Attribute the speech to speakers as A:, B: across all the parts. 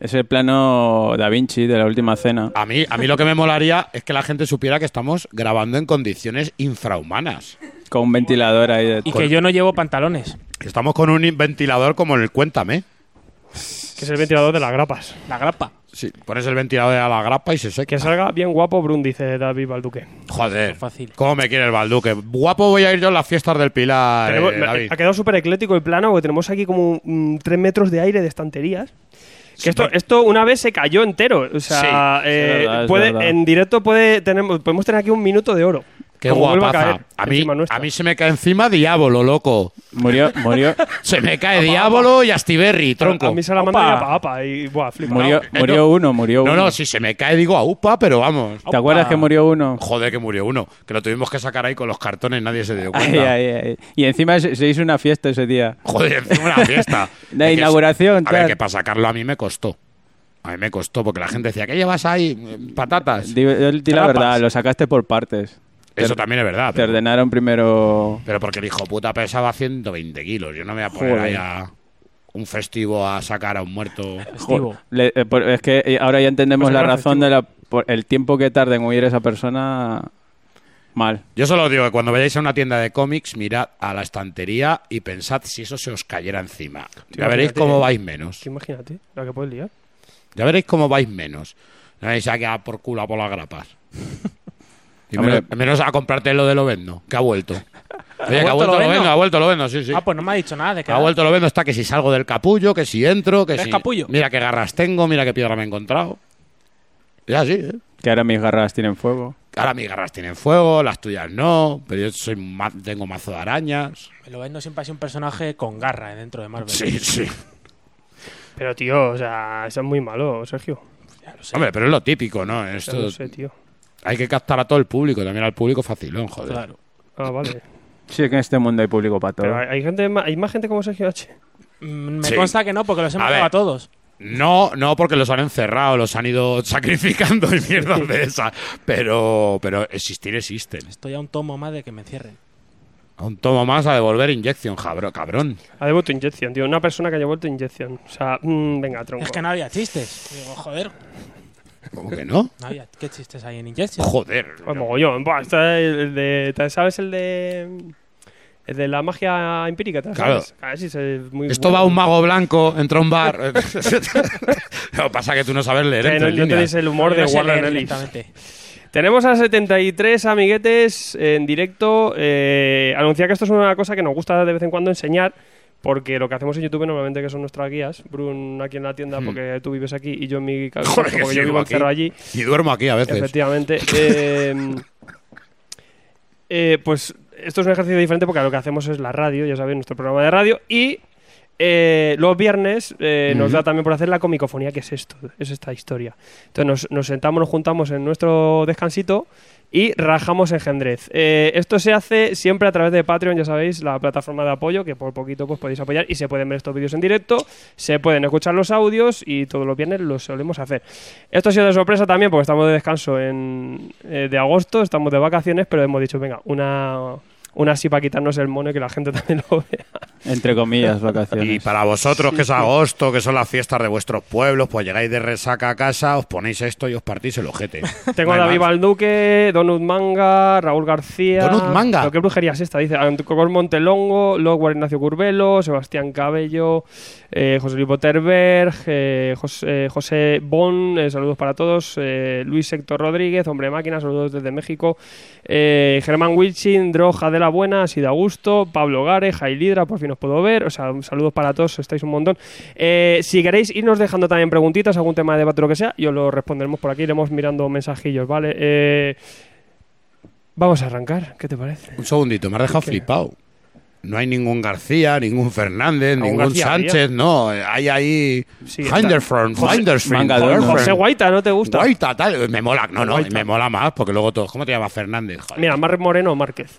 A: Es el plano Da Vinci de la última cena.
B: A mí, a mí lo que me molaría es que la gente supiera que estamos grabando en condiciones infrahumanas.
A: Con un ventilador ahí. de-
C: Y que yo no llevo pantalones,
B: Estamos con un ventilador como en el Cuéntame.
D: Que es el ventilador de las grapas.
C: la grapa.
B: Sí, pones el ventilador a la grapa y se seca.
D: Que salga bien guapo Brun, dice David Balduque.
B: Joder,
C: Fácil.
B: cómo me quiere el Balduque. Guapo voy a ir yo a las fiestas del Pilar,
D: Tenemos-
B: eh,
D: me-
B: David.
D: ha quedado súper ecléctico el plano, porque tenemos aquí como mm, tres metros de aire de estanterías. Que esto, esto una vez se cayó entero. O sea,
A: Sí,
D: eh,
A: es verdad, es
D: puede,
A: verdad.
D: en directo puede tenemos, podemos tener aquí un minuto de oro.
B: Qué
D: Como vuelva
B: guapaza.
D: caer
B: a, mí,
D: encima nuestra.
B: a mí se me cae encima Diablo, loco.
A: Murió, murió,
B: Se me cae Diablo y Astiberri, tronco.
D: A mí se la manda
C: Opa.
D: ya pa' apa y buah, flipa.
A: murió,
B: no,
A: murió uno, murió
B: No,
A: uno.
B: no, si se me cae digo a UPA, pero vamos.
A: ¿Te acuerdas
C: Opa.
A: que murió uno?
B: Joder, que murió uno. Que lo tuvimos que sacar ahí con los cartones, nadie se dio
A: Ay,
B: cuenta.
A: ay, ay. Y encima se, se hizo una fiesta ese día.
B: Joder, encima una fiesta.
A: La
B: Es que-
A: inauguración,
B: A ver,
A: tal.
B: que para sacarlo a mí me costó. A mí me costó, porque la gente decía, ¿qué llevas ahí? Patatas.
A: Digo, yo Di, la
C: Trampas.
A: verdad, lo sacaste por partes.
B: Eso
A: Te-
B: también es verdad.
A: Te
B: Pero,
A: ordenaron primero.
B: pero porque el hijo puta pesaba 120 kilos. Yo no me voy a poner
A: Joder.
B: ahí a un festivo a sacar a un muerto.
C: Festivo.
A: Le- eh, por- es que eh, ahora ya entendemos
C: Pues
A: la
C: era
A: razón
C: festivo.
A: de la, por el tiempo que tarda en huir esa persona. Mal.
B: Yo solo digo que cuando vayáis a una tienda de cómics, mirad a la estantería y pensad si eso se os cayera encima. Ya veréis
D: imagínate.
B: cómo vais menos.
D: Que imagínate la que puedes liar.
B: Ya veréis cómo vais menos. No vais a quedar por culo a por las grapas. Y
A: Hombre.
B: menos, menos a comprarte lo de lo vendo, que ha vuelto. Oye, que ha vuelto lo vendo, ha vuelto lo vendo, sí, sí.
C: Ah, pues no me ha dicho nada de que
B: Ha vuelto lo vendo, está que si salgo del capullo, que si entro, que
C: ¿Eres
B: si.
C: capullo?
B: Mira qué garras tengo, mira qué piedra me he encontrado. Ya sí, ¿eh?
A: Que ahora mis garras tienen fuego.
B: Ahora mis garras tienen fuego, las tuyas no, pero yo soy ma- tengo mazo de arañas.
C: Lo ves, no siempre ha sido un personaje con garra eh, dentro de Marvel.
B: Sí, sí.
D: Pero tío, o sea, eso es muy malo, Sergio.
C: Ya lo sé.
B: Hombre, pero es lo típico, ¿no?
D: Ya
B: Esto,
D: lo sé, tío.
B: Hay que captar a todo el público, también al público facilón, joder.
C: Claro.
D: Ah, vale.
A: Sí, que en este mundo hay público para todo.
D: Pero eh, hay, hay gente, ma- hay más gente como Sergio H.
C: Mm, Me
B: Sí.
C: consta que no, porque los he
B: A
C: matado
B: ver.
C: a todos.
B: No, no porque los han encerrado, los han ido sacrificando y mierdas de esas. Pero, pero existir existen.
C: Estoy a un tomo más de que me encierren.
B: A Un tomo más a devolver inyección, jabro- cabrón.
D: Ha devuelto inyección, tío. Una persona que haya vuelto inyección. O sea, mm, venga, tronco.
C: Es que no había chistes. Digo, joder,
B: ¿Cómo que no?
C: no había. ¿Qué chistes hay en Injection?
B: Joder.
D: Pues mogollón. Buah, está el el de. ¿te ¿Sabes el de.? El de la magia empírica, ¿te la
B: Claro.
D: sabes? Ah, sí, es el muy
B: Esto
D: bueno.
B: va un mago blanco, entra a un bar. Lo que pasa es que tú no sabes leer
D: Que Eh, no,
B: entre
D: no
B: líneas.
D: tenéis el humor de
C: No sé
D: Warren
C: leer
D: Ellis.
C: directamente.
D: Tenemos a 73 amiguetes en directo. Eh, anunciar que esto es una cosa que nos gusta de vez en cuando enseñar, porque lo que hacemos en YouTube normalmente que son nuestras guías. Brun aquí en la tienda, porque tú vives aquí y yo en mi casa,
B: Hmm. Joder, que
D: porque
B: sí,
D: yo vivo
B: aquí.
D: encerrado allí.
B: Y duermo aquí a veces.
D: Efectivamente. Eh, eh, pues esto es un ejercicio diferente porque lo que hacemos es la radio, ya sabéis, nuestro programa de radio. Y eh, los viernes eh, nos da también por hacer la comicofonía, que es esto, es esta historia. Entonces nos, nos sentamos, nos juntamos en nuestro descansito y rajamos engendrez. Eh, esto se hace siempre a través de Patreon, ya sabéis, la plataforma de apoyo que por poquito pues podéis apoyar y se pueden ver estos vídeos en directo, se pueden escuchar los audios y todos los viernes los solemos hacer. Esto ha sido de sorpresa también porque estamos de descanso en, eh, de agosto, estamos de vacaciones, pero hemos dicho, venga, una, una así para quitarnos el mono y que la gente también lo vea.
A: Entre comillas,
B: Y
A: vacaciones.
B: para vosotros, que es agosto, que son las fiestas de vuestros pueblos, pues llegáis de resaca a casa, os ponéis esto y os partís el ojete.
D: Tengo
B: No
D: a
B: hay
D: David
B: más.
D: Balduque, Donut Manga, Raúl García.
B: ¿Donut Manga?
D: ¿Pero ¿Qué brujería es esta? Dice Cocor Montelongo, Logwar Ignacio Curvelo, Sebastián Cabello, eh, José Luis Boterberg, eh, José, eh, José Bon, eh, saludos para todos. eh, Luis Héctor Rodríguez, Hombre Máquina, saludos desde México. eh, Germán Wilchin, Droja de la Buena, Sida Augusto, Pablo Gare, Jailidra, por fin os puedo ver. O sea, saludos para todos, estáis un montón. Eh, si queréis irnos dejando también preguntitas, algún tema de debate, lo que sea, y os lo responderemos por aquí, iremos mirando mensajillos, ¿vale? Eh, vamos a arrancar, ¿qué te parece?
B: Un segundito, me has dejado
D: ¿Qué?
B: flipado. No hay ningún García, ningún Fernández, ningún
D: Ah, García había?
B: Sánchez, no. Hay ahí.
D: Sí, está.
B: Hinderfront,
A: José-
B: Hinderfront,
A: Manga de Oro.
D: José Guaita, ¿no te gusta?
B: Guaita, tal. Me mola, no, no,
D: Guaita.
B: me mola más, porque luego todos. ¿Cómo te llamas Fernández? Joder.
D: Mira, Mar Moreno o Márquez.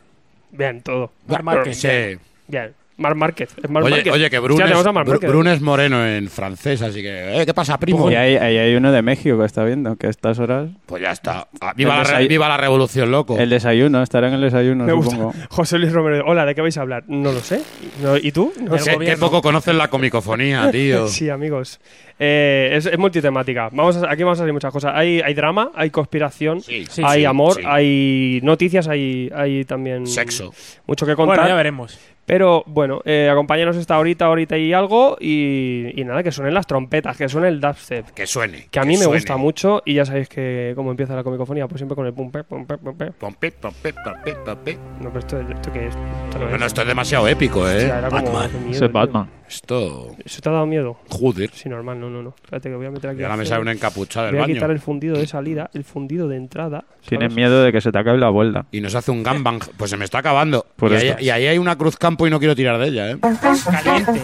D: Bien, todo.
B: Buah,
C: Mar Márquez.
B: sí.
D: Bien. Mar Market. Es Mar
B: Oye,
D: Market.
B: oye, que
D: Ya
B: Brunes,
D: tenemos a Mar
B: Bru-
D: Market.
B: Brunes Moreno en francés, así que... eh, ¿Qué pasa, primo?
A: Y ahí, ahí hay uno de México que está viendo, que a estas horas.
B: Pues ya está. Ah, viva, la,
A: El
B: re-
A: desay-
B: viva la revolución, loco.
A: Pues El desayuno, estará en el desayuno,
D: Me
A: supongo.
D: gusta. José Luis Romero. Hola, ¿de qué vais a hablar? No lo sé. No, ¿Y tú? No
C: Del
B: Qué- Qué,
C: gobierno.
B: poco conocen la comicofonía, tío.
D: Sí, amigos. Eh, es, es multitemática. Vamos a- aquí vamos a hacer muchas cosas. Hay, hay drama, hay conspiración,
B: Sí, sí,
D: hay
B: sí,
D: amor,
B: sí.
D: hay noticias, hay, hay también
B: Sexo.
D: mucho que contar.
C: Bueno, ya veremos.
D: pero bueno, eh, acompáñanos esta horita, horita y algo. Y, y nada, que suenen las trompetas, que suene el dubstep.
B: Que suene.
D: Que a mí me
B: suene.
D: gusta mucho y ya sabéis que cómo empieza la comicofonía, pues siempre con el pum, pe, pum, pe, pum, pe.
B: Pom, pe, pom, pe, pom, pe, pom, pe.
D: No, pero esto, esto qué es. Esto no es.
B: Bueno, eh, esto es demasiado épico,
D: O
B: ¿eh?
D: sea, era como- qué miedo,
E: Ese
D: tío.
E: es Batman.
B: Esto...
D: ¿Eso te ha dado miedo?
B: Joder.
D: Sí, normal, no, no, no. Espérate que voy a meter aquí.
B: Y ahora
D: el
B: me
D: fuego.
B: sale una encapuchada del
D: Voy a quitar
B: baño.
D: el fundido de salida, el fundido de entrada.
A: Tienen
D: ¿sabes?
A: miedo de que se te acabe la vuelta.
B: Y nos hace un gangbang. Pues se me está acabando.
A: Por
B: y, ahí,
A: esto.
B: y ahí hay una cruz campo y no quiero tirar de ella, ¿eh?
C: Caliente.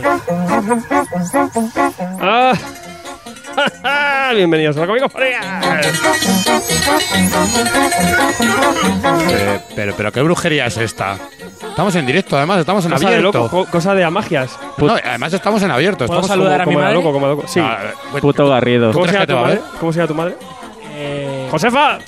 D: ¡Ah! Bienvenidos a la Comic
B: Eh, pero, pero qué brujería es esta. Estamos en directo, además, estamos en
D: Cosa de
B: abierto.
D: loco, co- cosa de amagias.
B: No, además estamos en abierto.
C: ¿Puedo
B: Estamos
C: saludar a mi
D: como de
C: madre?
D: loco, como de loco. Sí.
B: Ah, eh,
A: Puto Garrido.
B: ¿Tú
D: ¿Cómo
B: crees
D: se
B: que
D: llama
B: te
D: tu
B: va a
D: madre? ¿Cómo se llama tu madre?
C: Eh,
D: ¡Josefa!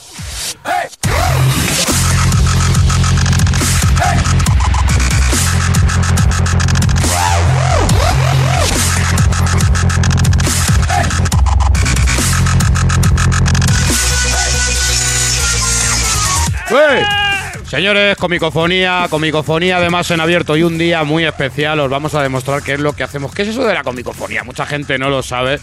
B: ¡Ey! Señores, comicofonía, comicofonía además en abierto y un día muy especial os vamos a demostrar qué es lo que hacemos. ¿Qué es eso de la comicofonía? Mucha gente no lo sabe,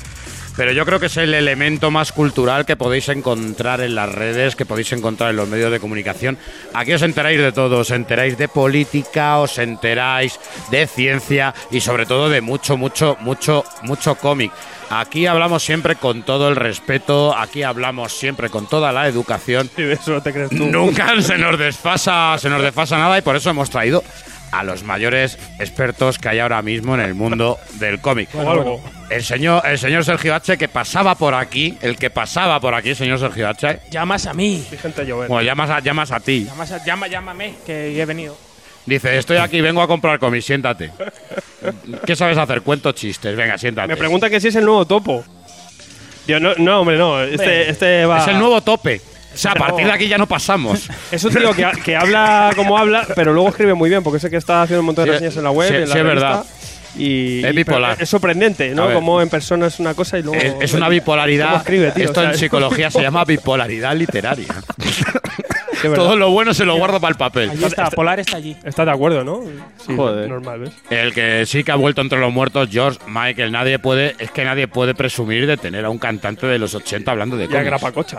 B: pero yo creo que es el elemento más cultural que podéis encontrar en las redes, que podéis encontrar en los medios de comunicación. Aquí os enteráis de todo, os enteráis de política, os enteráis de ciencia y sobre todo de mucho, mucho, mucho, mucho cómic. Aquí hablamos siempre con todo el respeto, aquí hablamos siempre con toda la educación
D: Sí, Eso no te crees tú.
B: Nunca se nos desfasa, se nos desfasa nada y por eso hemos traído a los mayores expertos que hay ahora mismo en el mundo del cómic.
D: O algo.
B: El señor, el señor Sergio H que pasaba por aquí, el que pasaba por aquí, señor Sergio H.
C: llamas a mí.
D: Hay gente a llover.
B: Bueno, llamas a, llamas a ti.
C: Llamas a- llama, llámame, que he venido.
B: Dice, estoy aquí, vengo a comprar cómic, siéntate. ¿Qué sabes hacer? Cuento chistes, venga, siéntate.
D: Me pregunta que si es el nuevo topo. Digo, no, no, hombre, no. Este,
C: Hombre.
D: este va.
B: Es el nuevo tope. O sea, a partir de aquí ya no pasamos.
D: Es un tío que, ha- que habla como habla, pero luego escribe muy bien, porque sé que está haciendo un montón de
B: Sí,
D: reseñas en la web.
B: sí,
D: en la
B: sí, es
D: revista,
B: verdad.
D: Y,
B: Es
D: y-
B: bipolar.
D: pero Es sorprendente,
B: A
D: ¿no?
B: ver.
D: Como en persona es una cosa y luego.
B: Es, es una bipolaridad.
D: ¿Cómo escribe, tío?
B: Esto
D: O sea,
B: en psicología se llama bipolaridad literaria.
D: de verdad.
B: Todo lo bueno se lo guardo para el papel.
C: Allí está, Polar está allí.
D: Estás de acuerdo, ¿no? Sí,
A: Joder.
D: normal, ¿ves?
B: El que sí que ha vuelto entre los muertos, George Michael. Nadie puede, es que nadie puede presumir de tener a un cantante de los 80 hablando de
D: Ya
B: cómics.
D: grapacocha.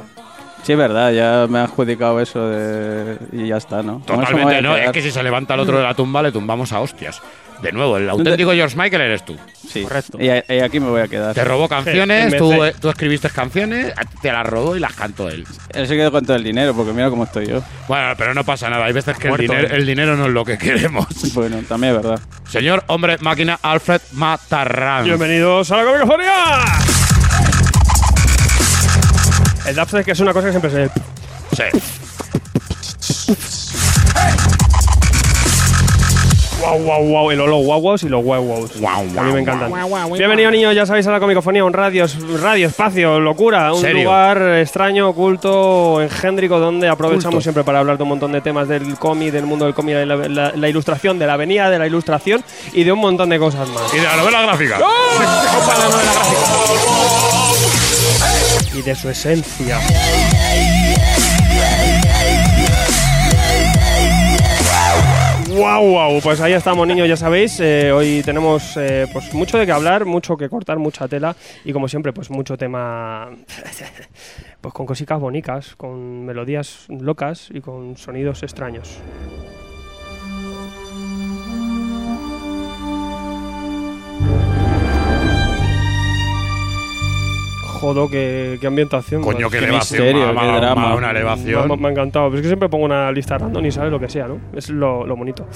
A: Sí, es verdad, ya me ha adjudicado eso de... y ya está, ¿no? Con eso me voy
B: Totalmente
A: a
B: no, es
A: quedar.
B: que si se levanta el otro de la tumba le tumbamos a hostias. De nuevo, el auténtico George Michael eres tú.
A: Sí.
C: Correcto.
A: Y, a- y aquí me voy a quedar.
B: Te robó canciones,
D: Sí,
B: tú,
D: MC.
B: eh, tú escribiste canciones, a ti te las robó y las cantó él.
A: Él se quedó con todo el dinero, porque mira cómo estoy yo.
B: Bueno, pero no pasa nada, hay veces que el
D: muerto,
B: dinero,
D: eh.
B: el dinero no es lo que queremos.
A: Bueno, también es verdad.
B: Señor, hombre, máquina, Alfred Matarrán.
D: Bienvenidos a la comicofonía. El dubstep es que es una cosa que siempre se.
B: Sí.
D: Wow, wow, wow. El olo wow wows y los wow wows.
B: Guau,
D: a mí
B: guau,
D: me encantan.
C: guau, guau, guau.
D: Bienvenido, niños, ya sabéis, a la comicofonía. Un radio, radio espacio, locura. Un
B: Serio.
D: lugar extraño, oculto, engendrico, donde aprovechamos
B: Culto.
D: siempre para hablar de un montón de temas del cómic, del mundo del cómic, de la, la- la ilustración, de la avenida, de la ilustración y de un montón de cosas más.
B: Y de la novela gráfica.
D: Y de su esencia. Wow, wow, pues ahí estamos niños, ya sabéis, eh, hoy tenemos eh, pues mucho de qué hablar, mucho que cortar, mucha tela y como siempre pues mucho tema pues con cositas bonitas, con melodías locas y con sonidos extraños. Jodo, qué, qué ambientación.
B: Coño,
D: macho.
B: qué
A: Qué
B: elevación.
A: misterio,
B: ma-
A: qué
B: ma-
A: drama.
B: ma- Una
D: Me ha-
B: elevación.
D: Mm, Me, ha encantado. Pero es que siempre pongo una lista random y sabes lo que sea, ¿no? Es lo, lo bonito.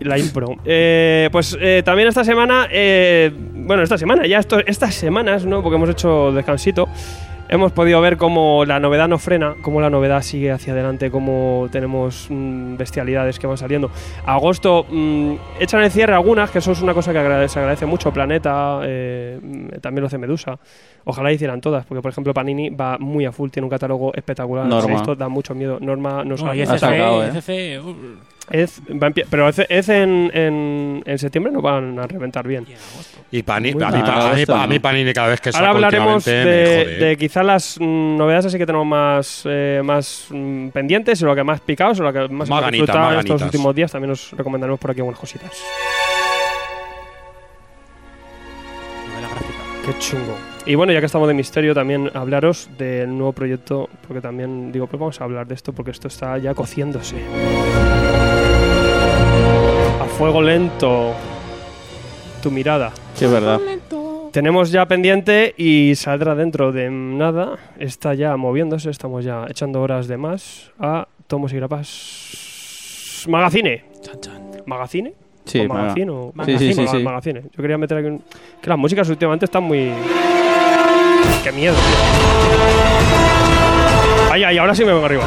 D: La impro. Eh, pues eh, también esta semana, eh, bueno, esta semana, ya esto, estas semanas, ¿no? Porque hemos hecho descansito. Hemos podido ver cómo la novedad no frena, cómo la novedad sigue hacia adelante, cómo tenemos mm, bestialidades que van saliendo. Agosto mm, echan el cierre algunas, que eso es una cosa que agrade- se agradece mucho. Planeta, eh, mm, también lo hace Medusa. Ojalá hicieran todas, porque por ejemplo Panini va muy a full, tiene un catálogo espectacular.
A: Norma.
D: Esto da mucho miedo. Norma
C: No,
D: no
C: y
D: sabe.
A: ese-
C: ECC,
A: sacado, ¿eh?
C: ECC, uh,
D: Ez va en pie- pero Ez, Ez en, en- en septiembre no van a reventar bien.
C: y en agosto.
B: Y Pani-
D: Muy
B: a, mí,
A: mal.
B: pa- a mí-
A: Esto
B: a mí
A: no.
B: Panini cada vez que saca
D: Ahora hablaremos de,
B: últimamente me jode, ¿eh?
D: de quizá las mm, novedades así que tenemos más, eh, más mm, pendientes, o lo que más picados, o lo que
B: Más
D: más, hemos
B: ganitas,
D: disfrutado
B: más
D: en estos
B: ganitas.
D: últimos días. También os recomendaremos por aquí algunas cositas.
C: Novela gráfica.
D: Qué chungo. Y bueno, ya que estamos de misterio, también hablaros del nuevo proyecto, porque también digo, pues vamos a hablar de esto, porque esto está ya cociéndose. A fuego lento. Tu mirada.
A: Sí, es verdad.
D: Tenemos ya pendiente y saldrá dentro de nada. Está ya moviéndose, estamos ya echando horas de más a Tomos y Grapas. Magazine.
C: Chan, chan.
D: ¿Magazine?
A: Sí,
D: ¿O
A: venga.
D: magazine o
A: Sí, sí, sí,
D: Magazine,
A: sí.
D: magazine. Yo quería meter aquí un... Que las músicas últimamente están muy... ¡Qué miedo! Ay, ay, ahora sí me vengo arriba.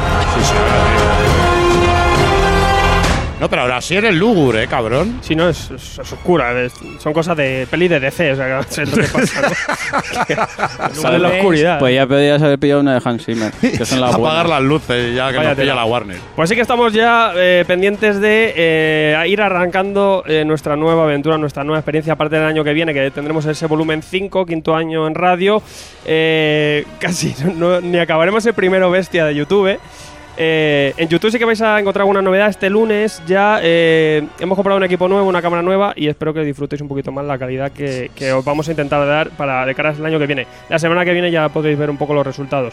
B: No, pero ahora sí eres lúgubre, ¿eh, cabrón.
D: Si no, es, es- es oscura. es- son cosas de peli de DC, o sea, que no sé lo que pasa, ¿no? Sale la oscuridad.
A: Pues ya podrías haber pillado una de Hans Zimmer, que son las
B: Apagar
A: buenas.
B: las luces ya que
D: Vaya
B: nos pilla
D: tela.
B: la Warner.
D: Pues sí que estamos ya eh, pendientes de eh, ir arrancando eh, nuestra nueva aventura, nuestra nueva experiencia, aparte del año que viene, que tendremos ese volumen 5, quinto año en radio. Eh, casi no- ni acabaremos el primero bestia de YouTube. Eh, en YouTube sí que vais a encontrar alguna novedad este lunes. Ya eh, hemos comprado un equipo nuevo, una cámara nueva y espero que disfrutéis un poquito más la calidad que, que os vamos a intentar dar para de cara al año que viene. La semana que viene ya podréis ver un poco los resultados.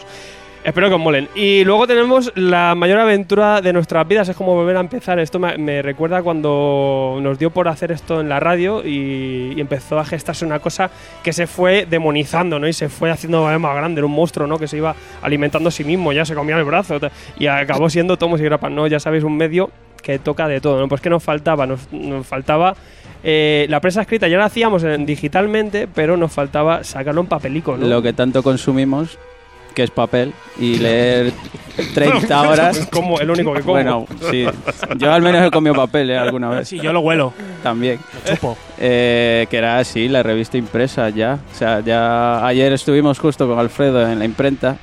D: Espero que os molen. Y luego tenemos la mayor aventura de nuestras vidas. Es como volver a empezar. Esto me, me recuerda cuando nos dio por hacer esto en la radio y, y empezó a gestarse una cosa que se fue demonizando, ¿no? Y se fue haciendo cada vez más grande. Era un monstruo, ¿no? Que se iba alimentando a sí mismo. Ya se comía el brazo. ta- Y acabó siendo tomos y grapas, ¿no? Ya sabéis, un medio que toca de todo, ¿no? Pues que nos faltaba, nos, nos faltaba eh, la prensa escrita. Ya la hacíamos en- digitalmente, pero nos faltaba sacarlo en papelico, ¿no?
A: Lo que tanto consumimos, que es papel, y leer 30 horas.
D: Como el único que como.
A: Bueno, sí. Yo al menos he comido papel eh, alguna vez
C: Sí, yo lo huelo,
A: también.
C: lo chupo.
A: Eh, que era así, la revista impresa ya. O sea, ya ayer estuvimos justo con Alfredo en la imprenta.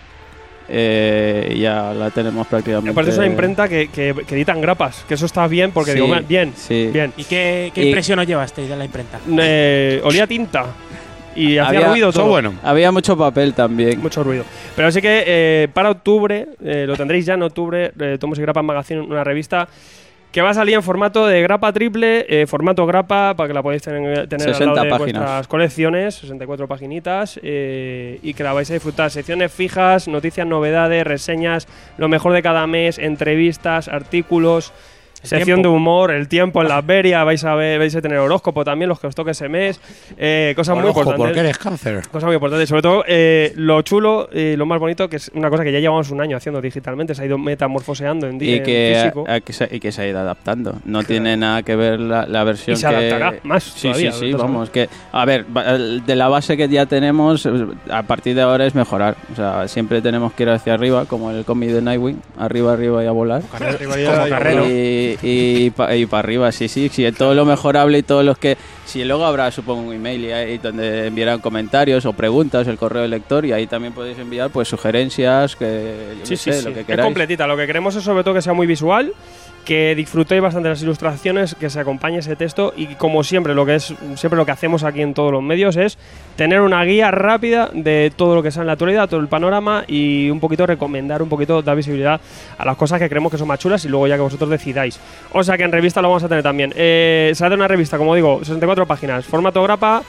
A: eh, y ya la tenemos prácticamente.
D: Aparte es una imprenta que, que, que editan grapas, que eso está bien, porque
A: Sí,
D: digo, bien,
A: sí.
D: bien.
C: ¿Y qué, qué
A: Y-
C: impresión os llevasteis de la imprenta?
D: Eh, olía tinta y hacía
A: Había-
D: ruido
B: Eso
D: todo.
B: bueno.
A: Había mucho papel también.
D: Mucho ruido. Pero así que eh, para octubre, eh, lo tendréis ya en octubre, eh, Tomos y Grapas Magazine, una revista que va a salir en formato de grapa triple, eh, formato grapa, para que la podáis tener, tener al
A: 60
D: lado de
A: páginas.
D: vuestras colecciones, 64 paginitas, eh, y que la vais a disfrutar. Secciones fijas, noticias, novedades, reseñas, lo mejor de cada mes, entrevistas, artículos.
C: El
D: Sección de
C: tiempo.
D: humor, el tiempo en la feria, vais a ver, vais a tener horóscopo también, los que os toque ese mes, eh, cosas muy
B: Ojo,
D: importantes
B: porque eres cáncer.
D: cosa muy importante. Sobre todo, eh, lo chulo y lo más bonito, que es una cosa que ya llevamos un año haciendo digitalmente, se ha ido metamorfoseando en, di-
A: Y
D: en
A: que,
D: físico.
A: a- a que se, y que se ha ido adaptando. No tiene nada que ver la, la versión
D: Y se
A: que-
D: adaptará más
A: Sí,
D: todavía,
A: sí, sí,
D: entonces,
A: vamos. Que, a ver, va- el- de la base que ya tenemos, eh, a partir de ahora es mejorar. O sea, siempre tenemos que ir hacia arriba, como el cómic de Nightwing. Arriba, arriba y a volar.
C: Como carrero.
A: Y, para arriba, sí, sí, sí, todo lo mejorable y todos los que... Si luego habrá, supongo, un email y ahí donde enviarán comentarios o preguntas, el correo del lector, y ahí también podéis enviar pues sugerencias, que yo
D: Sí,
A: qué
D: sí,
A: sé,
D: sí.
A: lo que
D: es
A: queráis.
D: completita. Lo que queremos es sobre todo que sea muy visual, que disfrutéis bastante las ilustraciones, que se acompañe ese texto y como siempre lo que es siempre lo que hacemos aquí en todos los medios es tener una guía rápida de todo lo que sea en la actualidad, todo el panorama y un poquito recomendar, un poquito dar visibilidad a las cosas que creemos que son más chulas y luego ya que vosotros decidáis. O sea que en revista lo vamos a tener también. Eh, sale una revista, como digo, 64 páginas, formato grapa.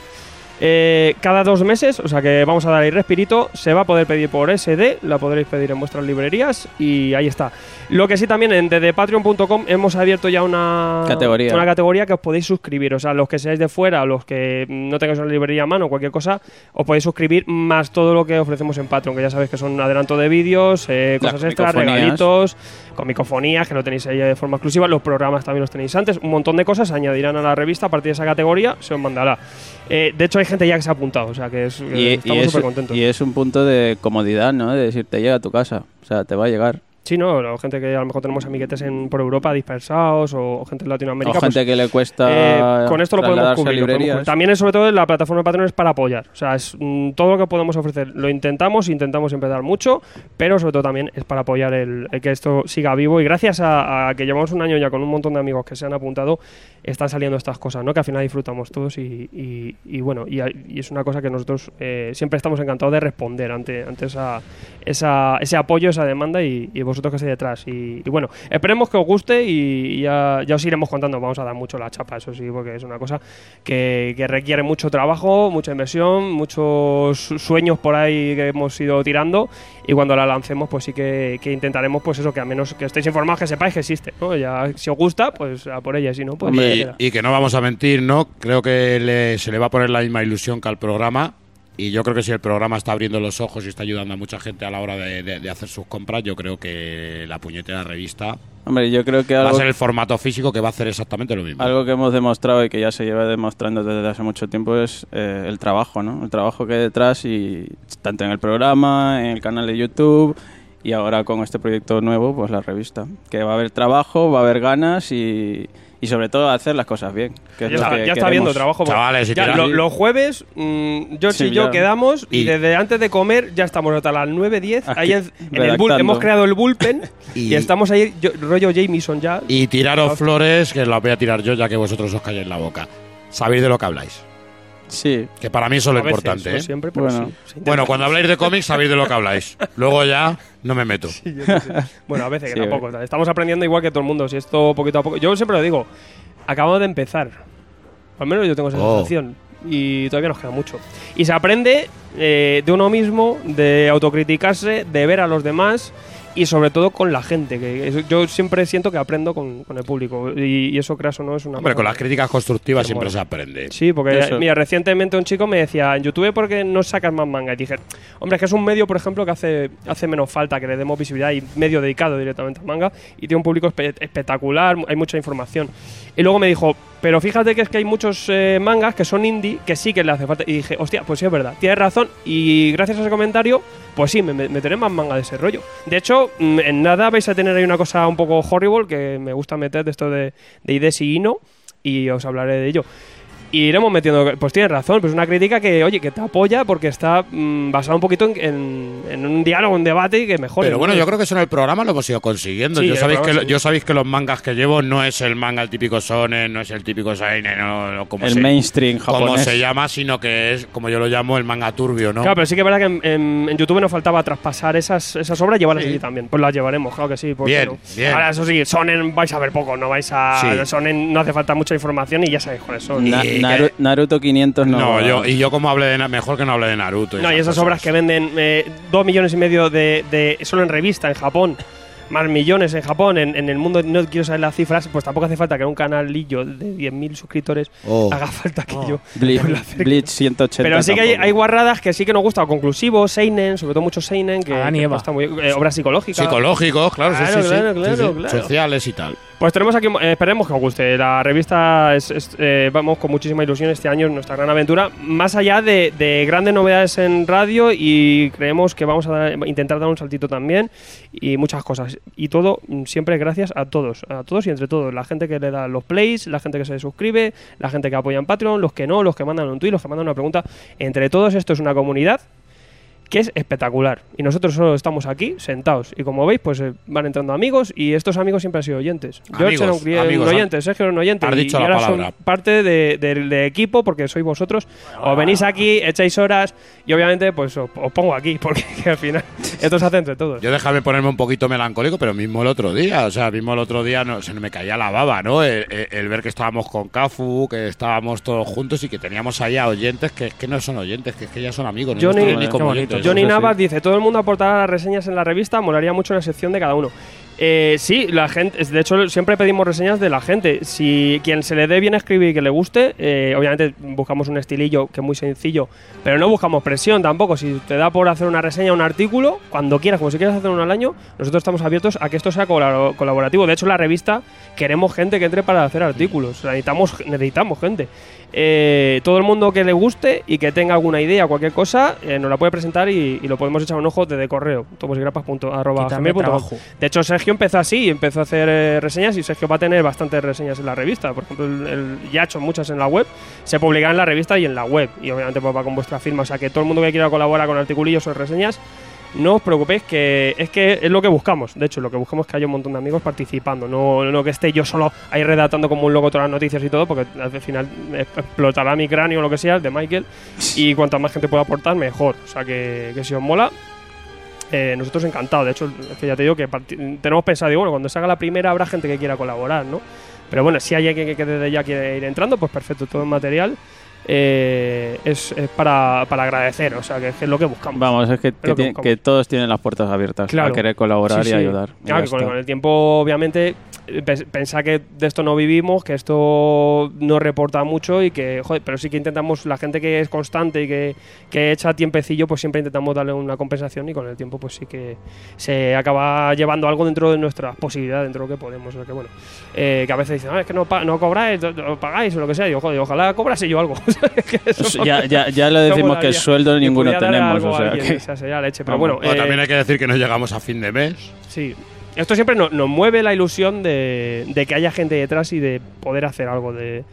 D: Eh, cada dos meses, o sea que vamos a dar ahí respirito, se va a poder pedir por SD, la podréis pedir en vuestras librerías y ahí está. Lo que sí también en desde patreon.com hemos abierto ya una
A: Categoría.
D: una categoría que os podéis suscribir, o sea, los que seáis de fuera, los que no tengáis una librería a mano, cualquier cosa, os podéis suscribir más todo lo que ofrecemos en Patreon, que ya sabéis que son adelanto de vídeos, eh,
A: Las
D: cosas extras,
A: comicofonías.
D: regalitos, comicofonías, que lo tenéis ahí de forma exclusiva, los programas también los tenéis antes, un montón de cosas se añadirán a la revista a partir de esa categoría, se os mandará. Eh, de hecho, hay gente ya que se ha apuntado, o sea que, es- que
A: Y, y
D: Eh, estamos
A: es,
D: súper contentos.
A: y es un punto de comodidad, ¿no? De decir, te llega a tu casa. O sea, te va a llegar.
D: Sí, no, la gente que a lo mejor tenemos amiguetes en, por Europa dispersados o, gente en Latinoamérica.
A: o
D: pues,
A: gente que le cuesta.
D: eh, con esto lo podemos
A: trasladarse a
D: cubrir. lo podemos
A: librerías.
D: cubrir. También es sobre todo la plataforma de Patreon es para apoyar. O sea, es mm, todo lo que podemos ofrecer. Lo intentamos, intentamos siempre dar mucho, pero sobre todo también es para apoyar el, el que esto siga vivo. Y gracias a, a que llevamos un año ya con un montón de amigos que se han apuntado, están saliendo estas cosas, ¿no? Que al final disfrutamos todos y, y- y bueno, y, a- y es una cosa que nosotros eh, siempre estamos encantados de responder ante, ante esa, esa- ese apoyo, esa demanda y, y vosotros que estáis detrás. Y, y bueno, esperemos que os guste y ya, ya os iremos contando. Vamos a dar mucho la chapa, eso sí, porque es una cosa que, que requiere mucho trabajo, mucha inversión, muchos sueños por ahí que hemos ido tirando y cuando la lancemos pues sí que, que intentaremos pues eso, que al menos que estéis informados, que sepáis que existe, ¿no? Ya, si os gusta, pues a por ella, y si no, pues...
B: Y,
D: etcétera.
B: y que no vamos a mentir, ¿no? Creo que le- se le va a poner la misma ilusión que al programa. Y yo creo que si el programa está abriendo los ojos y está ayudando a mucha gente a la hora de, de- de hacer sus compras, yo creo que la puñetera revista
A: Hombre, yo creo que
B: va a
A: algo,
B: ser el formato físico que va a hacer exactamente lo mismo.
A: algo que hemos demostrado y que ya se lleva demostrando desde hace mucho tiempo es eh, el trabajo, ¿no? El trabajo que hay detrás, y tanto en el programa, en el canal de YouTube. Y ahora con este proyecto nuevo, pues la revista. Que va a haber trabajo, va a haber ganas y, y sobre todo hacer las cosas bien. que es
D: Ya
A: lo
D: está,
A: que
D: ya está
A: queremos.
D: habiendo trabajo. porque
B: Chavales, si
D: ya,
B: tiras-
D: lo- los jueves, mm, George
A: Sí,
D: y yo
A: ya.
D: quedamos y,
B: Y-
D: desde antes de comer ya estamos hasta las 9, 10.
A: Aquí,
D: ahí en, en el bull,
A: redactando.
D: hemos creado el bullpen y,
B: Y-
D: estamos ahí, yo- rollo Jameson ya.
B: Y tiraros flores, que las voy a tirar yo ya que vosotros os calláis la boca. Sabéis de lo que habláis.
A: Sí,
B: Que para mí eso es lo
D: A veces,
B: importante.
D: no
B: ¿eh?
D: siempre, pero
A: Bueno.
D: sí, sí.
B: Bueno, cuando habláis de cómics sabéis de lo que habláis. Luego ya no me meto.
D: Bueno, a veces que
A: Sí,
D: tampoco. Estamos aprendiendo igual que todo el mundo. Si esto poquito a poco. Yo siempre lo digo, acabamos de empezar. Al menos yo tengo esa
B: Oh.
D: sensación. Y todavía nos queda mucho. Y se aprende eh, de uno mismo, de autocriticarse, de ver a los demás y sobre todo con la gente. Que es- yo siempre siento que aprendo con, con el público. Y, y eso, creas o no, es una.
B: Hombre,
D: cosa
B: con las
D: que-
B: críticas constructivas
D: Qué
B: siempre
D: mola.
B: se aprende.
D: Sí, porque
A: Eso.
D: mira, recientemente un chico me decía en YouTube porque no sacas más manga. Y dije, hombre, es que es un medio, por ejemplo, que hace, hace menos falta que le demos visibilidad y medio dedicado directamente al manga. Y tiene un público espe- espectacular, mu- hay mucha información. Y luego me dijo, pero fíjate que es que hay muchos eh, mangas que son indie que sí que le hace falta. Y dije, hostia, pues sí es verdad, tienes razón. Y gracias a ese comentario, pues sí, me me- meteré más manga de ese rollo. De hecho, mm, en nada vais a tener ahí una cosa un poco horrible que me gusta meter de esto de, de Ides y Ino. Y os hablaré de ello. Y iremos metiendo. Pues tienes razón, pues es una crítica que, oye, que te apoya porque está mm, basada un poquito en, en- en un diálogo, un debate y que mejor.
B: Pero bueno, yo creo que eso en el programa lo hemos ido consiguiendo.
D: Sí, en
B: yo,
D: el
B: sabéis que,
D: programa
B: lo-
D: sí.
B: yo sabéis que los mangas que llevo no es el manga el típico Sonen, no es el típico Seinen, no, no,
D: Pues
B: como,
A: el
B: se,
A: mainstream
B: como
A: japonés.
B: se llama, sino que es, como yo lo llamo, el manga turbio, ¿no?
D: Claro, pero sí que es verdad que en, en- en YouTube nos faltaba traspasar esas, esas obras y llevarlas
B: Sí.
D: allí también. Pues las llevaremos, claro que sí. ¿por qué
B: Bien,
D: no?
B: bien.
D: Ahora, eso sí, Sonen vais a ver poco, no vais a.
B: Sí.
D: Sonen no hace falta mucha información y ya sabéis cuáles son.
A: Na-
B: Y-
A: Naru- Naruto 500 no.
B: no, yo, y yo como hable de Na- mejor que no hable de Naruto. y
D: No, y esas
B: cosas.
D: obras que venden eh, dos millones y medio de, de- solo en revista en Japón, más millones en Japón, en, en el mundo no quiero saber las cifras, pues tampoco hace falta que un canalillo de 10.000 suscriptores
B: Oh.
D: haga falta que
C: Oh.
D: yo.
A: Bleach,
D: Pues la cerca.
A: Bleach 180.
D: Pero sí que hay,
A: tampoco.
D: hay guarradas que sí que nos gusta, o conclusivos, seinen, sobre todo muchos seinen, que,
C: Adán y
D: que
C: Eva.
D: cuesta muy- eh, obras psicológicas.
B: Psicológicos, claro, sí,
D: Claro,
B: sí, sí.
D: claro,
B: Sí,
D: claro,
B: sí.
D: claro.
B: Sociales y tal.
D: Pues tenemos aquí, eh, esperemos que os guste. La revista es, es, eh, vamos con muchísima ilusión este año, es nuestra gran aventura. Más allá de, de grandes novedades en radio y creemos que vamos a dar- intentar dar un saltito también y muchas cosas. Y todo mm, siempre gracias a todos, a todos y entre todos. La gente que le da los plays, la gente que se suscribe, la gente que apoya en Patreon, los que no, los que mandan un tweet, los que mandan una pregunta. Entre todos esto es una comunidad que es espectacular. Y nosotros solo estamos aquí, sentados. Y como veis, pues eh, van entrando amigos y estos amigos siempre han sido oyentes.
B: Amigos,
D: George era un, cli-
B: amigos,
D: un
B: has-
D: oyente, Sergio era un oyente.
B: has
D: y,
B: dicho
D: y
B: la
D: ahora
B: palabra.
D: son parte de- del de equipo porque sois vosotros. Os venís aquí, echáis horas y obviamente pues os, os pongo aquí porque que al final esto se hace entre todos.
B: Yo déjame ponerme un poquito melancólico, pero mismo el otro día, o sea, mismo el otro día no, se me caía la baba, ¿no? El, el- el ver que estábamos con Cafu, que estábamos todos juntos y que teníamos allá oyentes que es que no son oyentes, que es que ya son amigos, no
D: Johnny-
B: nos
D: eh,
B: toman ni
A: Qué
B: como
C: bonito.
B: oyentes.
D: Johnny
A: eso sí.
D: Navas dice, todo el mundo aportará las reseñas en la revista, molaría mucho una sección de cada uno. Eh, sí, la gente, de hecho siempre pedimos reseñas de la gente. Si quien se le dé bien escribir y que le guste, eh, obviamente buscamos un estilillo que es muy sencillo, pero no buscamos presión tampoco. Si te da por hacer una reseña, un artículo, cuando quieras, como si quieres hacer uno al año, nosotros estamos abiertos a que esto sea colabo- colaborativo. De hecho, la revista queremos gente que entre para hacer artículos. O sea, necesitamos, necesitamos gente. Eh, todo el mundo que le guste y que tenga alguna idea o cualquier cosa, eh, nos la puede presentar y, y lo podemos echar un ojo desde correo,
C: Quitarme
D: tomosigrapas.arroba.gmail.com.
C: trabajo.
D: De hecho, Sergio empezó así, empezó a hacer eh, reseñas y Sergio va a tener bastantes reseñas en la revista. Por ejemplo, el- el- ya ha hecho muchas en la web, se publican en la revista y en la web. Y obviamente pues, va con vuestra firma. O sea, que todo el mundo que quiera colaborar con articulillos o reseñas, no os preocupéis, que es que es lo que buscamos. De hecho, lo que buscamos es que haya un montón de amigos participando. No, no que esté yo solo ahí redactando como un loco todas las noticias y todo, porque al final explotará mi cráneo o lo que sea, el de Michael. Y cuanta más gente pueda aportar, mejor. O sea, que, que si os mola, eh, nosotros encantados. De hecho, es que ya te digo que parti- tenemos pensado, digo, bueno, cuando salga la primera habrá gente que quiera colaborar, ¿no? Pero bueno, si hay alguien que, que desde ya quiere ir entrando, pues perfecto, todo el material eh, es, es para, para agradecer, o sea, que es lo que buscamos.
A: Vamos, es que, que
D: lo
A: tiene-
D: buscamos.
A: que todos tienen las puertas abiertas
D: Claro.
A: a querer colaborar
D: Sí,
A: y
D: sí.
A: ayudar. Y
D: Claro,
A: ya
D: que con,
A: está.
D: con el tiempo, obviamente, pensar que de esto no vivimos, que esto no reporta mucho y que, joder, pero sí que intentamos, la gente que es constante y que, que echa tiempecillo, pues siempre intentamos darle una compensación y con el tiempo, pues sí que se acaba llevando algo dentro de nuestras posibilidades, dentro de lo que podemos. O sea que, bueno, eh, que a veces dicen, "Ah, es que no, pa- no cobráis, no- no pagáis o lo que sea. Digo, joder, ojalá cobrase yo algo. O sea, que eso-
A: Pues ya, ya, ya lo
D: eso
A: decimos que
D: molaría.
A: sueldo
D: Que
A: ninguno
D: pudiera dar
A: tenemos,
D: algo
A: o
D: a
A: sea que...
D: alguien, sería leche. Pero
A: Vamos.
D: bueno,
B: Bueno,
D: eh,
B: Ah, también hay que decir que no llegamos a fin de mes.
D: Sí. Esto siempre no- nos mueve la ilusión de, de que haya gente detrás y de poder hacer algo de,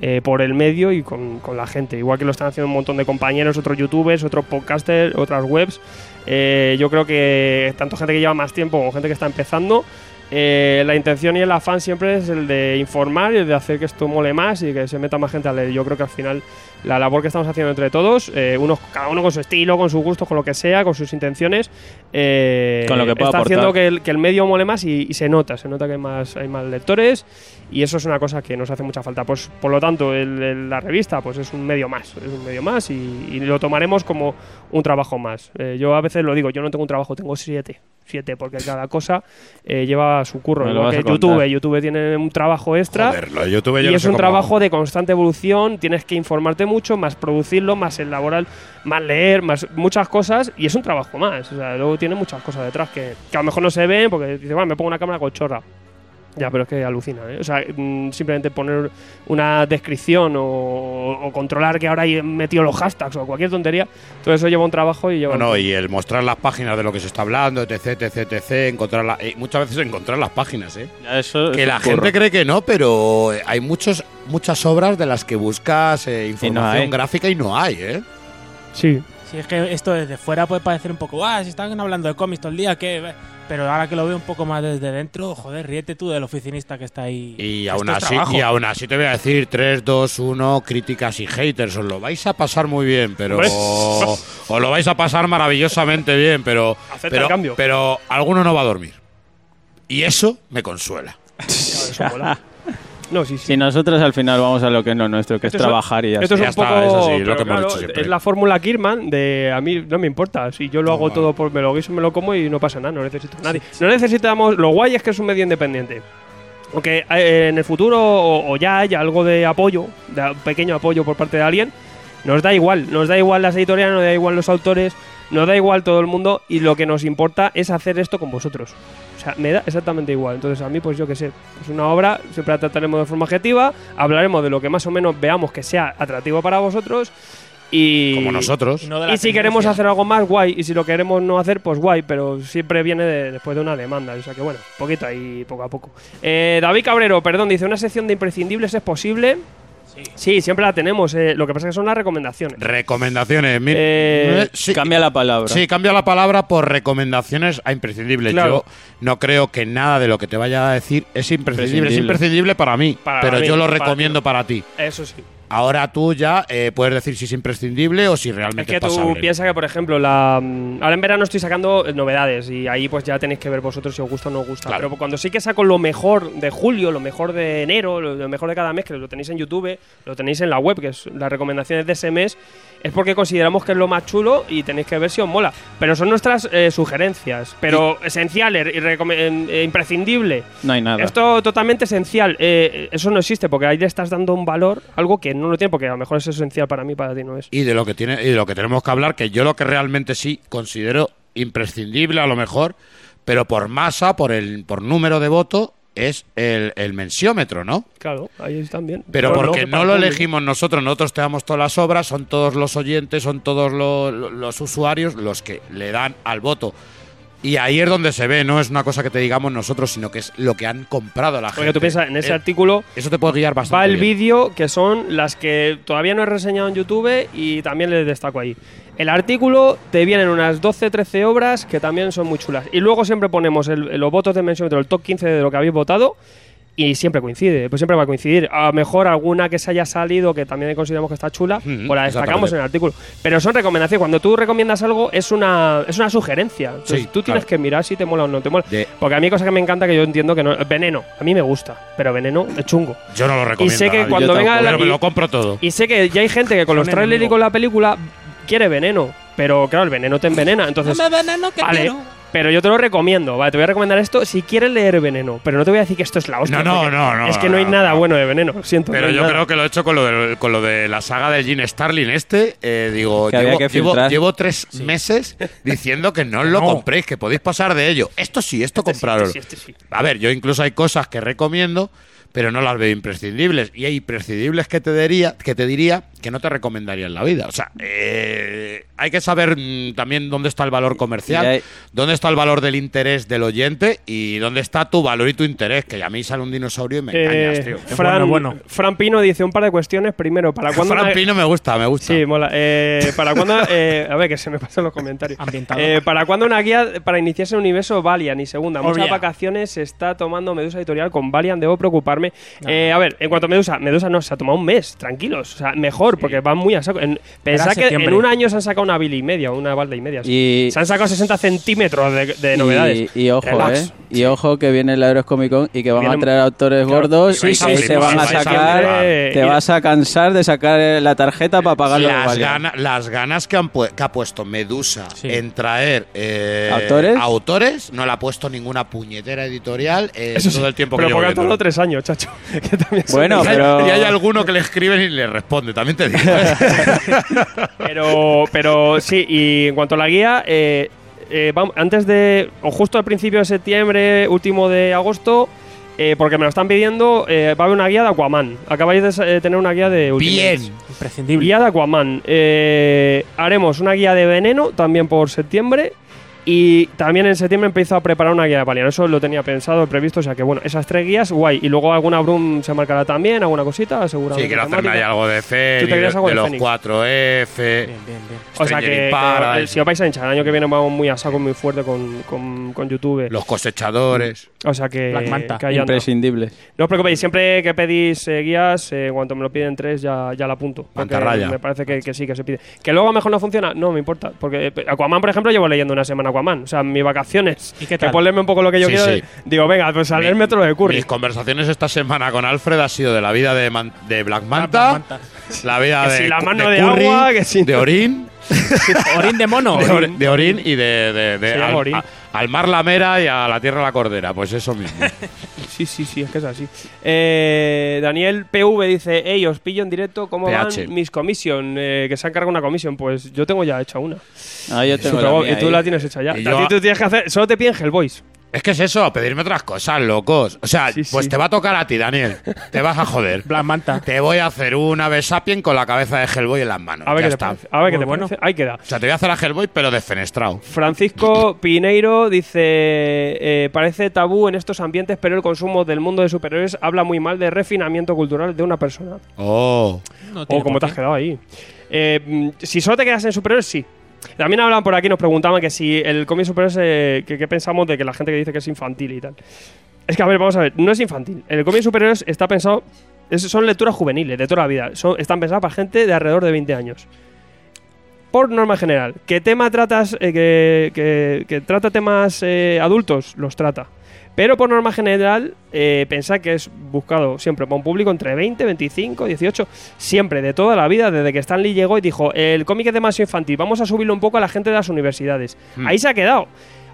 D: eh, por el medio y con, con la gente. Igual que lo están haciendo un montón de compañeros, otros youtubers, otros podcasters, otras webs. Eh, yo creo que tanto gente que lleva más tiempo como gente que está empezando, eh, la intención y el afán siempre es el de informar y el de hacer que esto mole más y que se meta más gente a leer. Yo creo que al final la labor que estamos haciendo entre todos, eh, unos, cada uno con su estilo, con sus gustos, con lo que sea, con sus intenciones, eh,
A: Con lo que pueda
D: está
A: aportar.
D: haciendo que el, que el medio mole más y, y se nota, se nota que hay más, hay más lectores y eso es una cosa que nos hace mucha falta. Pues, por lo tanto, el- el- la revista pues es un medio más, es un medio más y, y lo tomaremos como un trabajo más. Eh, yo a veces lo digo, yo no tengo un trabajo, tengo siete. Siete, porque cada cosa eh, lleva su curro.
A: Me lo
D: Igual
A: vas
D: que
A: a contar.
D: YouTube, YouTube tiene un trabajo extra.
B: Joder, lo de YouTube yo
D: Y
B: no
D: es
B: sé
D: un
B: cómo-
D: trabajo de constante evolución, tienes que informarte mucho, más producirlo, más elaborar, más leer, más muchas cosas, y es un trabajo más. O sea, luego tiene muchas cosas detrás que, que a lo mejor no se ven porque dices, bueno, me pongo una cámara cochorra. Ya, pero es que alucina, ¿eh? O sea, mm, simplemente poner una descripción o, o controlar que ahora hay metido los hashtags o cualquier tontería, todo eso lleva un trabajo y lleva...
B: No, no, y el mostrar las páginas de lo que se está hablando, etc, etc, etc, encontrar la- eh, muchas veces encontrar las páginas, ¿eh?
A: Ya eso es
B: Que
A: un
B: la
A: curro.
B: gente cree que no, pero eh, hay muchos, muchas obras de las que buscas eh, información
A: hay.
B: gráfica y no hay, ¿eh?
D: Sí.
C: Si es que esto desde fuera puede parecer un poco, ah, si están hablando de cómics todo el día, que. Pero ahora que lo veo un poco más desde dentro, joder, ríete tú del oficinista que está ahí.
B: Y
C: Que
B: aún,
C: esto es
B: así,
C: trabajo.
B: y aún así te voy a decir 3, 2, 1, críticas y haters. Os lo vais a pasar muy bien, pero.
D: Hombre.
B: Os lo vais a pasar maravillosamente bien, pero.
D: Acepta
B: pero,
D: el cambio.
B: pero alguno no va a dormir. Y eso me consuela.
D: Eso mola. No, sí, sí.
A: Si nosotros al final vamos a lo que es lo nuestro, que
D: Esto
A: es
D: es-
A: trabajar y ya
D: Esto
A: está.
D: es
B: Ya
D: un
B: está,
D: poco.
B: es así, lo
D: pero
B: que hemos
D: claro,
B: dicho siempre.
D: Es la fórmula Kirman de a mí no me importa. Si yo lo hago
B: bueno.
D: todo por me lo guiso, me lo como y no pasa nada. No necesito a nadie. No necesitamos. Lo guay es que es un medio independiente. Aunque eh, en el futuro o, o ya haya algo de apoyo, de a- pequeño apoyo por parte de alguien, nos da igual. Nos da igual las editoriales, nos da igual los autores, nos da igual todo el mundo y lo que nos importa es hacer esto con vosotros. O sea, me da exactamente igual. Entonces, a mí, pues yo qué sé, es una obra, siempre la trataremos de forma objetiva, hablaremos de lo que más o menos veamos que sea atractivo para vosotros y.
B: Como nosotros.
C: Y no de la
D: Y si
C: tendencia.
D: queremos hacer algo más, guay. Y si lo queremos no hacer, pues guay. Pero siempre viene de- después de una demanda. O sea que bueno, poquito ahí, poco a poco. Eh, David Cabrero, perdón, dice: ¿Una sección de imprescindibles es posible? Sí, siempre la tenemos. eh, lo que pasa es que son las recomendaciones.
B: Recomendaciones. mira.
D: Eh,
B: Eh, sí,
A: Cambia la palabra.
B: Sí, cambia la palabra por recomendaciones a imprescindibles.
D: Claro.
B: Yo no creo que nada de lo que te vaya a decir es imprescindible. Es
A: Imprescindible.
B: imprescindible para mí,
D: Para
B: pero
D: mí,
B: yo lo
D: para
B: recomiendo para ti.
D: Eso sí.
B: Ahora tú ya eh, puedes decir si es imprescindible o si
D: Es
B: realmente
D: que
B: es pasable.
D: tú piensas que, por ejemplo, la, mm, ahora en verano estoy sacando eh, novedades y ahí pues ya tenéis que ver vosotros si os gusta o no os gusta.
B: Claro.
D: Pero cuando sí que saco lo mejor de julio, lo mejor de enero, lo, lo mejor de cada mes, que lo tenéis en YouTube, lo tenéis en la web, que es las recomendaciones de ese mes, es porque consideramos que es lo más chulo y tenéis que ver si os mola. Pero son nuestras eh, sugerencias, pero esenciales y recome- em, eh, imprescindible.
A: No hay nada.
D: Esto totalmente esencial. Eh, eso no existe porque ahí le estás dando un valor, algo que no lo tiene, porque a lo mejor es esencial para mí, para ti no es.
B: y de lo que tiene y de lo que tenemos que hablar que yo lo que realmente sí considero imprescindible a lo mejor pero por masa por el por número de voto es el, el mensiómetro, ¿no?
D: Claro, ahí están bien.
B: Pero
D: Claro,
B: porque
D: que
B: no
D: para
B: lo
D: el público.
B: elegimos nosotros, nosotros te damos todas las obras, son todos los oyentes, son todos lo- lo- los usuarios los que le dan al voto. Y ahí es donde se ve, no es una cosa que te digamos nosotros, sino que es lo que han comprado la
D: Porque
B: gente.
D: tú piensas, en ese
B: Eh,
D: artículo
B: Eso te puede guiar bastante.
D: va el
B: bien.
D: vídeo, que son las que todavía no he reseñado en YouTube y también les destaco ahí. El artículo te vienen unas 12-13 obras que también son muy chulas. Y luego siempre ponemos el- los votos de mensiómetro, el top 15 de lo que habéis votado. Y siempre coincide, pues siempre va a coincidir. A lo mejor alguna que se haya salido, que también consideramos que está chula,
B: Ujú,
D: o la destacamos
B: Mm, exactamente.
D: en el artículo. Pero son recomendaciones. Cuando tú recomiendas algo, es una, es una sugerencia. Entonces,
B: Sí,
D: tú tienes
B: claro.
D: que mirar si te mola o no te mola.
B: De-
D: Porque a mí hay cosas que me encanta que yo entiendo que no. Veneno, a mí me gusta, pero veneno es chungo.
B: Ah, Yo no lo
D: Y
B: recomiendo.
D: sé que
B: David.
D: cuando
A: Yo
D: venga
A: tampoco.
D: la,
B: Pero me lo
D: y,
B: compro todo.
D: y sé que ya hay gente que con los
C: Son
D: trailers y
C: enemigos.
D: con la película quiere veneno, pero claro, el veneno te envenena, entonces
C: veneno que
D: vale. Pero yo te lo recomiendo, vale, te voy a recomendar esto si quieres leer Veneno, pero no te voy a decir que esto es la
B: No,
D: hostia.
B: no,
D: porque
B: no, no,
D: Es que no hay
B: no,
D: nada
B: no.
D: bueno de Veneno, lo siento. no
B: Pero
D: hay
B: yo
D: nada.
B: creo que lo he hecho con lo de, con lo de la saga de Gene Starling este. eh, digo,
A: Que había
B: llevo,
A: que
B: llevo-
A: filtrar.
B: llevo tres meses diciendo que no lo
C: No.
B: compréis, que podéis pasar de ello. Esto sí, esto comprarlo.
D: Sí, este sí.
B: A ver, yo incluso hay cosas que recomiendo, pero no las veo imprescindibles. Y hay imprescindibles que te diría que, te diría que no te recomendaría en la vida. O sea, eh, hay que saber mm, también dónde está el valor comercial,
A: Y hay-
B: dónde está el valor del interés del oyente y dónde está tu valor y tu interés. Que a mí sale un dinosaurio y me engañas,
D: Eh,
B: tío.
D: Fran,
C: bueno, bueno.
D: Fran Pino dice un par de cuestiones. Primero, ¿para cuándo
B: Fran
D: una-
B: Pino me gusta, me gusta.
D: Sí, mola. Eh, ¿Para cuándo? eh, a ver, que se me pasan los comentarios.
C: Ambientado.
D: Eh, ¿Para cuándo una guía para iniciarse en un universo Valiant? Y segunda, muchas
C: Obvia.
D: vacaciones se está tomando Medusa Editorial con Valiant, debo preocuparme. Eh, a ver, en cuanto a Medusa, Medusa no, se ha tomado un mes, tranquilos. O sea, mejor, porque van muy a saco. En- pensad que en
C: septiembre.
D: un año se han sacado una bili y media, una balda y media.
A: Y-
D: se han sacado 60 centímetros de, de
A: Y-
D: novedades.
A: Y, ojo,
D: Relax.
A: ¿eh? Y ojo que viene la Euros Comic Con y que van
D: Vienen-
A: a traer autores
D: Claro,
A: gordos
B: vais
A: y
B: a
A: que
B: flipar,
A: se van a
B: vais a
A: sacar.
B: flipar.
D: Eh,
A: Te
D: y-
A: vas a cansar de sacar eh, la tarjeta para pagar los
B: las,
A: vales.
B: gana- las ganas que, han pu- que ha puesto Medusa
C: Sí.
B: en traer eh,
A: ¿Autores?
B: autores, no la ha puesto ninguna puñetera editorial eh,
D: Eso sí,
B: todo el tiempo
D: Pero
B: que
D: porque
B: llevo viéndolo.
D: han tardado tres años, chacho. que también son
A: Bueno,
D: muy-
B: Y hay-
A: pero-
B: Y hay alguno que le escriben y le responde, también te digo.
D: Pero, pero sí, y en cuanto a la guía, eh, eh, vam- antes de, o justo al principio de septiembre, último de agosto, eh, porque me lo están pidiendo, eh, va a haber una guía de Aquaman. Acabáis de sa- eh, tener una guía de Ultimates.
B: Bien.
C: Imprescindible.
D: Guía de Aquaman. Eh, haremos una guía de veneno también por septiembre. Y también en septiembre empiezo a preparar una guía de Valiant. Eso lo tenía pensado, previsto. O sea que bueno, esas tres guías, guay. Y luego alguna Brum se marcará también, alguna cosita, seguramente.
B: Sí, quiero hacerme ahí
D: temática.
B: algo de Fénix,
D: querías
B: de,
D: algo de
B: los
D: Fénix.
B: 4F.
C: Bien, bien, bien.
D: O sea que,
B: Stranger in
D: que
B: Paradise.
D: el- si os vais a hinchar, el año que viene vamos muy a saco, muy fuerte con, con, con YouTube.
B: Los cosechadores.
D: o sea que,
C: Black Manta.
D: que ahí anda.
A: Imprescindibles.
D: No os preocupéis, siempre que pedís eh, guías, eh, cuando me lo piden tres, ya, ya la apunto. Porque
B: Mantarraya.
D: Me parece que, que sí, que se pide. Que luego a lo mejor no funciona, no me importa. Porque eh, Aquaman, por ejemplo, llevo leyendo una semana Aquaman. O sea, mis vacaciones.
C: ¿Y qué
D: Que
C: tal?
D: por leerme un poco lo que yo
B: Sí,
D: quiero,
B: sí.
D: digo, venga, pues a
B: Mi-
D: leerme otro de Curry.
B: Mis conversaciones esta semana con Alfred ha sido de la vida de, Man- de Black
D: Ah,
B: Manta,
C: Black Manta.
B: la vida
D: Que
B: de,
D: si la mano
B: de
D: de
B: Curry,
D: agua, que si-
B: de Orín,
C: Orín de mono.
B: de, Or- de Orín y de, de- de-
D: Se llama
B: al,
D: Orín.
B: a- al mar la mera y a la tierra la cordera, pues eso mismo.
D: Sí, sí, sí, es que es así. Eh, Daniel PV dice, hey, os pillo en directo, ¿cómo
B: PH.
D: van mis comisión? Eh, que se han cargado una comisión. Pues yo tengo ya hecha una.
A: Ah, yo tengo la
D: Superbob,
A: mía
D: y tú
A: ahí.
D: la tienes hecha ya.
B: Y
D: A
B: yo-
D: ti tú tienes que hacer, solo te piden Hellboys.
B: es que es eso, pedirme otras cosas, locos. O sea,
D: Sí,
B: pues
D: sí.
B: te va a tocar a ti, Daniel. Te vas a joder.
C: Black Manta.
B: Te voy a hacer una ave sapien con la cabeza de Hellboy en las manos.
D: A ver
B: ya
D: qué te
B: está.
D: parece. A ver qué
C: Muy
D: te
C: bueno.
D: parece. Ahí queda.
B: O sea, te voy a hacer a Hellboy, pero desfenestrado.
D: Francisco Pineiro dice, eh, parece tabú en estos ambientes, pero el consumo del mundo de superhéroes habla muy mal de refinamiento cultural de una persona.
B: Oh.
D: O como te has quedado ahí. Eh, mm, si solo te quedas en superhéroes, sí. También hablan por aquí, nos preguntaban que si el cómic superhéroes, eh, que qué pensamos de que la gente que dice que es infantil y tal. Es que, a ver, vamos a ver, no es infantil. El cómic superhéroes está pensado, es- son lecturas juveniles de toda la vida. Son- están pensadas para gente de alrededor de 20 años. Por norma general, ¿qué tema tratas, eh, que, que- que trata temas eh, adultos? Los trata. Pero por norma general, eh, pensad que es buscado siempre por un público entre 20, 25, 18, siempre, de toda la vida, desde que Stan Lee llegó y dijo, el cómic es demasiado infantil, vamos a subirlo un poco a la gente de las universidades.
B: Hmm.
D: Ahí se ha quedado.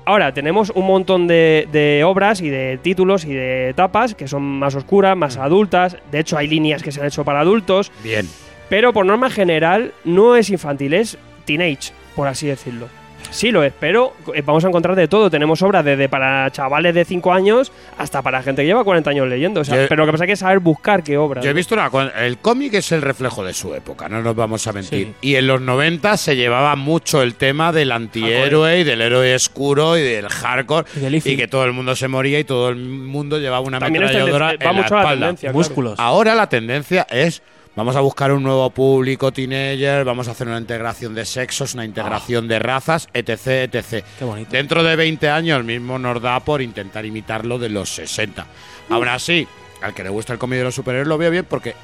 D: Ahora, tenemos un montón de, de obras y de títulos y de etapas que son más oscuras, más adultas. De hecho, hay líneas que se han hecho para adultos.
B: Bien.
D: Pero por norma general, no es infantil, es teenage, por así decirlo. Sí lo es, pero eh, vamos a encontrar de todo. Tenemos obras desde para chavales de 5 años hasta para gente que lleva 40 años leyendo. o sea,
B: Yo-
D: pero lo que pasa es que saber buscar qué obras.
B: Yo he visto una cosa, el cómic es el reflejo de su época, no nos vamos a mentir. Y en los 90 se llevaba mucho el tema del antihéroe y del héroe oscuro y del hardcore
C: Y del IFI.
B: que todo el mundo se moría y todo el mundo llevaba una
D: También es
B: ametralladora
D: tenden- va
B: en la
D: mucho la
B: espalda.
D: tendencia.
C: Músculos.
B: Ahora la tendencia es vamos a buscar un nuevo público teenager, vamos a hacer una integración de sexos, una integración de razas, etc, etc.
C: Qué bonito.
B: Dentro de 20 años mismo nos da por intentar imitar lo de los 60. Aún
C: Mm.
B: así, al que le gusta el cómic de los superhéroes lo veo bien porque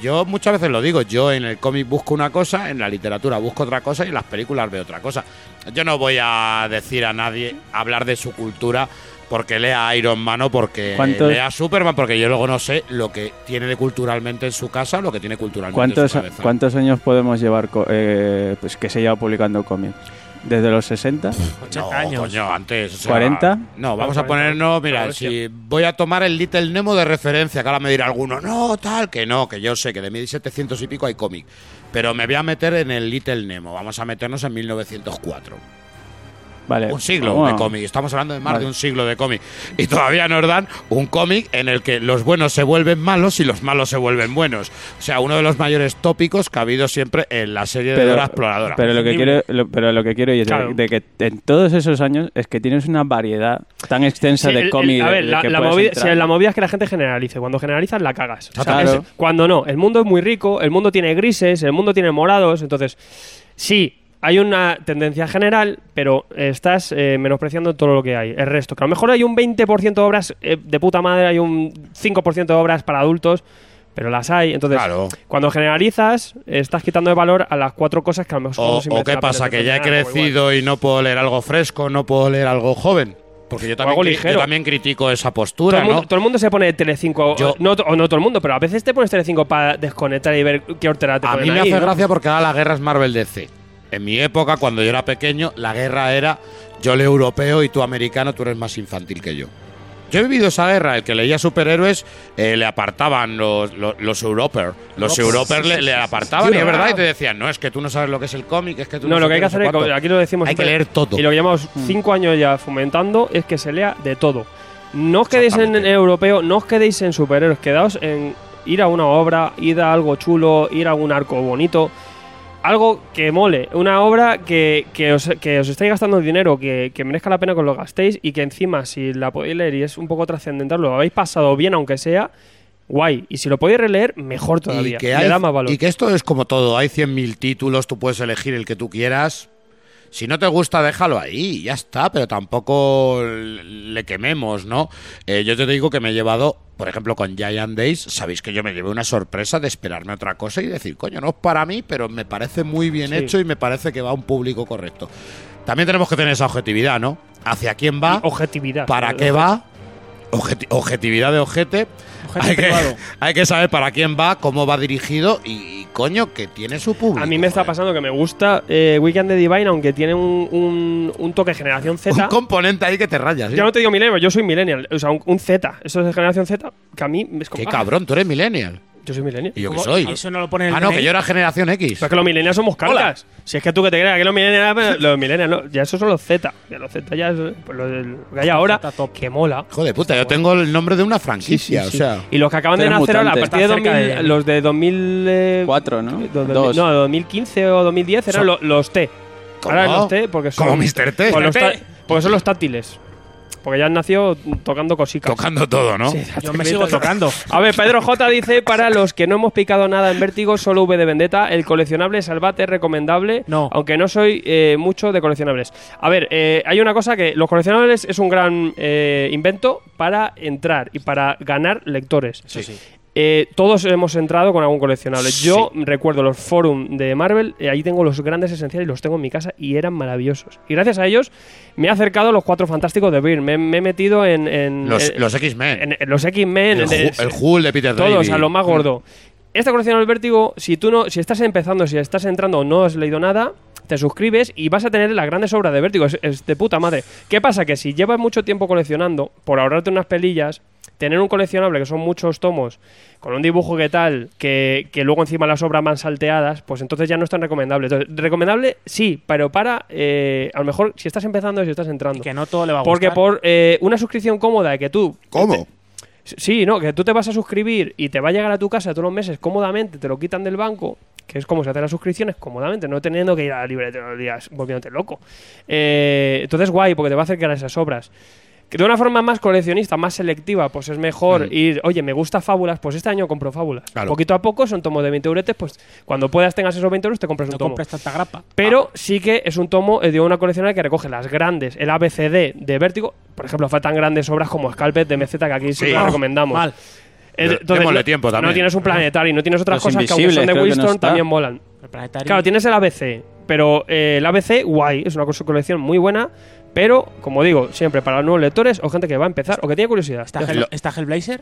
B: yo muchas veces lo digo, yo en el cómic busco una cosa, en la literatura busco otra cosa y en las películas veo otra cosa. Yo no voy a decir a nadie, hablar de su cultura porque lea Iron Man o porque
A: ¿Cuántos-
B: lea Eh, Superman, porque yo luego no sé lo que tiene de culturalmente en su casa o lo que tiene culturalmente en
A: ¿Cuántos,
B: su cabeza.
A: ¿Cuántos años podemos llevar co- eh, pues que se lleva publicando cómics? ¿Desde los 60?
C: 80 años.
B: Coño, antes. o sea,
A: 40?
B: no, vamos a
D: 40.
B: ponernos,
D: A
B: mira,
D: ver,
B: si voy a tomar el Little Nemo de referencia, que ahora me dirá alguno, no, tal, que no, que yo sé que de 1700 y pico hay cómic, pero me voy a meter en el Little Nemo, vamos a meternos en 1904.
A: Vale.
D: Eh,
B: Un siglo
A: Bueno,
B: de cómic. Estamos hablando de más
A: Vale.
B: de un siglo de cómic. Y todavía nos dan un cómic en el que los buenos se vuelven malos y los malos se vuelven buenos. O sea, uno de los mayores tópicos que ha habido siempre en la serie de Dora Exploradora.
A: Pero lo que quiero, lo- pero lo que quiero y es de-
D: Claro.
A: de, que en todos esos años es que tienes una variedad tan extensa
D: Sí, el-
A: de
D: el-
A: cómics.
D: a
A: de-
D: ver,
A: de
D: la,
A: que
D: la
A: puedes
D: movida,
A: entrar.
D: sí, la movida es que la gente generalice. Cuando generalizas, la cagas.
B: Ah,
D: O sea,
A: Claro.
D: es- cuando no, el mundo es muy rico, el mundo tiene grises, el mundo tiene morados. Entonces, sí, hay una tendencia general, pero estás eh, menospreciando todo lo que hay. El resto, que a lo mejor hay un 20% de obras eh, de puta madre, hay un 5% de obras para adultos. Pero las hay, entonces
B: Claro.
D: cuando generalizas estás quitando de valor a las cuatro cosas que a lo mejor
B: O,
D: no se
B: o
D: merece
B: qué
D: la pena
B: pasa, que ya he
D: mencionar, o igual.
B: crecido y no puedo leer algo fresco, no puedo leer algo joven. Porque yo también,
D: algo
B: cri-
D: ligero.
B: yo también critico esa
D: Todo
B: postura,
D: el, mundo,
B: ¿no?
D: todo el mundo se pone Telecinco,
B: Yo-
D: no, to- o no todo el mundo, pero a veces te pones Telecinco para desconectar y ver qué hortera te
B: A
D: ponen
B: mí me
D: ahí,
B: hace
D: ¿no?
B: gracia porque ahora la guerra es Marvel DC. En mi época, cuando yo era pequeño, la guerra era yo leo europeo y tú americano, tú eres más infantil que yo. Yo he vivido esa guerra, el que leía superhéroes eh, le apartaban los, los, los europers. Los europers le, le apartaban y es verdad, y te decían, no, es que tú no sabes lo que es el cómic, es que tú
D: No, lo
B: sé
D: que hay
B: qué,
D: que
B: sé
D: hacer, es,
B: cuánto".
D: aquí lo decimos
B: Hay que
D: siempre,
B: leer todo. Mm.
D: Y lo que llevamos cinco años ya fomentando es que se lea de todo. No os quedéis en
B: Exactamente.
D: europeo, no os quedéis en superhéroes, quedaos en ir a una obra, ir a algo chulo, ir a un arco bonito. Algo que mole, una obra que, que os, que os estáis gastando dinero, que, que merezca la pena que os lo gastéis y que encima, si la podéis leer y es un poco trascendental, lo habéis pasado bien, aunque sea, guay. Y si lo podéis releer, mejor todavía.
B: Y que,
D: Le
B: hay-
D: da más valor.
B: y que esto es como todo, hay 100.000 títulos, tú puedes elegir el que tú quieras. Si no te gusta, déjalo ahí, ya está, pero tampoco le quememos, ¿no? Eh, yo te digo que me he llevado, por ejemplo, con Giant Days, sabéis que yo me llevé una sorpresa de esperarme otra cosa y decir, coño, no es para mí, pero me parece muy bien
D: Sí.
B: hecho y me parece que va a un público correcto. También tenemos que tener esa objetividad, ¿no? ¿Hacia quién va?
D: Objetividad.
B: ¿Para qué va? Objeti- objetividad de ojete.
C: Ojete
B: hay, que,
C: privado.
B: hay que saber para quién va, cómo va dirigido y, y, coño, que tiene su público.
D: A mí me está
B: joder.
D: pasando que me gusta eh, Weekend de Divine, aunque tiene un, un, un toque generación Z.
B: Un componente ahí que te rayas. ¿eh? ¿sí?
D: Yo no te digo millennial, yo soy millennial. O sea, un, un Z. Eso es de generación Z, que a mí es como,
B: Qué
D: ah,
B: cabrón, tú eres millennial.
D: Yo soy millennial.
B: ¿Y yo qué
C: ¿Cómo?
B: soy?
C: ¿Y eso no lo pone en el
B: Ah, no,
C: DNI?
B: que yo era generación X.
D: Pero es que los millennials somos carcas. Si es que tú que te creas que los millennials, los millennials, no, ya esos son los Z. Ya los Z ya es pues, lo, del- lo que hay ahora,
C: Zeta top.
D: que mola.
B: Hijo de puta, yo tengo el nombre de una franquicia,
A: Sí, sí, sí.
B: o sea.
D: Y los que acaban de
A: Tres
D: nacer ahora, a
A: mutantes.
D: partir
C: Está
D: de
C: cerca
D: 2000,
C: de-
D: los de eh, 2004,
A: Cuatro, ¿no?
D: no,
A: Dos.
D: 2015 o 2010 eran
B: Son-
D: lo- los T.
B: ¿Cómo?
D: Ahora los T, porque son.
B: Como Mr. T.
D: Por los
C: Espérate.
D: tá- porque son los táctiles. Porque ya han nacido tocando cositas.
B: Tocando todo, ¿no?
C: Yo me sigo tocando.
D: A ver, Pedro J dice, para los que no hemos picado nada en Vértigo, solo V de Vendetta, el coleccionable Salvate es recomendable,
C: No.
D: aunque no soy eh, mucho de coleccionables. A ver, eh, hay una cosa que los coleccionables es un gran eh, invento para entrar y para ganar lectores.
C: Eso sí.
D: Eh, todos hemos entrado con algún coleccionable.
B: Sí.
D: Yo recuerdo los forums de Marvel, eh, ahí tengo los grandes esenciales, los tengo en mi casa y eran maravillosos. Y gracias a ellos me he acercado a los cuatro fantásticos de Beer, me, me he metido en, en-
B: Los,
D: en-
B: los X-Men.
D: en- en los X-Men,
B: el,
D: en- en-
B: Ju- el Hulk de Peter
D: todos,
B: David. Mm.
D: a lo más gordo. Esta colección del vértigo, si tú no, si estás empezando, si estás entrando o no has leído nada, te suscribes y vas a tener las grandes obras de vértigo. Es, es de puta madre. ¿Qué pasa? Que si llevas mucho tiempo coleccionando, por ahorrarte unas pelillas, tener un coleccionable, que son muchos tomos, con un dibujo que tal, que, que luego encima las obras van salteadas, pues entonces ya no es tan recomendable. Entonces, recomendable sí, pero para, eh, a lo mejor si estás empezando o si estás entrando.
C: Que no todo le va a
D: Porque
C: gustar.
D: por eh, una suscripción cómoda que tú
E: ¿Cómo?
D: Sí, no, que tú te vas a suscribir y te va a llegar a tu casa todos los meses cómodamente, te lo quitan del banco, que es como se hacen las suscripciones cómodamente, no teniendo que ir a la librería todos los días volviéndote loco. Eh, entonces, guay, porque te va a acercar a esas obras. Que de una forma más coleccionista, más selectiva, pues es mejor ir, oye, me gusta Fábulas, pues este año compro Fábulas.
E: Claro.
D: Poquito a poco son tomos de 20 euretes, pues cuando puedas tengas esos 20 euros te compras un
C: No
D: tomo.
C: compres tanta grapa.
D: Pero sí que es un tomo eh, de una coleccionaria que recoge las grandes, el ABCD de Vértigo. Por ejemplo, faltan grandes obras como Scalped de MZ, que aquí sí,
B: Sí.
D: las recomendamos.
C: Mal.
D: Eh,
B: Dé- démosle
D: no,
B: tiempo también.
D: no tienes un planetario, y no tienes otras
A: Los
D: cosas que aunque
A: invisibles,
D: son de
A: creo que no
D: Winston
A: está.
D: también molan.
C: El planetario.
D: Claro, tienes el ABC, pero eh, el ABC, guay, es una cosa- colección muy buena, pero, como digo, siempre para nuevos lectores o gente que va a empezar o que tiene curiosidad.
C: ¿Está,
D: Ya
C: Hell-
B: Lo-
C: ¿Está Hellblazer?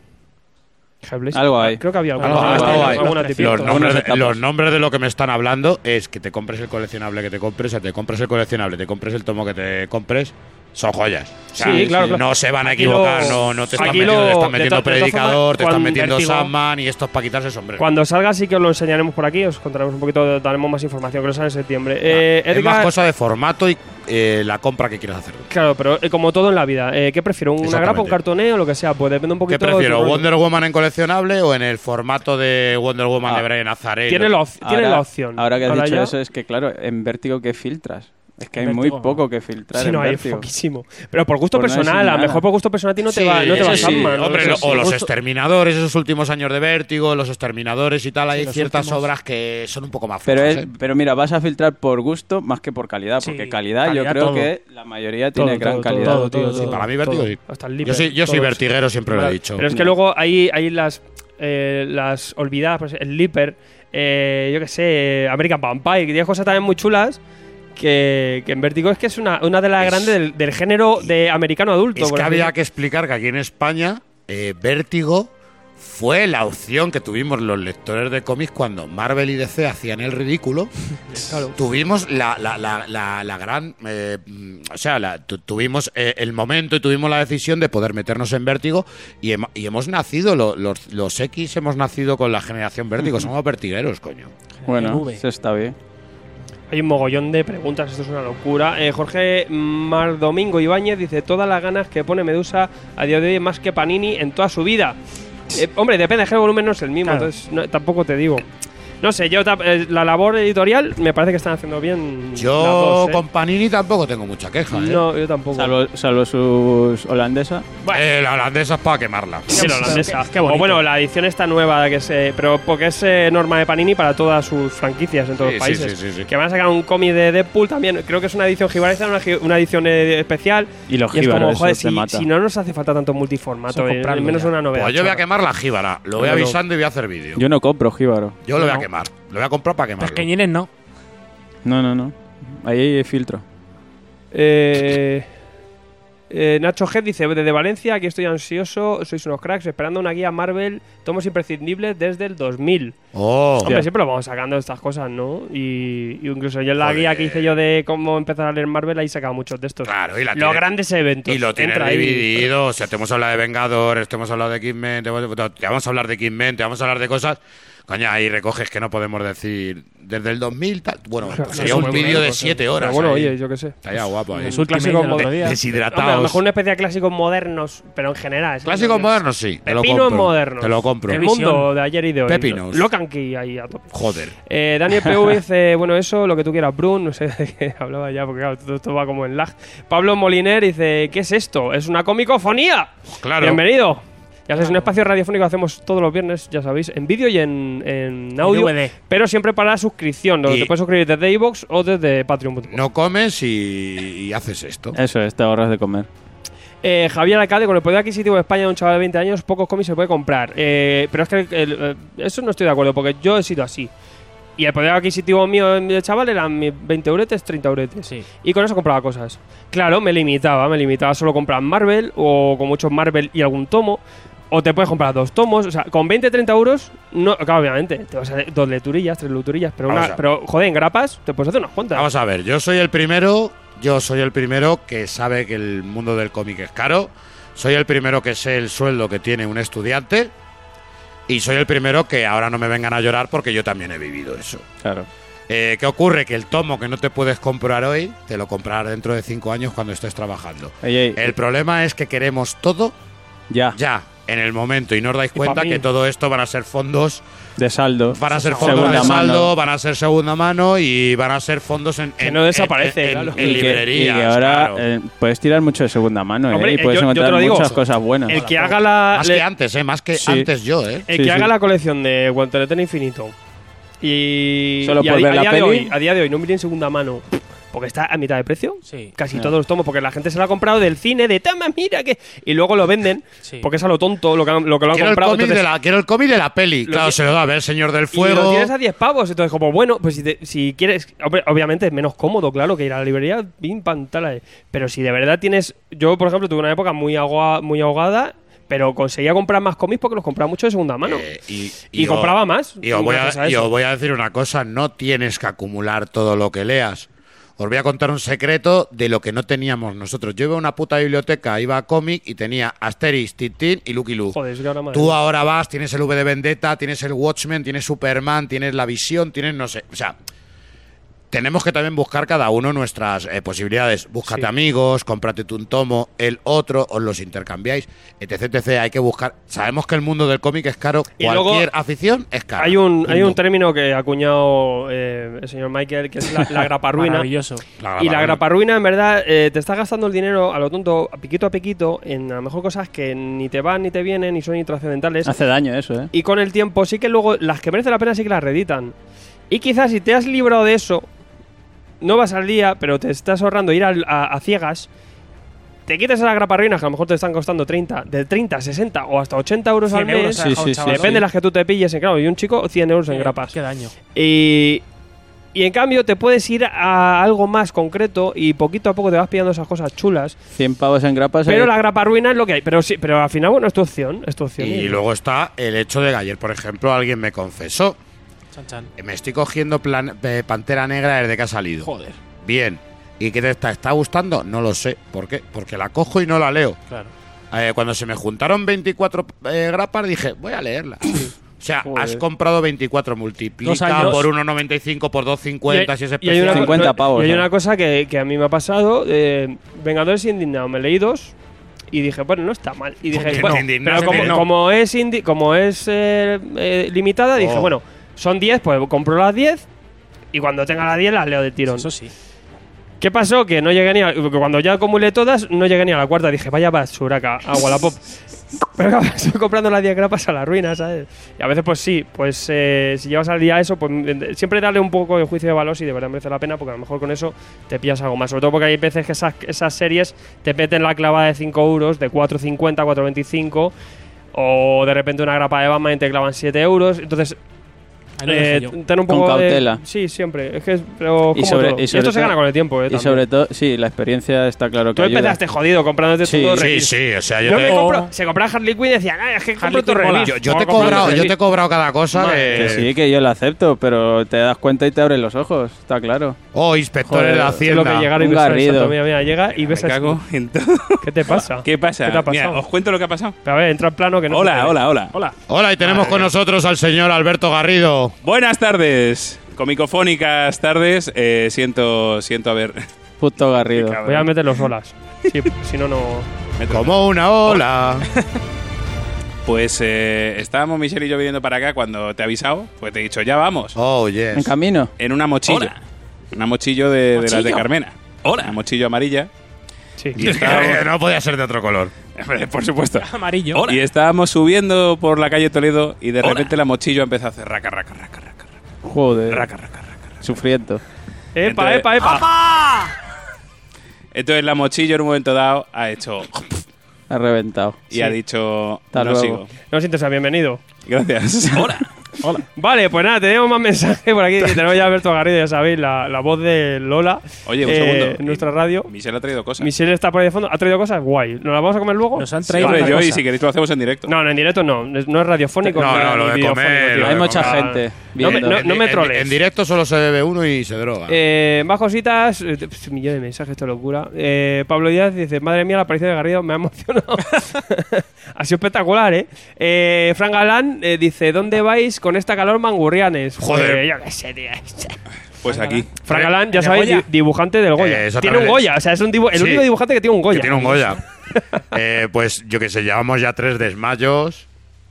D: está. Hellblazer.
A: Algo hay.
D: Creo que había alguna,
C: Algo hay,
D: alguna-
A: algo hay.
D: alguna
C: Los
D: tipito.
B: Los
A: Cierto.
B: nombres, de,
A: Algunas
B: los
A: etapas.
B: nombres de lo que me están hablando es que te compres el coleccionable que te compres, te compres el coleccionable, te compres el tomo que te compres, son joyas. O sea,
D: Sí, claro, claro.
B: No se van a
D: Aquí lo-
B: equivocar, no, no te están
D: aquí
B: metiendo,
D: lo-
B: te están
D: de
B: metiendo
D: to- de todas formas,
B: Predicador, te están
D: cuando-
B: metiendo
D: Vértigo-
B: Sandman y estos para quitarse el sombrero.
D: Cuando salga sí que os lo enseñaremos por aquí, os contaremos un poquito, daremos más información, que lo sale en septiembre. Eh,
B: es
D: Edgar-
B: más cosa de formato y eh, la compra que quieras hacer.
D: Claro, pero eh, como todo en la vida, eh, ¿qué prefiero? ¿Una
B: Exactamente.
D: grapa, un cartoneo, lo que sea? Pues depende un
B: ¿Qué
D: poquito. de tu
B: prefiero,
D: rollo.
B: Wonder Woman en coleccionable o en el formato de Wonder Woman
A: Ah.
B: de Brian Azarello?
D: Tiene la, op- tiene
A: Ahora-
D: la opción.
A: Ahora que has dicho
D: ya-
A: eso, es que claro, en Vértigo, ¿qué filtras? Es que hay
C: En
A: muy
C: Vértigo,
A: poco que filtrar
D: Sí,
A: en
D: no, hay
A: Vértigo.
D: poquísimo. Pero por gusto
A: Por no decir
D: personal, a lo
A: nada.
D: mejor por gusto personal a ti no te
B: Sí,
D: va, no te
B: eso
D: va
A: sí.
D: Sandman, ¿no?
B: Hombre,
D: Eso
B: lo-
D: sí.
B: o los
D: Gusto.
A: este.
B: exterminadores, esos últimos años de vértigo, los exterminadores y tal, hay
C: los
B: ciertas
C: últimos.
B: obras que son un poco más
A: Pero,
B: flojas,
A: es,
B: ¿eh?
A: pero mira, vas a filtrar por gusto más que por calidad,
C: Sí,
A: porque calidad,
C: calidad
A: yo creo
C: todo.
A: que la mayoría
D: Todo,
A: tiene gran
D: todo,
A: calidad.
D: todo, todo,
C: Sí,
D: todo,
B: Para mí vértigo
D: todo.
B: sí.
D: Hasta el
B: Yo
D: Libre,
B: soy, yo soy
D: todo.
B: vertiguero, siempre lo he
D: Claro,
B: dicho.
D: Pero es que luego hay, hay las, eh, las olvidadas, pues, el Lipper, eh, yo qué sé, American Vampire, que tiene cosas también muy chulas. Que, que en Vértigo es que es una, una de las
B: Es-
D: grandes del, del género de americano adulto.
B: Es
D: por
B: que
D: así
B: había que explicar que aquí en España, eh, Vértigo fue la opción que tuvimos los lectores de cómics cuando Marvel y DC hacían el ridículo.
D: Claro.
B: Tuvimos la, la- la- la- la gran. eh, mm, o sea, la- tu- tuvimos eh, el momento y tuvimos la decisión de poder meternos en Vértigo y, hem- y hemos nacido, lo- los, los X hemos nacido con la generación Vértigo. Somos vertigueros, coño.
A: Bueno,
C: V.
A: eso está bien.
D: Hay un mogollón de preguntas, esto es una locura. Eh, Jorge Mar Domingo Ibáñez dice: Todas las ganas que pone Medusa a día de hoy más que Panini en toda su vida. Eh, hombre, depende, es que el volumen no es el mismo,
C: Claro.
D: entonces no- tampoco te digo. No sé, yo tap- eh, la labor editorial me parece que están haciendo bien. las
B: Yo
D: dos, ¿eh?
B: con Panini tampoco tengo mucha queja. ¿eh?
D: No, yo tampoco.
A: Salvo, salvo sus holandesa.
B: Eh, la holandesa es para quemarla.
D: Sí, la holandesa.
C: Qué bonito.
D: O bueno, la edición esta nueva que se, pero porque es eh, norma de Panini para todas sus franquicias en todos
B: Sí,
D: los países.
B: sí, sí, sí, sí.
D: Que van a sacar un cómic de Deadpool también. Creo que es una edición gibarista, una, gi- una edición eh, especial.
A: Y los
D: Y es
A: jíbaros,
D: como,
A: eso
D: joder,
A: te
D: si,
A: mata.
D: si no nos hace falta tanto
C: Eso
D: multiformato, eh,
C: comprarlo
D: menos
C: ya.
D: una novedad.
B: Pues yo voy a
D: chorra.
B: quemar la jíbara. Lo voy
D: No, no.
B: avisando y voy a hacer vídeo. Yo,
A: Yo no compro jíbaro.
B: lo voy a
C: no.
B: quemar. Lo voy a comprar para quemarlo.
C: Pequeñines Pues no.
A: No, no, no. Ahí hay filtro.
D: Eh, eh, Nacho G dice, desde Valencia, aquí estoy ansioso, sois unos cracks, esperando una guía Marvel, tomos imprescindibles desde el 2000.
B: Oh,
D: Hombre,
A: Ya.
D: siempre lo vamos sacando estas cosas, ¿no? Y, y incluso yo en la
B: Joder.
D: guía que hice yo de cómo empezar a leer Marvel, ahí sacaba muchos de estos.
B: claro. Y, la
D: Los
B: tiene-
D: grandes eventos.
B: y lo tienes
D: Entra ahí.
B: dividido. O sea, te hemos hablado de Vengadores, te hemos hablado de Kidman, te, hemos- te vamos a hablar de Kidman, te vamos a hablar de cosas. Coña, ahí recoges que no podemos decir desde el 2000. tal. Bueno,
D: Claro,
B: pues
D: no
B: sería
D: sé,
B: un
D: muy
B: vídeo
D: bueno,
B: de
D: pues,
B: 7
D: pero
B: horas.
D: bueno,
B: ahí.
D: oye, yo qué sé.
B: Estaría guapo ahí.
C: Es Ultimate
D: clásico
C: del otro
D: mod-
C: día.
D: Hombre, a lo mejor
B: Deshidratados.
D: una especie de clásicos modernos, pero en general. ¿sí?
B: Clásicos modernos, sí. Te lo
D: Pepinos
B: compro.
D: modernos.
B: Te lo compro.
D: El
C: Qué visión.
D: mundo de ayer y de hoy.
B: Pepinos.
D: Locanqui ahí a tope.
B: Joder.
D: Eh, Daniel PV dice, bueno, eso, lo que tú quieras, Brun, no sé de qué hablaba ya, porque claro, todo esto va como en lag. Pablo Moliner dice, ¿qué es esto? ¿Es una comicofonía?
B: pues Claro.
D: Bienvenido. Ya sabéis, un espacio radiofónico que hacemos todos los viernes, ya sabéis, en vídeo y en, en audio,
C: DVD.
D: pero siempre para suscripción, donde
B: Y-
D: te puedes suscribir desde iVoox o desde patreon.com.
B: No comes y, y haces esto.
A: Eso es, te ahorras de comer.
D: Eh, Javier Alcalde, con el poder adquisitivo de España de un chaval de 20 años, pocos cómics se puede comprar. Eh, pero es que el- el- eso no estoy de acuerdo, porque yo he sido así. Y el poder adquisitivo mío de chaval eran mis 20 euretes, 30 euretes.
C: Sí.
D: Y con eso compraba cosas. Claro, me limitaba, me limitaba solo a comprar Marvel, o con muchos Marvel y algún tomo. O te puedes comprar dos tomos, o sea, con 20, 30 euros, no, claro, obviamente, te vas a hacer dos leturillas, tres leturillas, pero,
B: Vamos
D: una,
B: a-
D: pero joder, en grapas te puedes hacer unas cuantas.
B: Vamos a ver, yo soy el primero, yo soy el primero que sabe que el mundo del cómic es caro, Soy el primero que sé el sueldo que tiene un estudiante y soy el primero que ahora no me vengan a llorar porque yo también he vivido eso.
A: Claro.
B: Eh, ¿Qué ocurre? Que el tomo que no te puedes comprar hoy, te lo comprarás dentro de cinco años cuando estés trabajando.
A: Ey, ey,
B: El problema es que queremos todo
A: ya,
B: ya, en el momento, y no os dais
D: Y pa'
B: cuenta
D: mí.
B: que todo esto van a ser fondos,
A: de saldo.
B: van a ser
A: Segunda
B: fondos de
A: mano.
B: saldo, van a ser segunda mano y van a ser fondos en,
D: Que
B: en-
D: no
B: en-
D: desaparece,
B: en,
D: claro.
B: en
A: Y que-
B: librerías.
A: y que ahora
B: claro.
A: eh, puedes tirar mucho de segunda mano ¿eh?
D: Hombre,
A: y
D: eh,
A: puedes
D: yo- yo te lo
A: encontrar
D: digo,
A: muchas cosas buenas.
D: El que haga la,
B: más
D: le-
B: que antes, eh, más que
A: Sí.
B: antes yo, eh.
D: el
A: Sí,
D: que haga
A: sí.
D: la colección de Guantelete Infinito y,
A: Solo
D: y
A: por
D: a,
A: ver
D: a
A: la
D: día
A: peli.
D: de hoy, a día de hoy no miren segunda mano porque está a mitad de precio.
C: Sí.
D: Casi
A: Ya.
D: todos los tomos, porque la gente se lo ha comprado del cine, de tama, mira que. Y luego lo venden,
C: Sí.
D: porque es a lo tonto lo que, han- lo, que lo han
B: Quiero el
D: comprado.
B: cómic de
D: entonces-
B: la, quiero el cómic de la peli.
D: Lo
B: claro,
D: que-
B: se lo da a ver, señor del
D: Y lo
B: fuego.
D: tienes a 10 pavos, entonces como, bueno, pues si, te- si quieres, ob- obviamente es menos cómodo, claro, que ir a la librería, pim, pam, tal, eh. pero si de verdad tienes, yo por ejemplo tuve una época muy, agua, muy ahogada, pero conseguía comprar más cómics porque los compraba mucho de segunda mano.
B: Eh, y,
D: Y compraba más,
B: Y os voy,
D: gracias
B: a,
D: a
B: y
D: eso.
B: os voy a decir una cosa: no tienes que acumular todo lo que leas. Os voy a contar un secreto de lo que no teníamos nosotros. Yo iba a una puta biblioteca, iba a cómic y tenía Asterix, Tintín y Lucky Luke.
D: Joder, es que ahora madre
B: Tú
D: mía.
B: ahora vas, tienes el V de Vendetta, tienes el Watchmen, tienes Superman, tienes la visión, tienes no sé. O sea, tenemos que también buscar cada uno nuestras eh, posibilidades. Búscate
D: Sí.
B: amigos, cómprate tú un tomo, el otro, os los intercambiáis, etc, etc. Hay que buscar. Sabemos que el mundo del cómic es caro.
D: Y luego-
B: Cualquier afición es caro.
D: Hay un, hay un
B: Punto.
D: término que ha acuñado eh, el señor Michael, que es la, la graparruina.
C: Maravilloso.
B: La
D: Y la
B: grabarruina.
D: graparruina, en verdad, eh, te está gastando el dinero a lo tonto, a piquito a piquito, en a lo mejor cosas que ni te van, ni te vienen, ni son intrascendentales.
A: Hace daño eso, ¿eh?
D: Y con el tiempo sí que luego las que merecen la pena sí que las reeditan. Y quizás si te has librado de eso, no vas al día, pero te estás ahorrando ir al- a, a ciegas, te quitas a las graparruinas que a lo mejor te están costando 30, de 30, 60 o hasta 80 euros
C: 100
D: al mes.
C: euros ha
A: Sí,
C: dejado
A: sí,
C: el
A: sí,
C: chaval.
D: Depende de las que tú te pilles, y claro, y un chico 100 euros en grapas.
C: Eh, Qué daño.
D: Y, y en cambio te puedes ir a algo más concreto y poquito a poco te vas pillando esas cosas chulas.
A: 100 pavos en grapas.
D: Pero
A: eh,
D: la graparruina es lo que hay. Pero sí, pero al final, bueno, es tu opción. Es tu opción.
B: Y luego está el hecho de que ayer, por ejemplo, alguien me confesó.
C: Chan, chan.
B: eh, Me estoy cogiendo plan- eh, Pantera Negra desde que ha salido.
C: Joder.
B: Bien. ¿Y qué te está? ¿Está gustando? No lo sé. ¿Por qué? Porque la cojo y no la leo.
C: Claro.
B: Eh, cuando se me juntaron 24 eh, grapas, dije, voy a leerla. O sea,
A: Joder.
B: has comprado 24,
C: Dos
B: multiplica
C: años.
B: por 1,95, por 2,50, si es
D: y hay
B: especial.
D: una, co-
A: 50 pavos,
D: y hay una
A: ¿no?
D: cosa que, que a mí me ha pasado. eh, Vengadores Indignados. Me leí dos y dije, bueno, no está mal. Y
B: Porque
D: dije,
B: te
D: bueno,
B: indignas,
D: pero como,
B: no.
D: como es, indi- como es eh, eh, limitada, dije,
B: Oh.
D: bueno, son 10, pues compro las 10 y cuando tenga las 10 las leo de tirón.
C: Eso sí.
D: ¿Qué pasó? Que no llegué ni a, que cuando ya acumulé todas, no llegué ni a la cuarta. Dije, vaya basura acá, a Wallapop. Pero claro, estoy comprando las 10 grapas a la ruina, ¿sabes? Y a veces, pues sí, pues eh, si llevas al día eso, pues eh, siempre darle un poco de juicio de valor si de verdad merece la pena, porque a lo mejor con eso te pillas algo más. Sobre todo porque hay veces que esas, esas series te meten la clavada de 5 euros, de 4,50, 4,25, o de repente una grapa de Batman y te clavan 7 euros. Entonces,
C: Ahí lo
D: eh,
C: dejé yo.
D: ten un
A: Con
D: poco de-
A: cautela.
D: sí, siempre. Es que es- pero
A: Y
D: como
A: sobre-
D: todo.
A: y sobre
D: esto se
A: todo-
D: gana con el tiempo, eh,
A: y
D: también.
A: sobre todo, sí, la experiencia está claro que
D: Tú
A: ayuda.
D: empezaste jodido comprándote
A: Sí,
D: todo
B: Sí, sí, o sea, yo
D: Yo
B: te,
D: me
C: O-
D: compro, se compraba Harley Quinn y decía, "Ah, es que compro
C: Harley
D: tu
C: Quinn mola".
D: revista.
B: yo, yo te he cobrado, yo te he cobrado cada cosa.
D: Madre,
B: de-
A: Que sí, que yo lo acepto, pero te das cuenta y te abres los ojos, está claro.
B: Oh, inspectores
A: Joder,
B: de la
A: es lo
D: Es lo que
B: Hacienda.
D: llegar y
A: Un
D: besar,
A: garrido.
D: santo, mira, mira, llega y ves
E: Me cago en todo.
D: ¿Qué te pasa?
E: ¿Qué pasa?
D: ¿Qué te ha
E: Mira,
D: pasado?
E: os cuento lo que ha pasado.
D: Pero a ver, entra en plano que no. se te
E: hola,
D: ve.
E: hola, hola,
D: Hola.
B: Hola, y tenemos con nosotros al señor Alberto Garrido.
E: Buenas tardes. Comicofónicas tardes. Eh, siento, siento haber.
A: Puto Garrido.
D: Voy a meter los olas. Sí, si no, no.
E: me he tropezado.
B: Como una ola.
E: Pues eh, estábamos Michelle y yo viniendo para acá cuando te he avisado. Pues te he dicho, ya vamos.
B: Oh,
A: ¿En
B: yes.
A: camino?
E: En una mochilla.
F: Hola.
E: Una mochilla de, de las de
F: Mochillo.
E: Carmena.
F: Hola.
E: Una mochilla amarilla.
D: Sí.
B: Y está- no podía ser de otro color.
E: Hombre, Por supuesto.
C: Amarillo.
F: Hola.
E: Y estábamos subiendo por la calle Toledo y de
F: Hola.
E: repente la mochilla empezó a hacer raca, raca, raca, raca, raca,
A: Joder,
E: raca, raca, raca.
A: sufriendo.
D: Epa,
E: Entonces-
D: epa, epa.
E: Entonces la mochilla en un momento dado ha hecho
A: Ha reventado.
E: y ha dicho
A: Hasta
E: no
A: luego".
E: sigo.
D: No sientes bienvenido.
E: Gracias.
F: Hola.
D: Hola. Vale, pues nada, tenemos más mensajes por aquí. Tenemos ya a Alberto Garrido, ya sabéis, la, la voz de Lola.
E: Oye, un
D: eh,
E: segundo.
D: en nuestra radio.
E: Michelle ha traído cosas.
D: Michelle está por ahí de fondo. ¿Ha traído cosas? Guay. ¿Nos las vamos a comer luego?
C: Nos han
E: Sí,
C: traído.
E: hombre,
C: una
E: yo, y
C: cosa.
E: si queréis lo hacemos en directo.
D: No, no, en directo no. Es- No es radiofónico.
B: No,
D: ni-
B: no, lo
D: ni
B: de
D: videofónico,
B: comer,
D: tío.
B: lo
A: Hay
B: de
A: mucha
B: comer.
A: gente
D: No me-
A: viendo.
D: no- no me
B: En-
D: troles.
B: En, directo solo se bebe uno y se droga.
D: Eh, más cositas, eh, pf, un millón de mensajes, esto es locura. Eh, Pablo Díaz dice: Madre mía, la aparición de Garrido me ha emocionado. ha sido espectacular, ¿eh? eh Fran Galán eh, dice: ¿Dónde vais con esta calor, mangurrianes?
B: Joder.
D: Eh, yo qué sé, tío.
E: Pues aquí.
D: Fran Galán, ya
C: ¿De
D: sabéis,
C: Goya?
D: di- dibujante del Goya.
B: Eh,
D: tiene un
B: exactamente.
D: Goya, o sea, es un dibu- el
B: Sí.
D: único dibujante que tiene un Goya.
B: Que tiene un Goya. Eh, pues yo que sé, llevamos ya tres desmayos,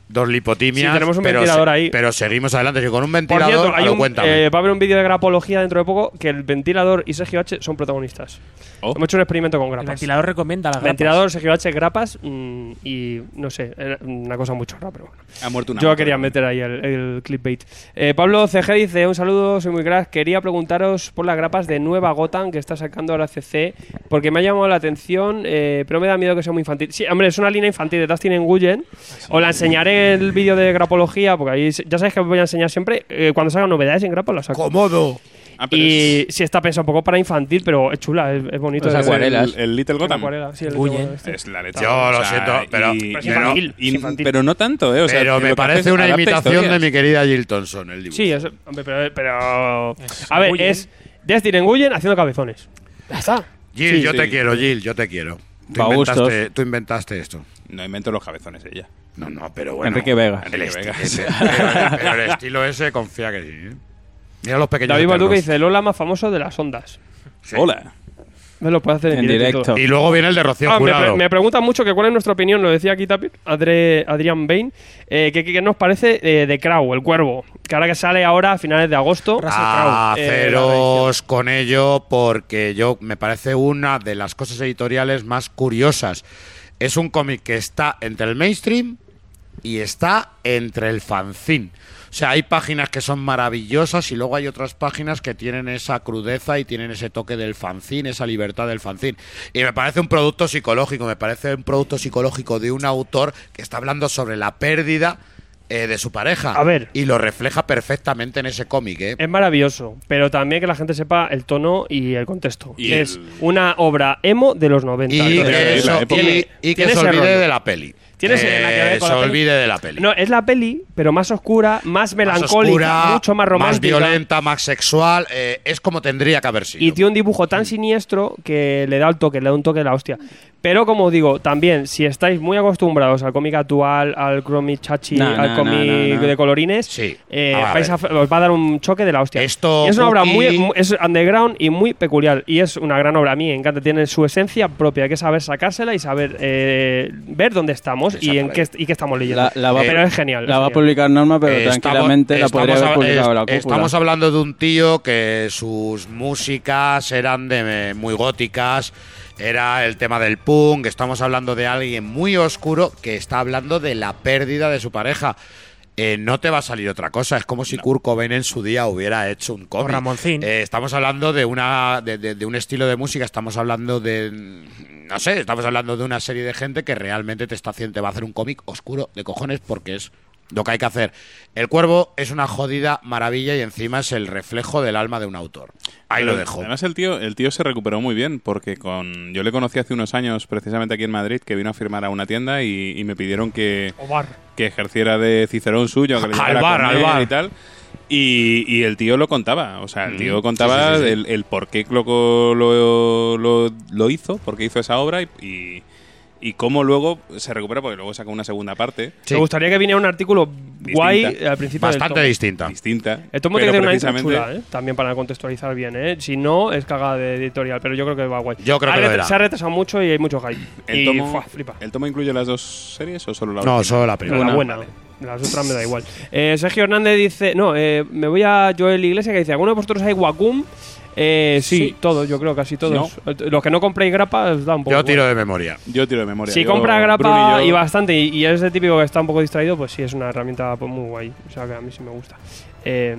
B: dos lipotimias.
D: Sí, tenemos un
B: pero
D: ventilador
B: se-
D: ahí.
B: Pero seguimos adelante. Yo con un
D: Por
B: ventilador
D: cierto, hay
B: a lo
D: un-
B: cuéntame.
D: eh, va a haber un vídeo de grapología dentro de poco que el ventilador y Sergio H son protagonistas.
E: Oh.
D: Hemos hecho un experimento con
C: El
D: grapas.
C: ventilador recomienda las grapas.
D: Ventilador, Sergio H, grapas mm, y no sé, era una cosa muy chorra, pero bueno.
E: Ha muerto una.
D: Yo
E: moto.
D: quería meter ahí el, el clickbait. Eh, Pablo CG dice, un saludo, soy muy crack. Quería preguntaros por las grapas de Nueva Gotham que está sacando ahora CC, porque me ha llamado la atención, eh, pero me da miedo que sea muy infantil. Sí, hombre, es una línea infantil de Dustin Nguyen. Os la enseñaré el vídeo de grapología, porque ahí se- ya sabéis que os voy a enseñar siempre. eh, cuando salgan novedades en grapas, las saco.
B: Comodo.
E: Ah, pero
D: Y
E: es-
D: sí está pensado un poco para infantil, pero es chula, es, es bonito.
A: Pues
D: Es-
E: es
A: acuarela. acuarelas.
E: El, el Little
D: es
E: Gotham.
D: acuarela, sí, el-
C: Nguyen.
D: este.
E: Es la leche.
B: Yo lo siento, pero-
E: y-
B: pero es
E: pero-
D: infantil,
E: y-
D: es infantil.
E: pero no tanto, ¿eh? O sea,
B: pero
E: que
B: me
E: lo que hace
B: parece
E: es
B: una
E: adapta
B: imitación de
E: historias.
B: mi querida Jill Thompson, el dibujo.
D: Sí, es, hombre, pero, pero-
C: Es
D: a ver,
C: Nguyen.
D: es Dustin Nguyen haciendo cabezones. Ya está.
B: Jill,
E: sí,
B: yo
E: sí.
B: te quiero, Jill, yo te quiero. Tú
A: Pa' gustos.
B: inventaste, tú inventaste esto.
E: No invento los cabezones ella.
B: No, no, pero bueno. Este,
A: Enrique Vega.
B: El
E: Enrique Vega.
B: esti- pero, pero el estilo ese confía que sí. ¿eh? Mira los pequeños.
D: David Balduque
B: eternos.
D: dice Lola más famoso de las ondas.
B: Sí.
E: Hola.
D: Me lo puede hacer en,
A: En
D: y
A: directo.
D: todo.
B: Y luego viene el de Rocío
D: Ah, me,
B: Jurado.
D: pre- me preguntan mucho que cuál es nuestra opinión, lo decía aquí también Adre- Adrián Bain, eh, que, que- que nos parece eh, de Crow, el cuervo, que ahora que sale ahora a finales de agosto.
B: Ah,
D: Crowe, eh, la reedición.
B: Haceros con ello porque yo me parece una de las cosas editoriales más curiosas. Es un cómic que está entre el mainstream y está entre el fanzine. O sea, hay páginas que son maravillosas y luego hay otras páginas que tienen esa crudeza y tienen ese toque del fanzine, esa libertad del fanzine. Y me parece un producto psicológico, me parece un producto psicológico de un autor que está hablando sobre la pérdida eh, de su pareja.
D: A ver.
B: Y lo refleja perfectamente en ese cómic, ¿eh?
D: Es maravilloso, pero también que la gente sepa el tono y el contexto.
E: Y
D: es
E: el-
D: una obra emo de los 90.
B: y
D: Entonces,
B: que,
E: es la
B: eso-
E: época.
B: y-
D: Tiene-
B: y que
D: tiene
B: se
D: ese
B: olvide
D: rollo.
B: de la peli. Eh,
D: Tiene ese- nada que ver con
B: se
D: la peli.
B: olvide de la peli.
D: No, es la peli, pero más oscura, más
B: Más
D: melancólica,
B: oscura,
D: mucho más romántica.
B: Más violenta, más sexual. eh, es como tendría que haber sido.
D: Y tiene un dibujo tan siniestro que le da el toque, le da un toque de la hostia. Pero como digo, también, si estáis muy acostumbrados al cómic actual, al cómic chachi,
A: No,
D: al
A: no,
D: cómic
A: no, no, no.
D: de colorines,
B: Sí.
D: eh,
B: Ah, a
D: vais a-
B: ver.
D: os va a dar un choque de la hostia.
B: Esto,
D: Y es una obra
B: Buki-
D: muy, muy- es underground y muy peculiar. Y es una gran obra. A mí me encanta. Tiene su esencia propia. Hay que saber sacársela y saber eh, ver dónde estamos y, en qué, est- y qué estamos leyendo.
A: La- la va-
D: Eh, pero es genial.
A: La
D: es
A: va a
D: genial.
A: publicar Norma, pero
B: Eh,
A: tranquilamente la podría haber
B: estamos hab-
A: publicado
B: es-
A: la cúpula.
B: Estamos hablando de un tío que sus músicas eran de eh, muy góticas, era el tema del punk, estamos hablando de alguien muy oscuro que está hablando de la pérdida de su pareja. Eh, no te va a salir otra cosa. Es como si Kurt Cobain en su día hubiera hecho un cómic.
C: Ramoncín.
B: Eh, estamos hablando de una de, de- de un estilo de música. Estamos hablando de no sé. Estamos hablando de una serie de gente que realmente te está haciendo te va a hacer un cómic oscuro de cojones porque es lo que hay que hacer. El cuervo es una jodida maravilla y encima es el reflejo del alma de un autor. Ahí lo
E: Pero
B: dejo.
E: Además, el tío, el tío se recuperó muy bien porque con yo le conocí hace unos años precisamente aquí en Madrid que vino a firmar a una tienda y, y me pidieron que,
D: Obar.
E: que ejerciera de cicerón suyo, que le llevara
B: Al bar,
E: con
B: al
E: él
B: bar.
E: y tal. Y, y el tío lo contaba, o sea, el tío contaba
B: Mm. sí, sí, sí.
E: El, el por qué lo, lo, lo- lo hizo, por qué hizo esa obra y, y, y cómo luego se recupera, porque luego saca una segunda parte
B: Sí,
D: Me gustaría que viniera un artículo guay
E: Distinta.
D: al principio del
B: bastante
D: tomo.
B: distinta.
E: distinta.
D: El tomo tiene
E: pero
D: que tener una intro
E: precisamente-
D: chula, ¿eh? También para contextualizar bien, ¿eh? Si no, es cagada de editorial, pero yo creo que va guay.
B: Yo creo
D: Ha
B: que lo
D: retra-
B: era.
D: Se ha retrasado mucho y hay mucho hype.
E: El
D: y
E: tomo,
D: fuah, flipa.
E: ¿El tomo incluye las dos series o solo la
B: No,
E: última?
B: solo la
D: Pero
B: primera.
D: la
E: Una,
D: buena.
E: vale.
D: Las otras me da igual. Eh, Sergio Hernández dice... No, eh, me voy a Joel Iglesias que dice... ¿Alguno de vosotros hay Wacom? Eh, sí,
E: Sí.
D: todos, yo creo, casi todos. Eh, Los que no compréis grapa, os da un poco...
B: Yo
D: igual.
B: tiro de memoria.
E: Yo tiro de memoria.
D: Si
E: Yo-
D: compra grapa
E: Bruni
D: y,
E: yo-
D: bastante y, y es el típico que está un poco distraído, pues sí, es una herramienta pues, muy guay. O sea, que a mí sí me gusta. Eh,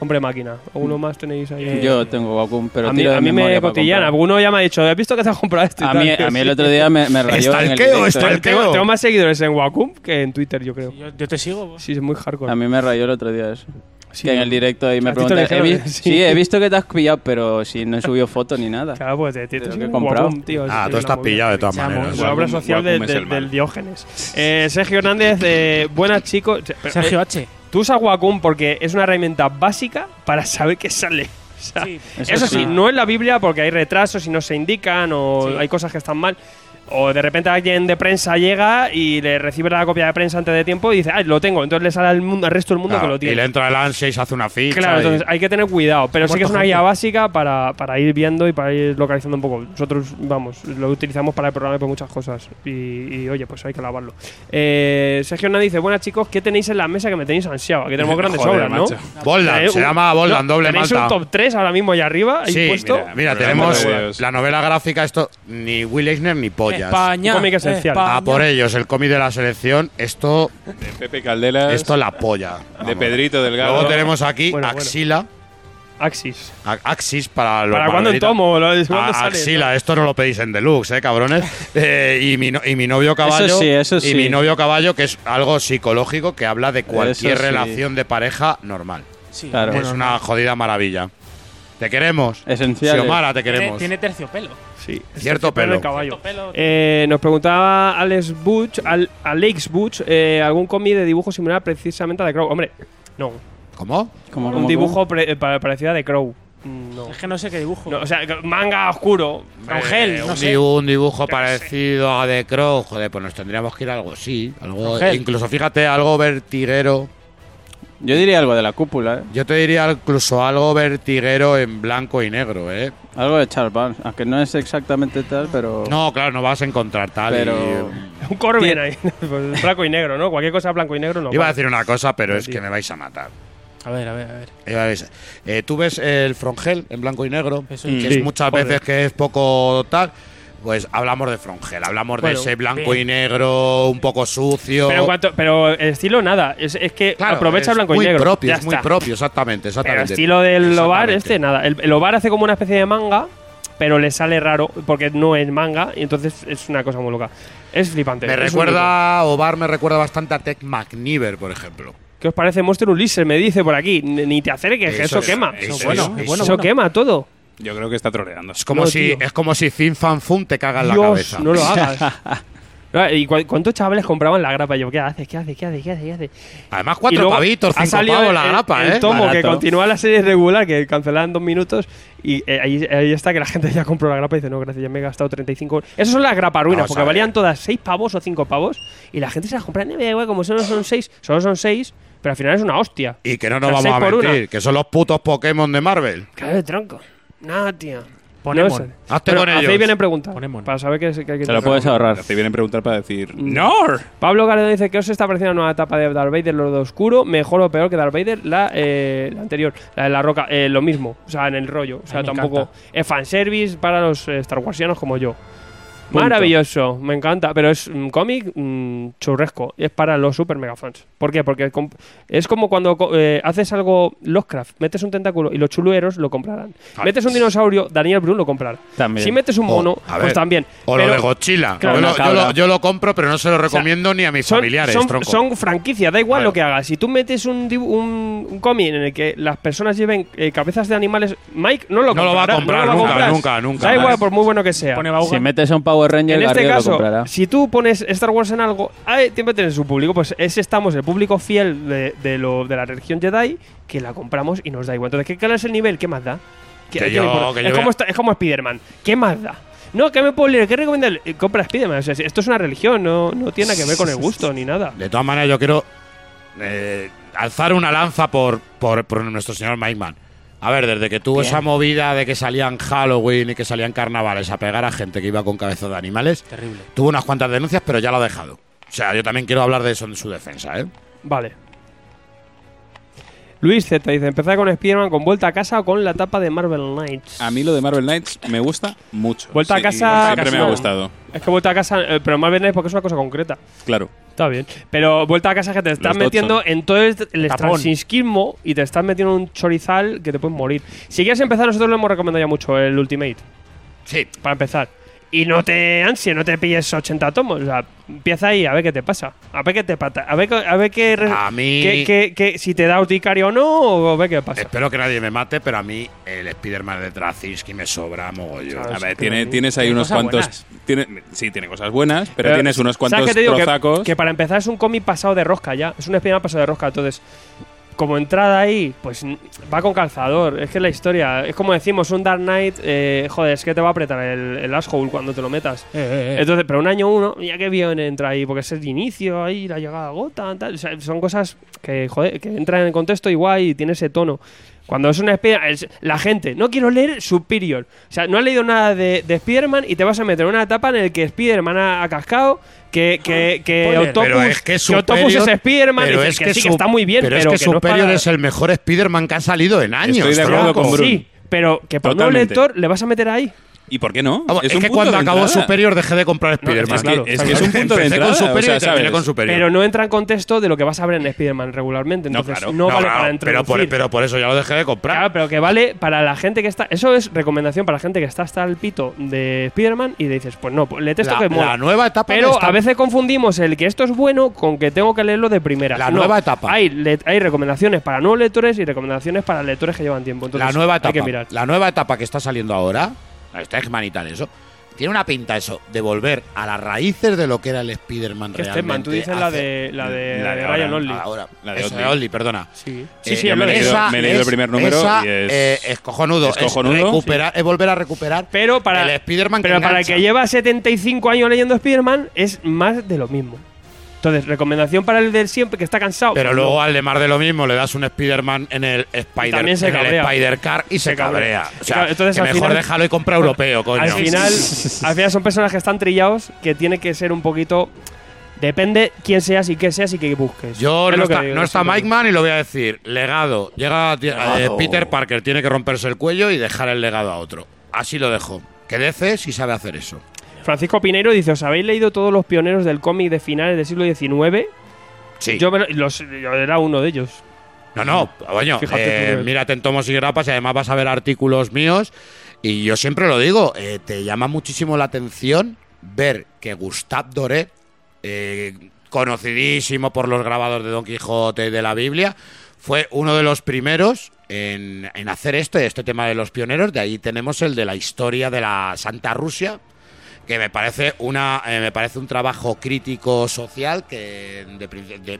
D: Hombre máquina. ¿Alguno más tenéis ahí?
A: Yo tengo algún, pero
D: a mí,
A: tiro de
D: a mí me
A: memoria para
D: cotillan.
A: comprar.
D: Alguno ya me ha dicho, ¿has visto que te has comprado esto? y
A: A
D: tal?"
A: mí,
D: Yo,
A: a mí el
D: "Sí".
A: otro día me, me rayó en el
B: Estalqueo,
A: directo,
B: estalqueo.
A: ¿eh?
D: Tengo, tengo más seguidores en Wacom que en Twitter, yo creo.
C: Yo, yo te sigo.
D: Sí, es muy hardcore.
A: A mí me rayó el otro día eso.
D: Sí,
A: que en
D: ¿no?
A: el directo ahí me
D: A ti te
A: preguntan.
D: lo dijeron,
A: "¿He vi-
D: ¿eh?
A: sí.
D: Sí.
A: he visto que te has pillado, pero si no he subido foto ni nada.
D: Claro, pues te, te,
A: Tengo
D: te-
A: que
D: Wacom,
A: comprar.
D: tío, es-
B: Ah, tú
D: es Pues una
B: estás
D: movida.
B: pillado de tolas
C: Fichamos,
B: maneras.
D: Es una obra
E: Wacom-
D: social de-
E: Wacom es
D: de-
E: el mal.
D: del Diógenes. Eh, Sergio Hernández, de buenas chicos.
C: Sergio H.
D: Tú usas Wacom porque es una herramienta básica para saber qué sale. O sea,
C: Sí.
A: Eso
D: ah, Eso
A: sí.
D: sí, no es la Biblia porque hay retrasos y no se indican o
C: Sí.
D: hay cosas que están mal. O de repente alguien de prensa llega y le recibe la copia de prensa antes de tiempo y dice, ah, lo tengo. Entonces le sale al, mundo, al resto del mundo
B: Claro,
D: que lo
B: y le
D: tiene.
B: entra el ansia y se hace una ficha.
D: Claro,
B: y-
D: entonces hay que tener cuidado. Pero sí que es una
C: Muerto
D: guía
C: gente.
D: básica para, para ir viendo y para ir localizando un poco. Nosotros, vamos, lo utilizamos para el programa y para muchas cosas. Y, y, oye, pues hay que lavarlo. Eh, Sergio Hernández dice, buenas chicos, ¿qué tenéis en la mesa que me tenéis ansiado? Aquí tenemos grandes
E: Joder,
D: obras, ¿no?
E: macho.
B: Boldan,
D: Eh,
B: se
D: un-
B: llama Boldan,
D: no,
B: doble
D: ¿Tenéis
B: malta.
D: un top 3 ahora mismo allá arriba? ahí
B: Sí,
D: puesto?
B: mira, mira,
E: Pero
B: tenemos
E: hombre, Dios.
B: la novela gráfica, esto, ni Will Eisner ni pollas.
C: España.
D: Cómic esencial.
C: España.
B: Ah, por ellos, el cómic de la selección, esto,
E: De Pepe Caldelas,
B: esto la polla.
E: de
B: Vamos.
E: Pedrito Delgado.
B: Luego tenemos aquí
D: Bueno, bueno.
B: Axila,
D: Axis.
B: a- Axis para los
D: ¿Para cuándo el
B: Manolitos.
D: tomo? ¿Lo-
B: A-
D: ¿Cuándo sale?
B: Axila, esto no lo pedís en deluxe, eh, cabrones. Eh, y, mi no- y mi novio caballo.
A: Eso sí, eso sí.
B: Y mi novio caballo, que es algo psicológico que habla de cualquier
A: Eso sí.
B: relación de pareja normal.
C: Sí.
A: Claro.
B: es una jodida maravilla. Te queremos.
A: Esenciales.
B: Xiomara, te
C: Tiene,
B: queremos.
C: tiene terciopelo.
D: Sí.
B: Cierto
D: Pelo de
B: pelo.
D: caballo.
C: Terciopelo.
D: Eh, nos preguntaba Alex Butch, al, Alex Butch, eh, algún cómic de dibujo similar precisamente a The Crow. Hombre, no.
B: ¿Cómo?
A: Como,
D: Un dibujo pre- eh, pa- parecido a The Crow. Mm, No.
C: Es que no sé qué dibujo.
D: No, O sea, manga oscuro.
B: Eh,
D: Con gel,
B: un
D: no
B: dibu-
D: sé.
B: Un dibujo parecido a The Crow. Joder, pues nos tendríamos que ir a algo así. Algo,
C: Ángel.
B: incluso, fíjate, algo vertiguero.
A: Yo diría algo de la cúpula, ¿eh?
B: Yo te diría incluso algo vertiguero en blanco y negro, ¿eh?
A: Algo de Charles Barnes, aunque no es exactamente tal, pero...
D: Oh.
B: No, claro, no vas a encontrar tal.
A: Pero-
B: y-
D: Un Corben ahí. Pues blanco y negro, ¿no? Cualquier cosa blanco y negro no.
B: Iba a
D: vale.
B: decir una cosa, pero es que me vais a matar.
C: A ver, a ver, a ver.
B: Iba a decir- eh, Tú ves el Frongel en blanco y negro,
C: Eso
B: que
C: es.
B: es
D: Sí,
B: muchas
D: joder.
B: veces que es poco tal. Pues hablamos de Frongel, hablamos
D: Bueno,
B: de ese blanco y negro un poco sucio.
D: Pero, en cuanto- pero estilo nada. Es, es que
B: Claro,
D: aprovecha
B: es
D: blanco
B: muy
D: y negro.
B: propio,
D: ya
B: es muy
D: está.
B: propio, exactamente,
D: Pero
B: exactamente.
D: el estilo del Ovar,
B: Exactamente.
D: este, nada. El, el Ovar hace como una especie de manga, pero le sale raro porque no es manga y entonces es una cosa muy loca. Es flipante.
B: Me
D: es
B: recuerda, Ovar me recuerda bastante a Tech McNiver, por ejemplo.
D: único. ¿Qué os parece Monster Ulises? Me dice por aquí. Ni ni te acerques, que eso,
B: es-
D: quema.
B: eso
D: Eso,
B: es-
C: bueno, es bueno.
D: quema todo.
E: Yo creo que está troleando.
B: Es como
D: No,
B: si
D: tío.
B: es como si Fin Fan Fun te caga en la
D: Dios,
B: cabeza.
D: no lo hagas. No, ¿Y cu- cuántos chavales compraban la grapa? Yo, ¿qué haces? ¿Qué haces? ¿Qué haces? ¿Qué haces? ¿Qué haces?
B: Además
D: Y
B: cuatro
D: luego
B: pavitos,
D: ha
B: cinco
D: salido
B: pavos
D: el-
B: la
D: el-
B: grapa,
D: el
B: ¿eh?
D: tomo que
A: Barato.
D: continúa la serie regular, que cancelaban dos minutos, y eh, ahí, ahí está que la gente ya compró la grapa y dice, no, gracias, ya me he gastado 35... Esas son las graparuinas,
B: Vamos a
D: porque
B: ver.
D: valían todas 6 pavos o 5 pavos, y la gente se las compra, "No, me da igual, como solo son 6, solo son 6, pero al final es una hostia.
B: Y que no nos
D: O sea,
B: vamos a
D: seis por
B: mentir, que son los putos Pokémon de Marvel.
D: Claro, de tronco. No, tío.
C: Ponemon.
D: sé.
B: Hazte
D: Bueno,
B: con
D: hacéis
B: ellos.
D: bien en preguntar,
C: Ponemon.
D: para saber que, que hay que
A: Te lo
D: tener
A: puedes
D: algo.
A: ahorrar.
E: Te vienen a preguntar para decir.
D: No. Pablo Garrido dice que os está pareciendo la nueva etapa de Darth Vader, lo de oscuro, mejor o peor que Darth Vader, la, eh, la anterior, la de la roca, eh, lo mismo, o sea, en el rollo, o sea,
C: Ay, me
D: tampoco
C: encanta.
D: es fanservice para los eh, Star Warsianos como yo.
A: Punto.
D: Maravilloso, me encanta, pero es un cómic mm, churresco, es para los super mega fans. ¿Por qué? Porque com- es como cuando co- eh, haces algo Lovecraft, metes un tentáculo y los chulueros lo comprarán.
B: Ay.
D: Metes un dinosaurio, Daniel Brühl lo comprará.
A: También.
D: Si metes un
B: O,
D: mono,
B: a
D: pues
B: ver,
D: también.
B: O
D: Pero-
B: lo de Godzilla.
D: Claro,
B: yo, lo,
A: una
B: yo lo-
A: cabra.
B: yo lo compro, pero no se lo recomiendo ni a mis familiares,
D: son,
B: tronco.
D: son franquicias, da igual
B: Claro.
D: lo que hagas. Si tú metes un, dibu- un, un cómic en el que las personas lleven eh, cabezas de animales, Mike no lo,
B: No lo va a
D: comprará,
B: comprar
D: no lo va
B: nunca,
D: comprar.
B: nunca, nunca,
D: Da
B: jamás.
D: igual, por muy bueno que sea.
C: Pone Bauga.
A: Si metes a un Power Ranger,
D: En este
A: Garrido lo
D: caso,
A: comprará.
D: si tú pones Star Wars en algo, hay, siempre tienes su público. Pues ese estamos, el público fiel de, de lo, de la religión Jedi, que la compramos y nos da igual. Entonces, ¿qué cuál es el nivel? ¿Qué más da? ¿Qué-
B: Que
D: qué
B: yo-
D: le importa?
B: que yo
D: es, como,
B: vea-
D: esta- es como Spider-Man. ¿Qué más da? No, ¿qué me puedo leer? ¿Qué recomienda? Eh, Compra Spider-Man. O sea, si esto es una religión, no, no tiene nada que ver con el gusto ni nada.
B: De todas maneras, yo quiero eh, alzar una lanza por, por, por nuestro señor Mike Mann. A ver, desde que tuvo
C: Bien.
B: esa movida de que salían Halloween y que salían carnavales a pegar a gente que iba con cabezas de animales,
C: Terrible.
B: tuvo unas cuantas denuncias, pero ya lo ha dejado. O sea, yo también quiero hablar de eso en su defensa, ¿eh?
D: Vale. Luis Z dice, empezar con Spider-Man con Vuelta a Casa o con la tapa de Marvel Knights.
B: Ah.
E: A mí lo de Marvel Knights me gusta mucho.
D: Vuelta a
E: Sí,
D: casa-
E: Siempre me ha
D: casa-
E: gustado.
D: Es que Vuelta a Casa, eh, pero Marvel Knights porque es una cosa concreta.
E: Claro.
D: Está bien. Pero Vuelta a Casa que te estás
E: Dodson.
D: metiendo en todo el, el
C: Tapón.
D: extranjismo y te estás metiendo en un chorizal que te puedes morir. Si quieres empezar, nosotros lo hemos recomendado ya mucho, el Ultimate,
B: Sí.
D: para empezar. Y no te ansies, no te pilles 80 tomos. O sea, empieza ahí a ver qué te pasa. A ver qué te pata. A ver, qué- a ver qué, re-
B: A mí-
D: Eh, qué- qué- qué- Si te da urticaria o no, o, ver qué pasa.
B: Espero que nadie me mate, pero a mí el Spider-Man de Trazinski me sobra mogollón.
D: Claro,
E: A
D: Es
E: ver,
D: que
E: tiene,
D: no-
E: tienes ahí
C: tiene
E: unos
C: cosas
E: cuantos.
C: buenas.
E: Tiene, sí, tiene cosas buenas, pero,
D: Pero,
E: tienes unos
D: Eh, ¿sabes
E: cuantos
D: qué te digo? Que-
E: trozacos.
D: Que, para empezar es un cómic pasado de rosca ya. Es un Spider-Man pasado de rosca. Entonces, como entrada ahí, pues n- va con calzador. Es que la historia. Es como decimos, un Dark Knight. eh, joder, es que te va a apretar el, el asshole cuando te lo metas. Entonces, pero un año uno, ya que bien entra ahí, porque es el inicio, ahí la llegada a Gotham, tal. O sea, son cosas que, joder, que entran en el contexto igual y tiene ese tono. Cuando es una Spider- es- la gente, no quiero leer Superior. O sea, no has leído nada de, de Spider-Man y te vas a meter en una etapa en la que Spider-Man ha, ha cascado, que, que, que
C: Spoiler.
D: Octopus,
B: pero es que Superior,
D: Octopus es Spider-Man,
B: pero
D: dices
B: es
D: que, sí, que
B: Sup-
D: está muy bien, pero,
B: pero, es que,
D: no es
B: Superior
D: para-
B: es el mejor Spider-Man que ha salido en años.
E: Estoy de
B: tronco.
E: acuerdo con Bruno.
D: Sí, pero que para un nuevo
E: Totalmente.
D: lector le vas a meter ahí.
E: ¿Y por qué no?
B: Vamos, es,
E: un
B: que
E: punto
B: cuando
E: de
B: acabó
E: entrada.
B: Superior dejé de comprar Spider-Man.
E: es que-
B: claro.
E: es que es un punto de
B: Empecé
E: entrada,
B: con
E: o sea,
B: Superior y terminé
E: ¿sabes?
B: con Superior.
D: Pero no entra en contexto de lo que vas a ver en Spider-Man regularmente.
E: No,
D: Entonces, no,
E: claro.
B: No,
D: vale
B: claro,
D: para
B: pero, por,
D: introducir.
B: pero por eso ya lo dejé de comprar.
D: Claro, pero que vale para la gente que está. Eso es recomendación para la gente que está hasta el pito de Spider-Man y dices, pues no, pues le texto
B: la,
D: que mola.
B: la nueva etapa de
D: pero
B: esta-
D: a veces confundimos el que esto es bueno con que tengo que leerlo de primera.
B: La
D: No,
B: nueva etapa.
D: Hay, le- hay recomendaciones para nuevos lectores y recomendaciones para lectores que llevan tiempo. Entonces,
B: la nueva etapa,
D: Hay que mirar.
B: la nueva etapa que está saliendo ahora, está Eggman y tal eso. Tiene una pinta eso de volver a las raíces de lo que era el Spider-Man
D: Que
B: realmente.
D: Stepman, tú dices la
B: hace-
D: de, la de,
E: la de
D: Ryan
E: ahora,
D: Only.
B: Ahora,
E: La de
B: eso
E: Otley.
B: de Otley, perdona.
D: Sí.
E: Eh,
D: sí, sí,
E: yo
D: es
E: me
D: lo
E: he
D: de-
E: leído-
B: Esa
E: me he leído el
B: es-
E: primer número
B: esa,
E: y es-
B: eh, es cojonudo.
E: es cojonudo,
B: recuperar, es volver a recuperar
D: Pero para
B: el Spider-Man que
D: Pero para el
B: engancha.
D: que lleva 75 años leyendo Spider-Man es más de lo mismo. Entonces, recomendación para el del siempre que está cansado.
B: Pero
D: No.
B: luego, al de más de lo mismo, le das un Spider-Man en el Spider,
D: También se
B: en el
D: cabrea.
B: Spider-Car y se,
D: Se cabrea.
B: cabrea. O sea,
D: Claro, entonces,
B: que
D: al
B: mejor
D: final-
B: déjalo y compra europeo, coño.
D: Al final, al final son personajes que están trillados que tiene que ser un poquito. Depende quién seas y qué seas y qué busques.
B: Yo
D: Es
B: no
D: lo que
B: está,
D: digo,
B: no está
D: siempre.
B: Mike Mann y lo voy a decir. Legado. Llega eh, Peter Parker, tiene que romperse el cuello y dejar el legado a otro. Así lo dejo. Que DC si sabe hacer eso.
D: Francisco Pineiro dice: ¿Os habéis leído todos los pioneros del cómic de finales del siglo XIX?
B: Sí.
D: Yo, me lo- los- yo era uno de ellos.
B: no, no, coño.
D: Fíjate tú,
B: eh,
D: eh.
B: mírate en tomos y grapas y además vas a ver artículos míos. Y yo siempre lo digo, eh, te llama muchísimo la atención ver que Gustave Doré, eh, conocidísimo por los grabados de Don Quijote y de la Biblia, fue uno de los primeros en, en hacer esto, este tema de los pioneros. De ahí tenemos el de la historia de la Santa Rusia, que me parece una eh, me parece un trabajo crítico social que de, prin- de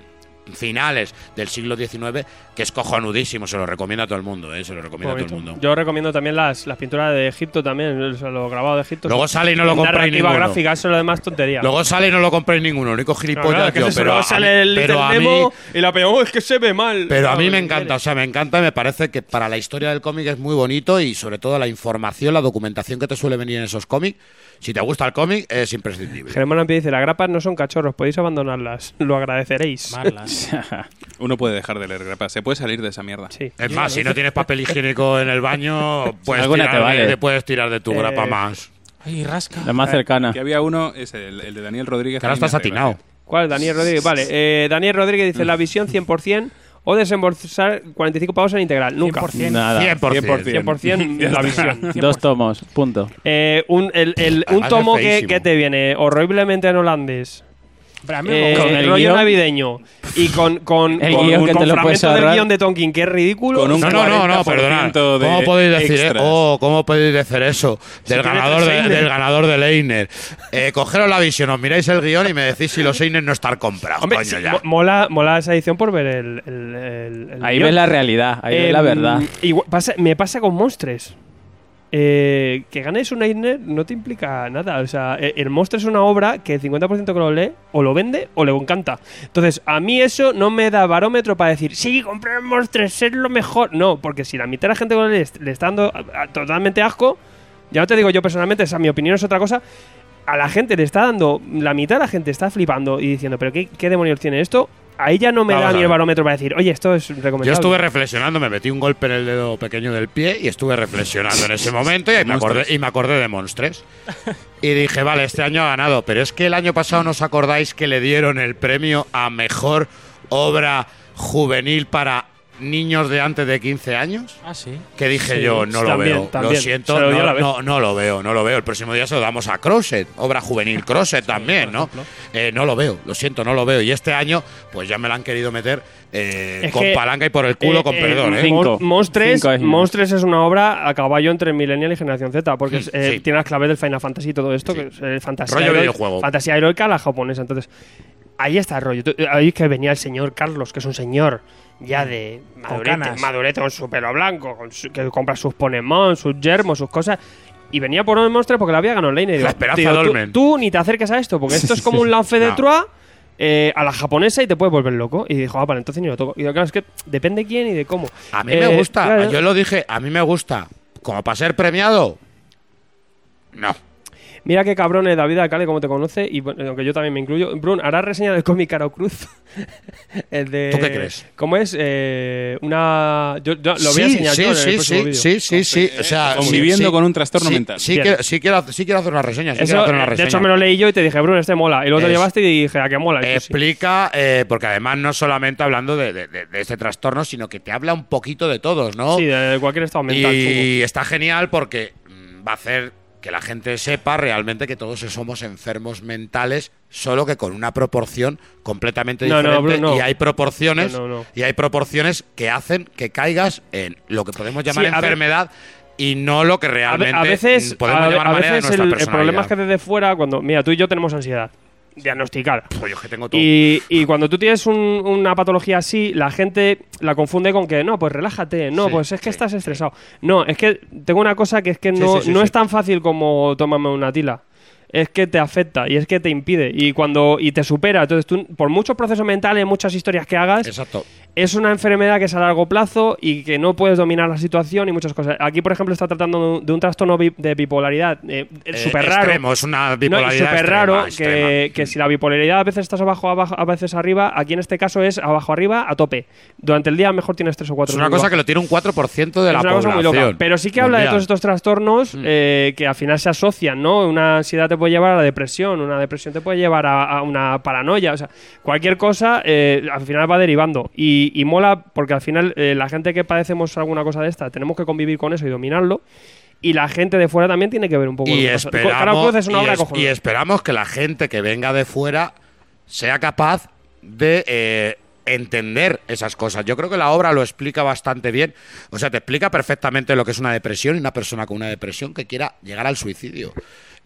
B: finales del siglo XIX que es cojonudísimo se lo recomiendo a todo el mundo eh, se lo recomiendo a todo el
D: Bonito.
B: mundo
D: Yo recomiendo también las, las pinturas de Egipto, también, o sea, los grabados de Egipto.
B: luego sale y no lo compréis
D: Narrativa
B: ninguno
D: gráfica, eso es lo demás tontería.
B: luego sale y no lo compréis ninguno único
D: No,
B: gilipollas
D: claro, que
B: yo,
D: eso
B: pero,
D: luego
B: a,
D: sale el,
B: pero
D: del
B: a mí
D: demo y la peor, es que se ve mal.
B: pero a mí me
D: Claro, ¿qué
B: encanta, o
D: quieres?
B: sea, me encanta, me parece que para la historia del cómic es muy bonito y sobre todo la información, la documentación que te suele venir en esos cómics, si te gusta el cómic es imprescindible.
D: Germán Ampie dice, las grapas no son cachorros, podéis abandonarlas, lo agradeceréis.
C: Marlas.
E: Uno puede dejar de leer grapas. Se puede salir de esa mierda.
D: Sí.
B: Es más, si no tienes papel higiénico en el baño, puedes,
A: Alguna
B: tirar,
A: te vale.
B: de, te puedes tirar de tu
D: Eh,
B: grapa más.
C: Ay, rasca.
A: La más cercana.
E: Que había uno, ese, el, el de Daniel Rodríguez.
B: Que ahora
E: a mí me
B: estás
E: hace
B: atinado.
E: gracia.
D: ¿Cuál? Daniel Rodríguez. Vale, eh, Daniel Rodríguez dice, la visión 100% o desembolsar 45 pavos en integral. Nunca. 100%.
C: 100%.
A: Nada.
B: 100%.
E: 100%. Ya
D: la
E: está.
D: visión.
A: Dos tomos, punto.
D: Eh, un, el- el- un
B: Además es
D: tomo que,
B: feísimo.
D: que te viene horriblemente en holandés,
C: Pero a mí me
D: eh,
A: Con el
D: rollo
A: guión.
D: navideño y con, con,
A: El
D: con
A: guión
D: un-
A: que te
D: con
A: lo puedes
D: fragmento del
A: ahorrar.
D: guión de Tonkin, que es ridículo.
E: Con un
B: No, no, no, no,
E: 40%
B: perdonad.
E: de
B: ¿Cómo podéis decir, eh?
E: extras.
B: Oh, cómo podéis decir eso? Del ganador de,
D: Einer.
B: del ganador de Leiner. Eh, cogeros la visión, os miráis el guión y me decís si los Einer no están comprados.
D: Hombre,
B: coño,
D: sí,
B: ya.
D: mo- mola, mola esa edición por ver el. el- el- el
A: Ahí
D: guión.
A: ves la realidad, ahí
D: Eh,
A: ves la verdad.
D: igual- pasa- me pasa con Monstres. Eh, que ganes un Eisner no te implica nada. O sea, eh, el Monstres es una obra que el 50% que lo lee o lo vende o le encanta. Entonces, a mí eso no me da barómetro para decir, sí, comprar Monstres es lo mejor. No, porque si la mitad de la gente que lo lee le está dando a- a- totalmente asco, ya no te digo yo personalmente, esa mi opinión es otra cosa. A la gente le está dando, la mitad de la gente está flipando y diciendo, pero ¿qué, qué demonios tiene esto? ahí ya no me
B: Vamos
D: da
B: a
D: mi
B: ver.
D: barómetro para decir, oye, esto es recomendable.
B: Yo estuve reflexionando, me metí un golpe en el dedo pequeño del pie y estuve reflexionando en ese momento y, ahí me, acordé, y me acordé de Monstres. Y dije, vale, este año ha ganado, pero es que el año pasado no os acordáis que le dieron el premio a mejor obra juvenil para niños de antes de 15 años.
C: Ah, sí.
B: Que dije
D: Sí,
B: yo, no
D: también,
B: lo veo. Lo
D: también.
B: siento,
D: Se lo di a
B: no,
D: la vez.
B: no, no lo veo, no lo veo. El próximo día se lo damos a Crosset, obra juvenil Crosset también, ¿no? Eh, no lo veo, lo siento, no lo veo. Y este año, pues ya me la han querido meter eh,
D: Es
B: con
D: que,
B: palanca y por el culo,
D: Eh,
B: con
D: eh,
B: perdón, ¿eh?
A: cinco.
D: Mon- Monstres,
A: Cinco es-
D: Monstres es una obra a caballo entre Millennial y Generación Z, porque es, eh,
B: sí.
D: tiene las claves del Final Fantasy y todo esto,
B: Sí.
D: que es eh, fantasía,
B: Rollo
D: heroica-
B: videojuego.
D: fantasía heroica, la japonesa. Entonces, ahí está el rollo. Tú- Ahí es que venía el señor Carlos, que es un señor ya de madurete,
C: canas.
D: madurete con su pelo blanco, con su- que compra sus Pokémon, sus germos, sus cosas. Y venía por un monstruo porque la había ganado Lane. y digo,
B: La esperanza
D: tío, tú-
B: Dolmen.
D: tú, ni te acerques a esto, porque esto es como un lance de
B: No.
D: Troa eh, a la japonesa y te puedes volver loco. Y dijo, ah, vale, entonces ni lo toco. Y digo, claro, es que depende quién y de cómo.
B: A mí
D: Eh,
B: me gusta,
D: claro.
B: yo lo dije, a mí me gusta. Como para ser premiado, no.
D: Mira qué cabrón es David Alcalde, como te conoce, y bueno, aunque yo también me incluyo. Brun, hará reseña del cómic Caro Cruz. El de-
B: ¿Tú qué crees?
D: ¿Cómo es? Eh, una. Yo, yo- lo voy a
B: sí,
D: enseñar
B: sí,
D: yo en el
B: sí,
D: próximo
B: sí,
D: vídeo.
B: sí, sí, sí. O sea,
E: Conviviendo
B: sí,
E: con un trastorno
B: sí,
E: mental.
B: Sí,
D: Bien.
B: quiero, sí, quiero, sí quiero hacer una reseña. Sí
D: Eso,
B: quiero hacer una
D: eh, de
B: reseña.
D: hecho, me lo leí yo y te dije, Brun, este mola. Y luego te
B: Es-
D: llevaste y dije, ¿a qué mola? Y yo, sí.
B: Explica, eh, porque además no solamente hablando de, de- de- de este trastorno, sino que te habla un poquito de todos, ¿no?
D: Sí, de cualquier estado mental. chungo.
B: y está genial porque mm, va a hacer que la gente sepa realmente que todos somos enfermos mentales, solo que con una proporción completamente
D: No, no,
B: diferente.
D: Bruno, no.
B: Y hay proporciones,
D: No, no, no.
B: y hay proporciones que hacen que caigas en lo que podemos llamar
D: Sí, a ver-
B: enfermedad y no lo que
D: A ve-
B: realmente
D: a veces,
B: mm, podemos
D: a,
B: llamar
D: a
B: manera de
D: veces
B: nuestra
D: el, el
B: personalidad.
D: problema es que desde fuera, cuando. Mira, tú y yo tenemos ansiedad. Diagnosticada.
B: Pues yo es que tengo todo.
D: Y, y cuando tú tienes un- una patología así, la gente la confunde con que no, pues relájate, no,
B: Sí,
D: pues es que
B: sí,
D: estás
B: sí.
D: estresado. No, es que tengo una cosa que es que
B: Sí,
D: no,
B: sí, sí,
D: no
B: sí.
D: es tan fácil como tómame una tila. Es que te afecta y es que te impide y cuando y te supera. Entonces, tú, por muchos procesos mentales, muchas historias que hagas,
B: Exacto.
D: es una enfermedad que es a largo plazo y que no puedes dominar la situación y muchas cosas. Aquí, por ejemplo, está tratando de un trastorno bi- de bipolaridad eh,
B: Eh,
D: súper raro.
B: extremo, es una
D: No,
B: bipolaridad.
D: y súper
B: extrema,
D: raro que,
B: extrema.
D: que si la bipolaridad a veces estás abajo, abajo, a veces arriba, aquí en este caso es abajo, arriba, a tope. Durante el día mejor tienes tres o cuatro.
B: Es una
D: muy
B: cosa
D: bajo.
B: que lo tiene un 4% de la
D: Es una cosa
B: población.
D: muy loca. Pero sí que habla de
B: mundial. Mm.
D: todos estos trastornos eh, que al final se asocian, ¿no? Una ansiedad te puede llevar a la depresión, una depresión te puede llevar a, a una paranoia, o sea, cualquier cosa eh, al final va derivando. Y, y mola porque al final eh, la gente que padecemos alguna cosa de esta tenemos que convivir con eso y dominarlo. Y la gente de fuera también tiene que ver un poco.
B: y
D: lo que pasa. Cara
B: esperamos,
D: Cruz es una
B: y
D: obra
B: es-
D: cojonuda.
B: y esperamos que la gente que venga de fuera sea capaz de eh, entender esas cosas. Yo creo que la obra lo explica bastante bien. O sea, te explica perfectamente lo que es una depresión y una persona con una depresión que quiera llegar al suicidio.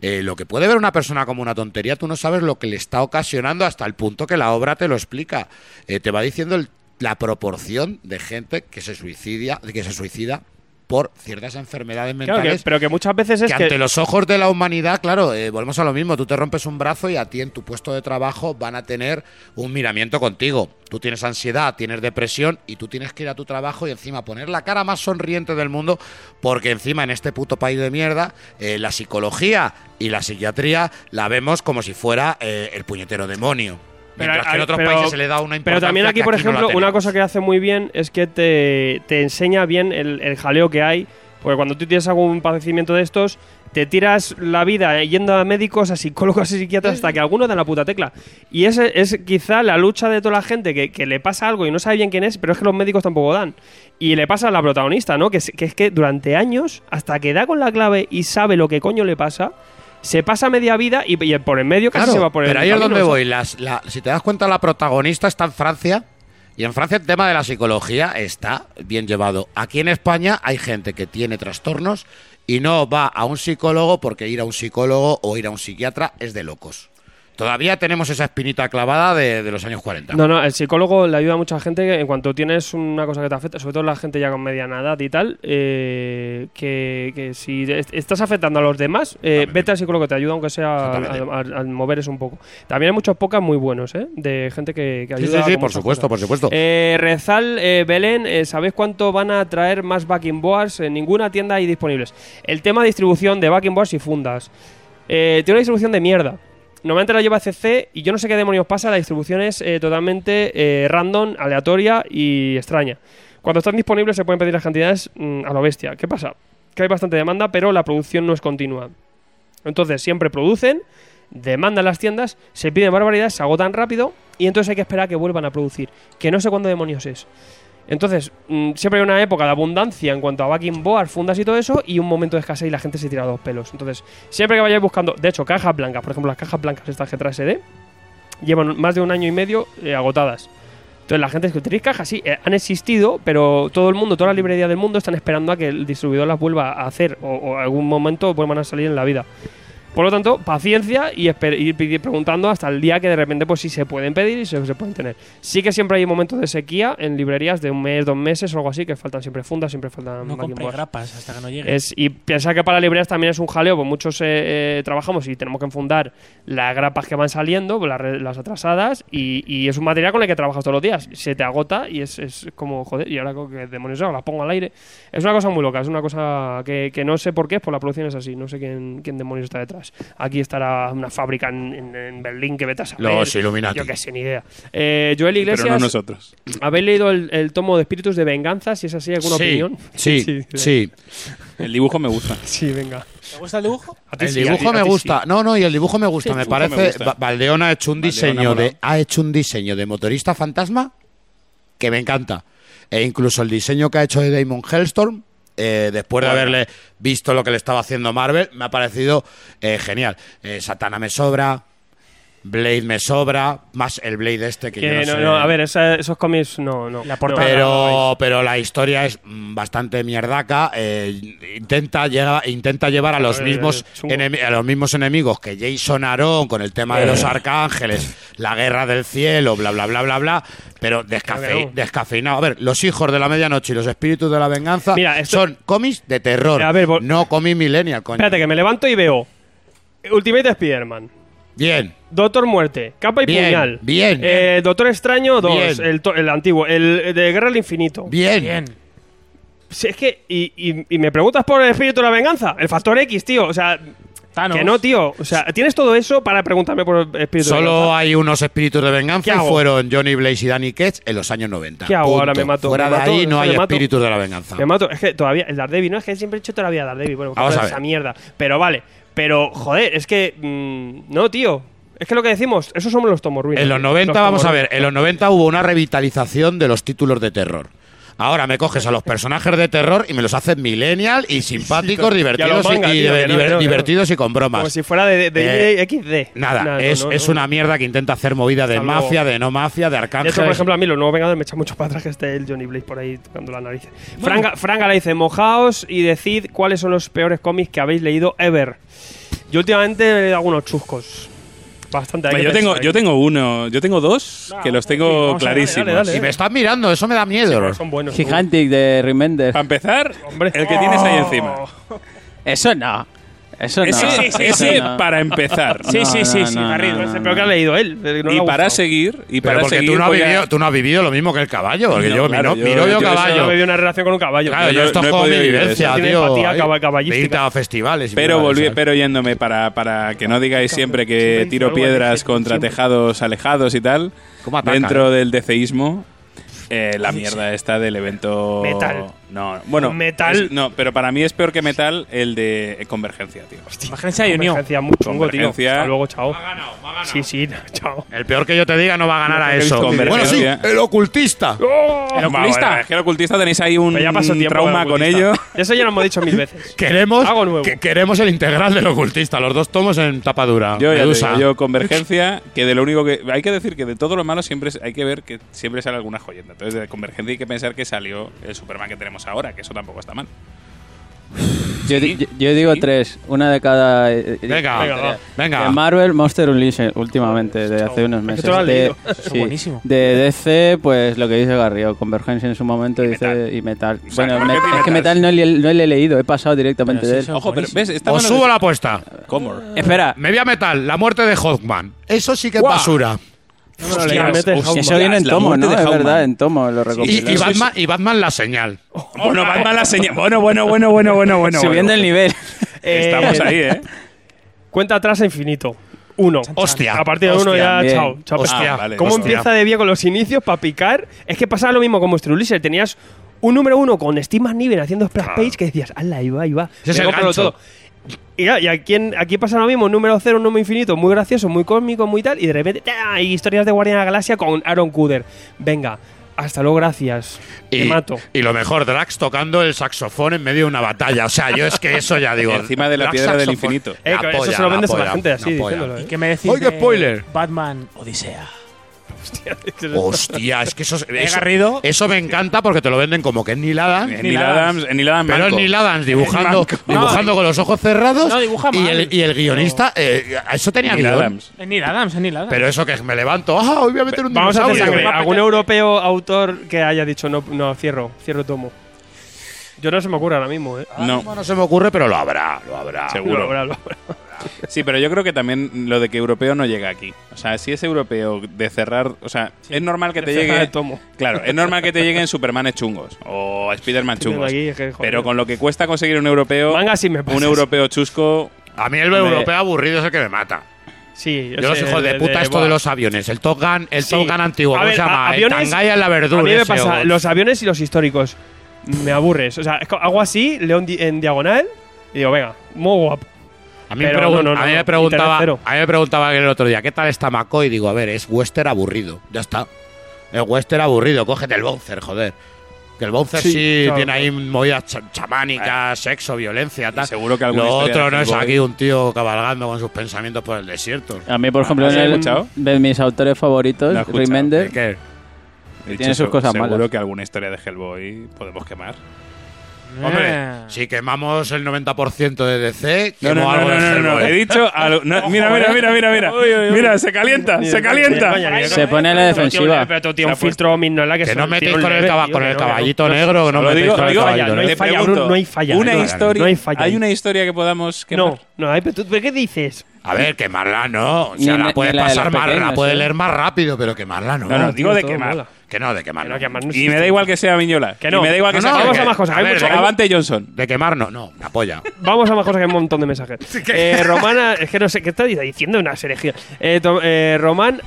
B: Eh, lo que puede ver una persona como una tontería, tú no sabes lo que le está ocasionando hasta el punto que la obra te lo explica. Eh, te va diciendo el- la proporción de gente que se suicida, que se suicida por ciertas enfermedades
D: Claro que-
B: mentales
D: pero que muchas veces es
B: que,
D: que,
B: ante los ojos de la humanidad, claro, eh, volvemos a lo mismo. Tú te rompes un brazo y a ti en tu puesto de trabajo van a tener un miramiento contigo. Tú tienes ansiedad, tienes depresión y tú tienes que ir a tu trabajo y encima poner la cara más sonriente del mundo porque encima en este puto país de mierda eh, la psicología y la psiquiatría la vemos como si fuera eh, el puñetero demonio.
D: Pero
B: Mientras que en
D: hay-
B: otros
D: pero-
B: países se le da una
D: Pero
B: importancia
D: también aquí,
B: que
D: por
B: no la
D: ejemplo, una
B: tenemos.
D: cosa que hace muy bien es que te, te enseña bien el, el jaleo que hay. Porque cuando tú tienes algún padecimiento de estos, te tiras la vida yendo a médicos, a psicólogos y psiquiatras hasta que alguno da la puta tecla. Y esa es quizá la lucha de toda la gente que, que le pasa algo y no sabe bien quién es, pero es que los médicos tampoco dan. Y le pasa a la protagonista, ¿no? Que, es- que es que durante años, hasta que da con la clave y sabe lo que coño le pasa, se pasa media vida y, y por en medio casi
B: Claro,
D: se va por el
B: pero ahí es
D: camino,
B: donde
D: o sea.
B: voy. Las- la- si te das cuenta, la protagonista está en Francia. Y en Francia el tema de la psicología está bien llevado. Aquí en España hay gente que tiene trastornos y no va a un psicólogo porque ir a un psicólogo o ir a un psiquiatra es de locos. Todavía tenemos esa espinita clavada de, de los años 40.
D: No, no, el psicólogo le ayuda a mucha gente en cuanto tienes una cosa que te afecta, sobre todo la gente ya con mediana edad y tal, eh, que, que si est- estás afectando a los demás, eh, vete al psicólogo, te ayuda aunque sea al,
B: Exactamente.
D: al- al mover eso un poco. También hay muchos pocas muy buenos, ¿eh? De gente que, que
B: sí,
D: ayuda.
B: sí, sí, por
D: con muchas
B: supuesto,
D: cosas.
B: por supuesto.
D: Eh, Rezal, eh, Belén, eh, ¿sabéis cuánto van a traer más backing boards? En ninguna tienda hay disponibles. El tema de distribución de backing boards y fundas. Eh, tiene una distribución de mierda. Normalmente la lleva CC y yo no sé qué demonios pasa, la distribución es eh, totalmente eh, random, aleatoria y extraña. Cuando están disponibles se pueden pedir las cantidades mm, a lo bestia. ¿Qué pasa? Que hay bastante demanda, pero la producción no es continua. Entonces siempre producen, demandan las tiendas, se piden barbaridades, se agotan rápido y entonces hay que esperar a que vuelvan a producir, que no sé cuándo demonios es. Entonces, mm, siempre hay una época de abundancia en cuanto a backing board, fundas y todo eso, y un momento de escasez y la gente se tira dos pelos. Entonces, siempre que vayáis buscando, de hecho, cajas blancas, por ejemplo, las cajas blancas estas que trae SD, llevan más de un año y medio eh, agotadas. Entonces, la gente es que tenéis cajas, sí, eh, han existido, pero todo el mundo, toda la librería del mundo están esperando a que el distribuidor las vuelva a hacer o, o algún momento vuelvan a salir en la vida. Por lo tanto, paciencia y esper- ir pidi- preguntando hasta el día que de repente, pues sí se pueden pedir y se, se pueden tener. Sí que siempre hay momentos de sequía en librerías de un mes, dos meses o algo así, que faltan siempre fundas, siempre faltan
C: No
D: backing
C: compré
D: boards.
C: grapas hasta que no llegue.
D: Es, y piensa que para librerías también es un jaleo, pues muchos eh, eh, trabajamos y tenemos que enfundar las grapas que van saliendo, pues, las, re- las atrasadas, y, y es un material con el que trabajas todos los días. Se te agota y es, es como, joder, ¿y ahora qué demonios hago? Las pongo al aire. Es una cosa muy loca, es una cosa que, que no sé por qué, por la producción es así, no sé quién, quién demonios está detrás. Aquí estará una fábrica en, en- en Berlín que vete a saber.
B: Los Illuminati.
D: Yo qué sé, ni idea. Eh, Joel Iglesias,
E: Pero no nosotros.
D: ¿habéis leído el, el tomo de Espíritus de Venganza? Si es así, ¿alguna
B: sí,
D: opinión?
B: Sí, sí.
E: El dibujo me gusta.
D: Sí, venga.
C: ¿Te gusta el dibujo?
D: A ti
B: El
D: sí, a ti-
B: dibujo
D: a
B: me
D: ti sí.
B: gusta. No, no, y el dibujo me gusta. Me
E: dibujo me
B: parece.
E: gusta.
B: Va- Valdeón ha hecho un
E: Valdeón ha
B: diseño de.
E: molado.
B: Ha hecho un diseño de motorista fantasma que me encanta. E incluso el diseño que ha hecho de Damon Hellstorm. eh, después de
E: Bueno.
B: haberle visto lo que le estaba haciendo Marvel, me ha parecido eh, genial. Eh, Satana me sobra, Blade me sobra, más el Blade este que, yo
D: Que
B: no
D: no,
B: sé.
D: no, a ver, esa- esos cómics no, no.
C: La portada.
B: Pero, pero la historia es mm, bastante mierdaca. eh, intenta, llega, intenta llevar a los
D: Eh,
B: mismos
D: chungo.
B: enemi- a los mismos enemigos que Jason Aaron con el tema de
D: Eh.
B: los arcángeles, la guerra del cielo, bla bla bla bla bla. Pero descafe-
D: Creo que no.
B: descafeinado. A ver, los hijos de la medianoche y los espíritus de la venganza
D: Mira, esto-
B: son cómics de terror.
D: A ver, vol-
B: no cómics millennial, coño.
D: Espérate, que me levanto y veo Ultimate Spider-Man,
B: Bien.
D: Doctor Muerte, Capa y
B: Bien,
D: Puñal.
B: bien.
D: Eh, Doctor Extraño 2,
B: Bien.
D: el, to- el antiguo, el de Guerra al Infinito.
B: Bien.
C: Bien.
D: Si es que, y, y- y me preguntas por el espíritu de la venganza, el factor X, tío. O sea,
C: Thanos.
D: que no, tío. O sea, tienes todo eso para preguntarme por el espíritu de la
B: Solo
D: venganza.
B: hay unos espíritus de
D: ¿Qué
B: venganza
D: hago?
B: y fueron Johnny Blaze y Danny Ketch en los años 90.
D: ¿Qué hago?
B: Punto.
D: Ahora me mato,
B: Fuera
D: me
B: de
D: mato,
B: ahí no
D: me
B: hay
D: mato.
B: espíritus de la venganza.
D: Me mato. Es que todavía, el Daredevil, no, es que siempre he hecho todavía Daredevil. Bueno,
B: Vamos a
D: joder,
B: ver.
D: esa mierda. Pero vale. Pero, joder, es que. mm, no, tío. Es que lo que decimos, esos somos los tomos ruinos.
B: En los 90,
D: Los
B: vamos a
D: tomorruinos.
B: ver, en los 90 hubo una revitalización de los títulos de terror. Ahora me coges a los personajes de terror y me los haces millennial y simpáticos, divertidos y-
D: mangas,
B: y
D: tío, que no,
B: diver-
D: que no, que
B: divertidos y con
D: Como
B: bromas.
D: si fuera de, de- de XD.
B: Eh, Nada,
D: no,
B: es,
D: no,
B: es
D: no.
B: una mierda que intenta hacer movida de
D: Hasta luego.
B: mafia, de no mafia, de
D: De
B: arcángeles.
D: hecho, por ejemplo, a mí los nuevos Vengadores me echa mucho para atrás que esté el Johnny Blaze por ahí tocando la nariz. Franga, Franga le dice, mojaos y decid cuáles son los peores cómics que habéis leído ever. Yo últimamente he leído algunos chuscos. Bastante. hay
E: Hombre,
D: que
E: Yo tengo,
D: pensar,
E: yo
D: hay que-
E: tengo uno, yo tengo dos que los
D: sí,
E: tengo
D: vamos a ver, dale,
E: clarísimos.
D: dale, dale.
B: y me estás mirando, eso me da miedo.
D: Son buenos.
A: Gigantic de Remender.
E: Para empezar,
D: Hombre.
E: el que tienes ahí
D: Oh.
E: encima.
A: Eso no. Eso no.
E: Ese,
A: Eso
E: ese
A: no.
E: para empezar.
A: No, no, no, no,
D: Garrido,
A: no,
D: es el
A: no,
D: peor que ha
A: no.
D: leído él. el que no le
E: y
D: ha
E: para
D: gustado.
E: seguir, y
B: Pero
E: para
B: porque
E: seguir,
B: tú no, has
E: voy a-
B: vivido, tú no has vivido lo mismo que el caballo. Porque
E: No,
B: yo,
E: claro,
B: miro, miro
E: yo-
B: yo,
E: yo
D: Yo
B: caballo.
D: viví una relación con un caballo.
B: Claro,
E: yo
B: yo,
E: no-
B: esto
E: no
B: es
E: he
B: como mi
E: podido vivir
B: vivencia,
E: eso.
D: Tiene
B: tío.
D: empatía
B: Ahí,
D: caba- cabalística.
B: de irte a festivales. y
E: Pero
B: mierda,
E: volví,
B: ¿sabes?
E: pero yéndome para, para que no digáis siempre
D: siempre
E: que
D: dice
E: tiro
D: algo de
E: piedras
D: DCismo,
E: contra
D: siempre.
E: tejados alejados y tal.
B: ¿Cómo ataca,
E: Dentro del deceísmo, eh, la mierda esta del evento
D: Metal.
E: No, bueno,
D: Metal.
E: es- no, pero para mí es peor que metal el de eh, convergencia, tío.
C: Imagínense hay unión.
D: Convergencia, muy chungo, tío.
E: Convergencia.
D: Hasta luego, chao. Sí, sí, chao.
B: El peor que yo te diga no va a ganar a
E: he
B: eso.
E: visto
B: Bueno, sí,
E: Convergencia.
B: el ocultista.
E: El
D: oculista.
E: es que el ocultista tenéis ahí ¡Oh! un
D: Pero ya pasó tiempo
E: trauma
D: de
E: con
D: ocultista.
E: ello.
D: Eso ya lo hemos dicho mil veces.
B: Queremos,
D: Algo nuevo.
B: que- queremos el integral del ocultista, los dos tomos en tapadura.
E: Yo, ya te
B: Medusa.
E: digo, yo convergencia, que de lo único que hay que decir que de todo lo malo siempre es- hay que ver que siempre sale alguna joyenda. Entonces de convergencia hay que pensar que salió el Superman que tenemos ahora, que eso tampoco está mal.
A: Yo, di- yo- yo digo tres, una de cada. eh, eh,
B: Venga,
D: Venga, va.
A: De
B: venga.
A: Marvel Monster Unleashed últimamente, de hace unos
D: es que
A: meses.
D: tú lo has
A: De,
D: leído.
A: sí.
C: buenísimo.
A: de DC, pues lo que dice Garrido, Convergencia en su momento dice
E: Metal.
A: y Metal.
E: O sea,
A: bueno,
E: Convergencia
A: me-
E: y
A: es que
E: Metal.
A: Metal no le, no le he leído, he pasado directamente
C: Pero sí
A: de él.
C: son-
E: Ojo, pero
C: Buenísimo.
E: ves, está
B: Os subo la apuesta.
E: Comor.
A: Espera,
B: Me voy a metal, la muerte de Hawkman. Eso sí que es
E: Guau.
B: basura.
E: Hostia,
D: mete
E: hostia,
D: Hawkman.
A: eso viene en
E: la
A: tomo,
E: muerte
A: ¿no?
E: de
A: Es
E: Hawkman.
A: verdad, en tomo lo
B: Y,
A: recopilaron.
B: y
E: sí,
B: Batman, y Batman la señal.
E: Bueno, Batman la señal. Bueno, bueno, bueno, bueno, bueno, bueno.
D: Eh,
A: Subiendo el nivel.
E: Estamos ahí, ¿eh?
D: Cuenta atrás a infinito. 1.
B: Hostia.
D: A partir de uno
A: Hostia,
D: ya,
A: bien.
D: chao. chao
B: Hostia,
D: pescado.
E: vale,
D: ¿Cómo
E: hostia.
D: empieza de bien con los inicios para picar? Es que pasaba lo mismo con vuestro Ulises. Tenías un número uno con Steve McNiven haciendo splash page que decías, ala, ahí va, ahí va.
B: Ah. Ese
D: me
B: es el
D: compro
B: gancho.
D: Y, claro, y aquí, en- aquí pasa lo mismo, un número cero, un número infinito, muy gracioso, muy cósmico, muy tal, y de repente ¡tá! hay historias de Guardián de la Galaxia con Aaron Kuder. Venga, hasta luego, gracias. Te
B: Y-
D: mato. Eh,
B: Y lo mejor, Drax tocando el saxofón en medio de una batalla. O sea, yo es que eso ya digo.
E: Encima de la
B: Drax
E: piedra del
B: saxofón.
E: infinito.
B: La
D: Eh, que eso
B: polla,
D: se lo vendes a la
B: polla,
D: gente así,
B: polla.
D: diciéndolo,
C: ¿Y
D: eh.
C: qué me decís
B: Oiga,
C: de
B: spoiler.
C: Batman Odisea? ¿Eh,
B: Hostia, es que eso, Eh. eso,
C: Garrido.
B: eso me encanta porque te lo venden como que es Neil Adams.
E: Neil Adams, Neil Adams
B: Pero es
E: manco.
B: Neil Adams dibujando,
E: Manco.
B: dibujando con los ojos cerrados.
C: No, dibuja
B: y,
C: mal.
B: el, y el guionista, eh, a eso tenía
E: Neil
B: guión.
E: Adams.
C: Es Neil Adams, es Neil Adams.
B: Pero eso que me levanto, ah, hoy voy a meter un
D: Vamos a hacer
B: dinosaurio.
D: sangre. algún europeo autor que haya dicho no, no cierro, cierro tomo. Yo no se me ocurre ahora mismo, ¿eh?
E: No,
B: No se me ocurre, pero lo habrá, lo habrá.
E: seguro.
D: Lo- lo- lo-
E: Sí, pero yo creo que también lo de que europeo no llega aquí. O sea, si es europeo de cerrar, o sea, es normal que te
D: cerrar el
E: llegue
D: tomo.
E: Claro, es normal que te lleguen Supermanes chungos o Spiderman chungos.
D: Aquí, es que, joder.
E: pero con lo que cuesta conseguir un europeo,
D: Manga sí me pasa.
E: un europeo chusco,
B: A mí el europeo aburrido es el que me mata.
D: Sí, yo
B: Yo los
D: sé,
B: hijos de puta, esto
D: buah.
B: de los aviones. El Top Gun, el
D: Sí.
B: Top Gun antiguo,
D: A
B: ¿cómo
D: ver,
B: se
D: a-
B: llama?
D: aviones-
B: el Tangaya en la
D: A
B: verdura.
D: mí me
B: ese,
D: pasa
B: o-
D: los aviones y los históricos. Me aburres. O sea, es que hago así, leo en di- en diagonal y digo, venga, muy guapo.
B: A mí, me
D: pero
B: pregun-
D: no, no, no,
B: a mí me
D: no,
B: preguntaba,
D: Internet cero.
B: a mí me preguntaba alguien el otro día, ¿qué tal está McCoy? Y digo, a ver, es western aburrido. Ya está. Es western aburrido, cógete el bouncer, joder. Que el bouncer sí,
D: Sí, claro, Eh.
B: tiene ahí movidas cha- chamánicas, sexo, violencia, tal.
E: seguro que alguna
B: Lo
E: historia
B: otro
E: de
B: no es
E: Hellboy.
B: aquí un tío cabalgando con sus pensamientos por el desierto.
D: Ah.
A: A mí, por ejemplo,
E: ¿Has
A: en el-
E: escuchado?
A: de mis autores
E: Lo he
A: favoritos,
E: escuchado,
A: Remender,
B: ¿Qué?
E: de
A: tiene
E: hecho,
A: sus cosas
E: seguro
A: malas.
E: que alguna historia de Hellboy podemos quemar.
C: Eh.
B: Hombre, si quemamos el 90% de DC,
E: No,
B: quemo
E: no,
B: algo
E: no, no,
B: de ¿eh?
E: no, no,
B: Hellboy.
E: he dicho algo- no, mira, mira, mira, mira, mira. Mira, se calienta,
D: Ni
E: se
D: de- ni de coña, ni
E: calienta.
D: de
A: Se
D: coña.
A: pone a la
D: Pero tío,
A: defensiva.
D: Pero tú, tío, un
E: Se ha puesto-
D: filtro Mignola que
B: Que no metéis
D: metéis
B: con el, caba- con el caballito negro, que no
E: Solo
B: metéis
E: digo-
B: con el
E: digo,
B: caballito
D: vaya, no
B: negro.
D: hay
E: Te
D: falla,
E: pregunto,
D: Bruno, no hay falla,
E: Una
D: no hay-
E: historia,
D: no hay falla.
E: una historia que podamos quemar.
D: No, no, ay, pero tú, ¿pero ¿qué dices?
B: A ver, quemarla no. O sea,
A: Ni-
B: la
A: ni
B: puedes
A: la de
B: pasar
A: los
B: más, la
A: pequeños,
B: puedes
A: ¿eh?
B: leer más rápido, pero quemarla no.
E: no, no, digo de
D: todo mola.
E: quemar.
B: Que no, de quemar.
D: Que
B: no.
D: no, que más no
E: Y me da
D: existe.
E: igual que sea Miñola.
D: Que no.
E: Y me da igual que
B: No, no,
E: sea
D: Vamos a
B: que-
D: más cosas, hay
B: ver,
D: mucho-
B: de-
E: Avante Johnson.
B: De quemar no, no, la polla.
D: Vamos a más cosas que hay un montón de mensajes. Eh, Romana, es que no sé qué está diciendo una herejía. Eh, to- eh, Román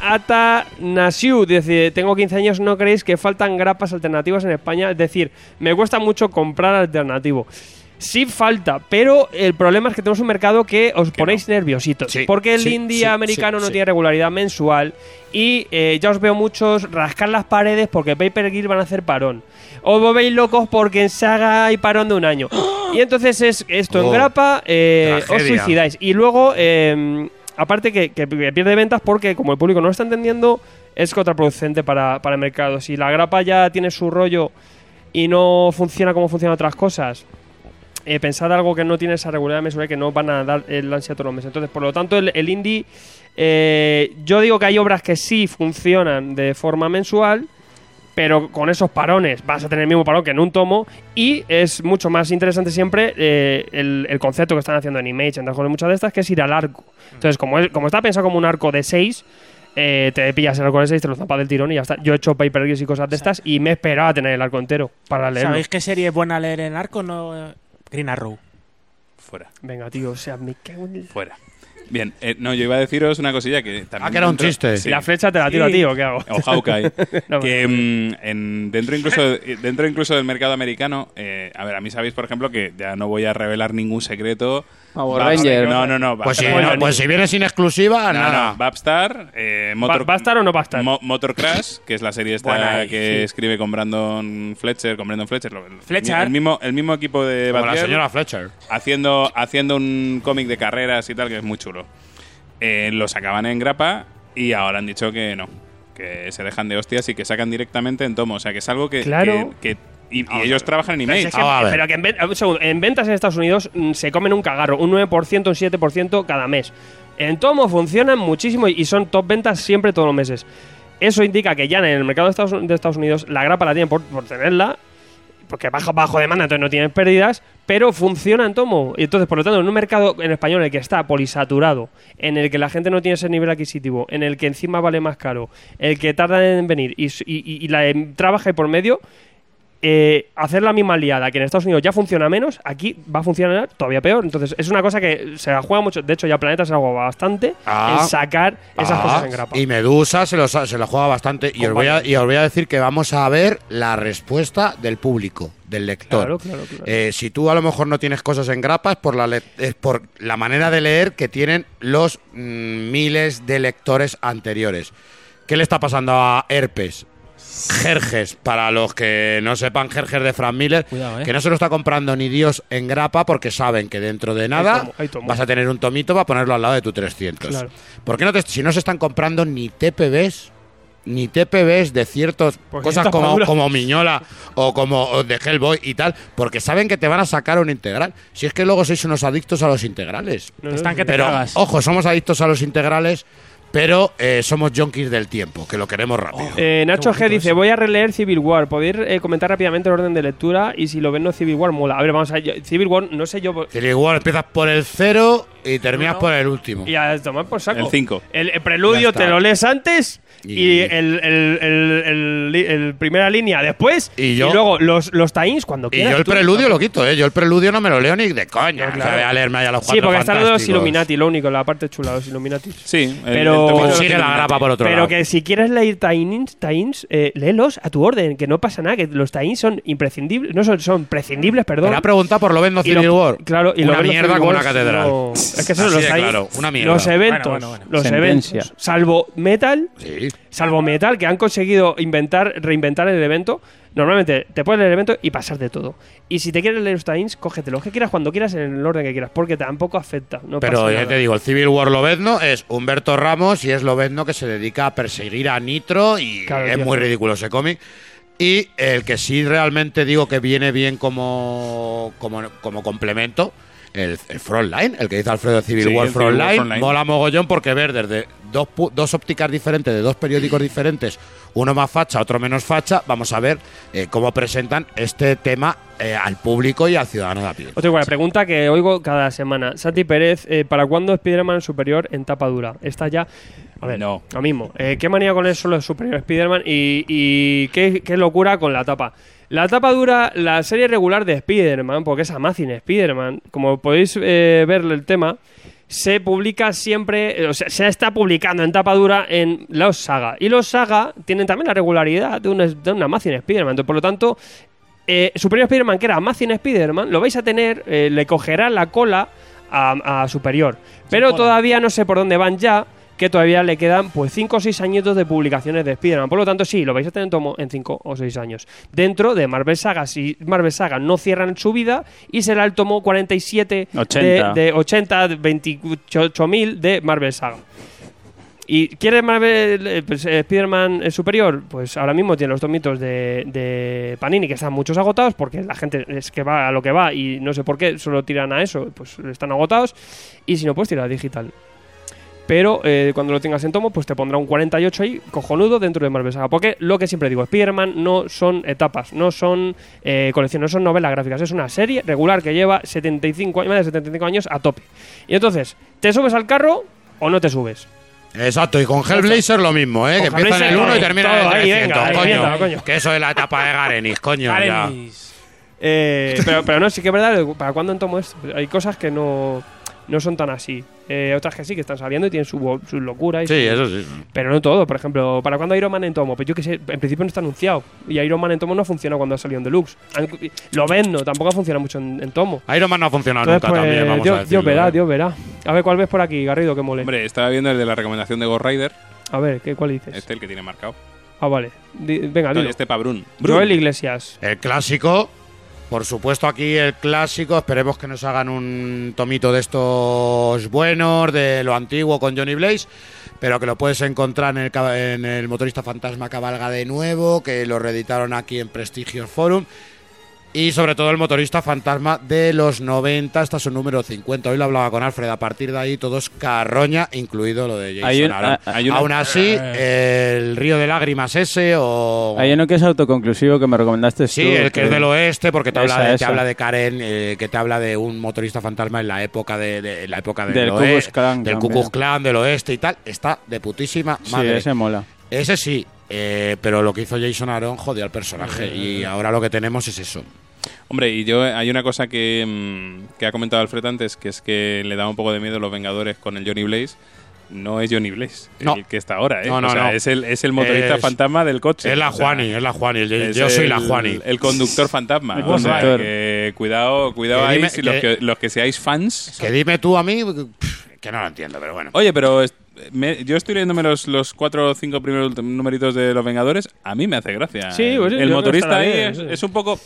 D: Atanasiu dice: Tengo 15 años, ¿no creéis que faltan grapas alternativas en España? Es decir, me cuesta mucho comprar alternativo. Sí falta, pero el problema es que tenemos un mercado que os ponéis nerviositos.
B: Sí,
D: porque el
B: sí,
D: indie
B: sí,
D: americano
B: sí,
D: no
B: sí.
D: tiene regularidad mensual y eh, ya os veo muchos rascar las paredes porque Paper Gear van a hacer parón. Os volvéis locos porque en Saga hay parón de un año. Y entonces es esto en
B: Oh.
D: grapa, eh, os
B: Tragedia.
D: suicidáis. Y luego, eh, aparte que, que pierde ventas porque como el público no lo está entendiendo, es contraproducente para, para el mercado. Si la grapa ya tiene su rollo y no funciona como funcionan otras cosas, eh, pensad algo que no tiene esa regularidad mensual que no van a dar el ansia todos los meses. Entonces, por lo tanto, el, el indie, eh, yo digo que hay obras que sí funcionan de forma mensual, pero con esos parones vas a tener el mismo parón que en un tomo y es mucho más interesante siempre eh, el, el concepto que están haciendo en Image, en Dragon, en muchas de estas, que es ir al arco. Entonces, como, es- como está pensado como un arco de 6, te pillas el arco de 6, te lo tapas del tirón y ya está. Yo he hecho paper Gears y cosas de estas y me esperaba tener el arco entero para leerlo.
C: ¿Sabéis qué serie es buena leer en arco? No, eh, Green Arrow.
E: Fuera,
D: Venga, tío, o sea, me cago en el-
E: fuera. Bien, eh, no, yo iba a deciros una cosilla que también.
B: Ah, que era un
E: dentro-
B: chiste.
E: Sí.
D: La flecha te la tiro a ti, ¿o ¿qué hago?
E: o Hawkeye.
D: No,
E: que mm, en- dentro, incluso, dentro incluso del mercado americano, eh, a ver, a mí sabéis, por ejemplo, que ya no voy a revelar ningún secreto.
A: Power
E: Babs-
A: Ranger.
E: No, no, no.
B: Pues si,
E: Babstar-
B: no, pues si vienes sin exclusiva,
E: no,
B: nada.
E: no, Babstar, eh,
D: ¿Va,
E: Motor,
D: va a estar o no va a estar?
E: Mo- Motor Crash, que es la serie esta
B: Buena ahí,
E: que
B: sí.
E: escribe con Brandon Fletcher, con Brandon Fletcher, lo- el-
C: Fletcher.
E: El mismo, el mismo equipo de
B: Como la
E: Batgirl,
B: señora Fletcher.
E: haciendo, haciendo un cómic de carreras y tal, que es muy chulo. Eh, lo sacaban en grapa y ahora han dicho que no, que se dejan de hostias y que sacan directamente en tomo. O sea, que es algo que.
D: Claro.
E: que- que- y, y ellos trabajan en
D: Pero
E: email.
D: si es que-
B: Ah, vale.
D: pero que en, ven- un segundo, en ventas en Estados Unidos mm, se comen un cagarro, un 9%, un 7% cada mes. En tomo funcionan muchísimo y son top ventas siempre todos los meses. Eso indica que ya en el mercado de Estados, de Estados Unidos la grapa la tienen por, por tenerla, porque baja bajo demanda, entonces no tienen pérdidas, pero funciona en tomo. Y entonces, por lo tanto, en un mercado en español en el que está polisaturado, en el que la gente no tiene ese nivel adquisitivo, en el que eh, encima vale más caro, el que tarda en venir y, s- y- y- y la em- trabaja ahí por medio, eh, hacer la misma liada que en Estados Unidos ya funciona menos, aquí va a funcionar todavía peor. Entonces, es una cosa que se la juega mucho. De hecho, ya Planeta se la juega bastante
B: Ah.
D: en sacar esas
B: Ah,
D: cosas en grapa.
B: Y Medusa se, los, se la juega bastante. Y os, voy a, y os voy a decir que vamos a ver la respuesta del público, del lector.
D: Claro, claro, claro.
B: Eh, si tú a lo mejor no tienes cosas en grapas, por la le- es por la manera de leer que tienen los mm, miles de lectores anteriores. ¿Qué le está pasando a Herpes? Jerjes, para los que no sepan, Jerjes de Frank Miller,
C: Cuidado, eh.
B: que no se lo está comprando ni Dios en grapa porque saben que dentro de nada
D: tomo, ahí tomo.
B: vas a tener un tomito para ponerlo al lado de tu 300.
D: Claro.
B: ¿Por qué no te, si no se están comprando ni TPBs, ni TPBs de ciertas
D: Pues
B: cosas
D: esta
B: como,
D: paura.
B: como Miñola o como o de Hellboy y tal? Porque saben que te van a sacar un integral. Si es que luego sois unos adictos a los integrales.
D: No, no,
C: Están que te
B: Pero,
C: cagas.
B: ojo, somos adictos a los integrales, pero eh, somos junkies del tiempo, que lo queremos rápido.
D: Eh, Nacho
C: bonito
D: G dice,
C: eso.
D: voy a releer Civil War. Podéis eh, comentar rápidamente el orden de lectura y si lo ven no Civil War mola. A ver, vamos a yo- Civil War, no sé yo... por-
B: Civil War, empiezas por el cero y terminas por el último.
D: Y a tomar por saco.
E: El cinco.
D: El, el
B: Ya
D: preludio
B: está.
D: te lo lees antes y,
B: Y-
D: el, el- el- el- li- el primera línea después.
B: Y yo-
D: luego los, los tains cuando
B: Y
D: quieras.
B: yo el
D: tú.
B: preludio lo quito, ¿eh? Yo el preludio no me lo leo ni de coña.
D: No,
B: O sea,
D: claro.
B: voy a leerme ahí a los
D: Sí,
B: Cuatro
D: porque están los
B: Fantásticos.
D: Illuminati, lo único, la parte chula, los Illuminati.
E: Sí, el-
D: Pero-
E: el topito de los
B: Consigue la
E: Illuminati.
B: grapa por otro
D: Pero
B: lado.
D: que si quieres leer tains, tains eh, léelos a tu orden, que no pasa nada, que los tains son imprescindibles, no son, son prescindibles, perdón.
B: Me la pregunta por lo vendo
D: Y lo-
B: Civil War.
D: Claro, y lo
B: una
D: ven los
B: mierda
D: Civil
B: como una
D: Wars,
B: catedral.
D: no- es que eso
B: Así
D: los
B: de
D: hay-
B: claro, una mierda.
D: Los eventos,
C: Bueno, bueno, bueno.
D: los
A: Sentencia.
D: eventos, salvo metal,
B: Sí.
D: salvo metal que han conseguido inventar, reinventar el evento. Normalmente te puedes leer el evento y pasar de todo. Y si te quieres leer los times, cógetelo, que quieras cuando quieras en el orden que quieras, porque tampoco afecta. No
B: Pero
D: pasa
B: ya
D: nada.
B: te digo, el Civil War Lobezno es Humberto Ramos y es Lobezno que se dedica a perseguir a Nitro y
D: Claro,
B: es
D: tío.
B: muy ridículo ese cómic. Y el que sí realmente digo que viene bien como, como, como complemento, el, el Frontline, el que dice Alfredo Civil
E: Sí,
B: War
E: el Civil War
B: Frontline,
E: Frontline.
B: mola mogollón porque ver desde dos, pu- dos ópticas diferentes, de dos periódicos diferentes, uno más facha, otro menos facha, vamos a ver eh, cómo presentan este tema eh, al público y al ciudadano de a pie.
D: Otra igual, pregunta que oigo cada semana. Santi Pérez, eh, ¿para cuándo Spider-Man Superior en tapa dura? Está ya. A ver,
E: No.
D: lo mismo. Eh, ¿Qué manía con el solo Superior Spider-Man y, y qué, qué locura con la tapa? La tapa dura, la serie regular de Spider-Man, porque es Amazing Spider-Man, como podéis eh, ver el tema, se publica siempre, eh, o sea, se está publicando en tapa dura en los Saga. Y los Saga tienen también la regularidad de una, de una Amazing Spider-Man. Entonces, Por lo tanto, eh, Superior Spider-Man, que era Amazing Spider-Man, lo vais a tener, eh, le cogerá la cola a, a Superior. Pero
C: cola.
D: todavía no sé por dónde van ya, que todavía le quedan pues 5 o 6 añitos de publicaciones de Spider-Man. Por lo tanto, sí, lo vais a tener tomo en 5 o 6 años. Dentro de Marvel Saga, si Marvel Saga no cierran su vida, y será el tomo 47 de-
A: 80.
D: De, 80, 28.000 de Marvel Saga. ¿Y quieres Marvel eh, pues, eh, Spider-Man eh, superior? Pues ahora mismo tiene los tomitos de, de Panini que están muchos agotados porque la gente es que va a lo que va y no sé por qué solo tiran a eso, pues están agotados. Y si no, pues tira digital. Pero eh, cuando lo tengas en tomo, pues te pondrá un 48 ahí, cojonudo, dentro de Marvel Saga. Porque lo que siempre digo, Spider-Man no son etapas, no son eh, colecciones, no son novelas gráficas. Es una serie regular que lleva 75, años- más de 75 años a tope. Y entonces, ¿te subes al carro o no te subes?
B: Exacto, y con Hellblazer lo mismo, ¿eh?
D: Con
B: Que empieza en
D: Hellblazer,
B: el 1 y
D: todo,
B: termina en
D: todo
B: el
D: ahí,
B: 300,
D: venga,
B: coño.
D: ahí, coño.
B: Que eso es la etapa de Garenis, coño. ya.
C: Arenis.
D: Eh, pero, pero no, sí que es verdad, ¿para cuándo en tomo esto? Hay cosas que no, no son tan así. Eh, otras que sí, que están saliendo y tienen su, su locura. Y
B: Sí,
D: su-
B: eso sí.
D: Pero no todo, por ejemplo, ¿para cuándo Iron Man en tomo? Pues yo que sé, en principio no está anunciado. Y Iron Man en tomo no funciona cuando ha salido en Deluxe. Han- Lo vendo, tampoco ha funcionado mucho en, en tomo.
B: Iron Man Ah, no ha funcionado
D: Entonces,
B: nunca
D: pues,
B: también, vamos a
D: Dios,
B: decirlo,
D: Dios verá,
B: ¿eh?
D: Dios verá. A ver, ¿cuál ves por aquí, Garrido, que mole?
E: Hombre, estaba viendo el de la recomendación de Ghost Rider,
D: A ver, ¿qué, ¿cuál dices?
E: este el que tiene marcado.
D: Ah, vale. Di- venga,
E: No,
D: dilo.
E: este para Brun. Brun.
D: Joel Iglesias.
B: El clásico, por supuesto, aquí el clásico. Esperemos que nos hagan un tomito de estos buenos, de lo antiguo con Johnny Blaze. Pero que lo puedes encontrar en el, cab- en el Motorista Fantasma Cabalga de nuevo, que lo reeditaron aquí en Prestigio Forum. Y sobre todo el motorista fantasma de los 90 hasta su número 50. Hoy lo hablaba con Alfred. A partir de ahí todos carroña, incluido lo de Jason
A: Hay un-
B: Aaron.
A: a-
E: hay una-
B: Aún así, el río de lágrimas ese o...
A: Oh. Hay uno que es autoconclusivo que me recomendaste
B: Sí,
A: tú,
B: el que es del oeste, porque te,
A: Esa,
B: habla, de, te
A: esa.
B: habla de Karen, eh, que te habla de un motorista fantasma en la época de, de- en la época del,
A: Del Ku Klux
B: oeste,
A: Klan
B: del Ku
A: también.
B: Klux Klan, del oeste y tal. Está de putísima
A: Sí,
B: madre.
A: ese mola.
B: Ese sí, Eh, pero lo que hizo Jason Aaron jodió al personaje y ahora lo que tenemos es eso.
E: Hombre, y yo hay una cosa que, mm, que ha comentado Alfred antes, que es que le da un poco de miedo a los Vengadores con el Johnny Blaze. No es Johnny Blaze,
B: No.
E: el que está ahora, ¿eh?
B: No, no,
E: O sea,
B: no.
E: Es, el, es el motorista
B: Es-
E: fantasma del coche.
B: es la
E: O sea,
B: Juani, es la Juani. el-
E: es
B: yo soy la
E: el-
B: Juani.
E: El conductor fantasma.
A: El
E: o sea,
A: conductor.
E: que cuidado, cuidado
B: Que
E: ahí,
B: dime-
E: si los,
B: que-
E: que, los que seáis fans.
B: que dime tú a mí, pff, que no lo entiendo, pero bueno.
E: Oye, pero es- me- yo estoy leyéndome los, los cuatro o cinco primeros ultim- numeritos de Los Vengadores. A mí me hace gracia.
D: Sí,
E: el,
D: pues sí, yo
E: el
D: creo que
E: motorista
D: estará
E: ahí
D: bien,
E: es,
D: sí.
E: es un poco.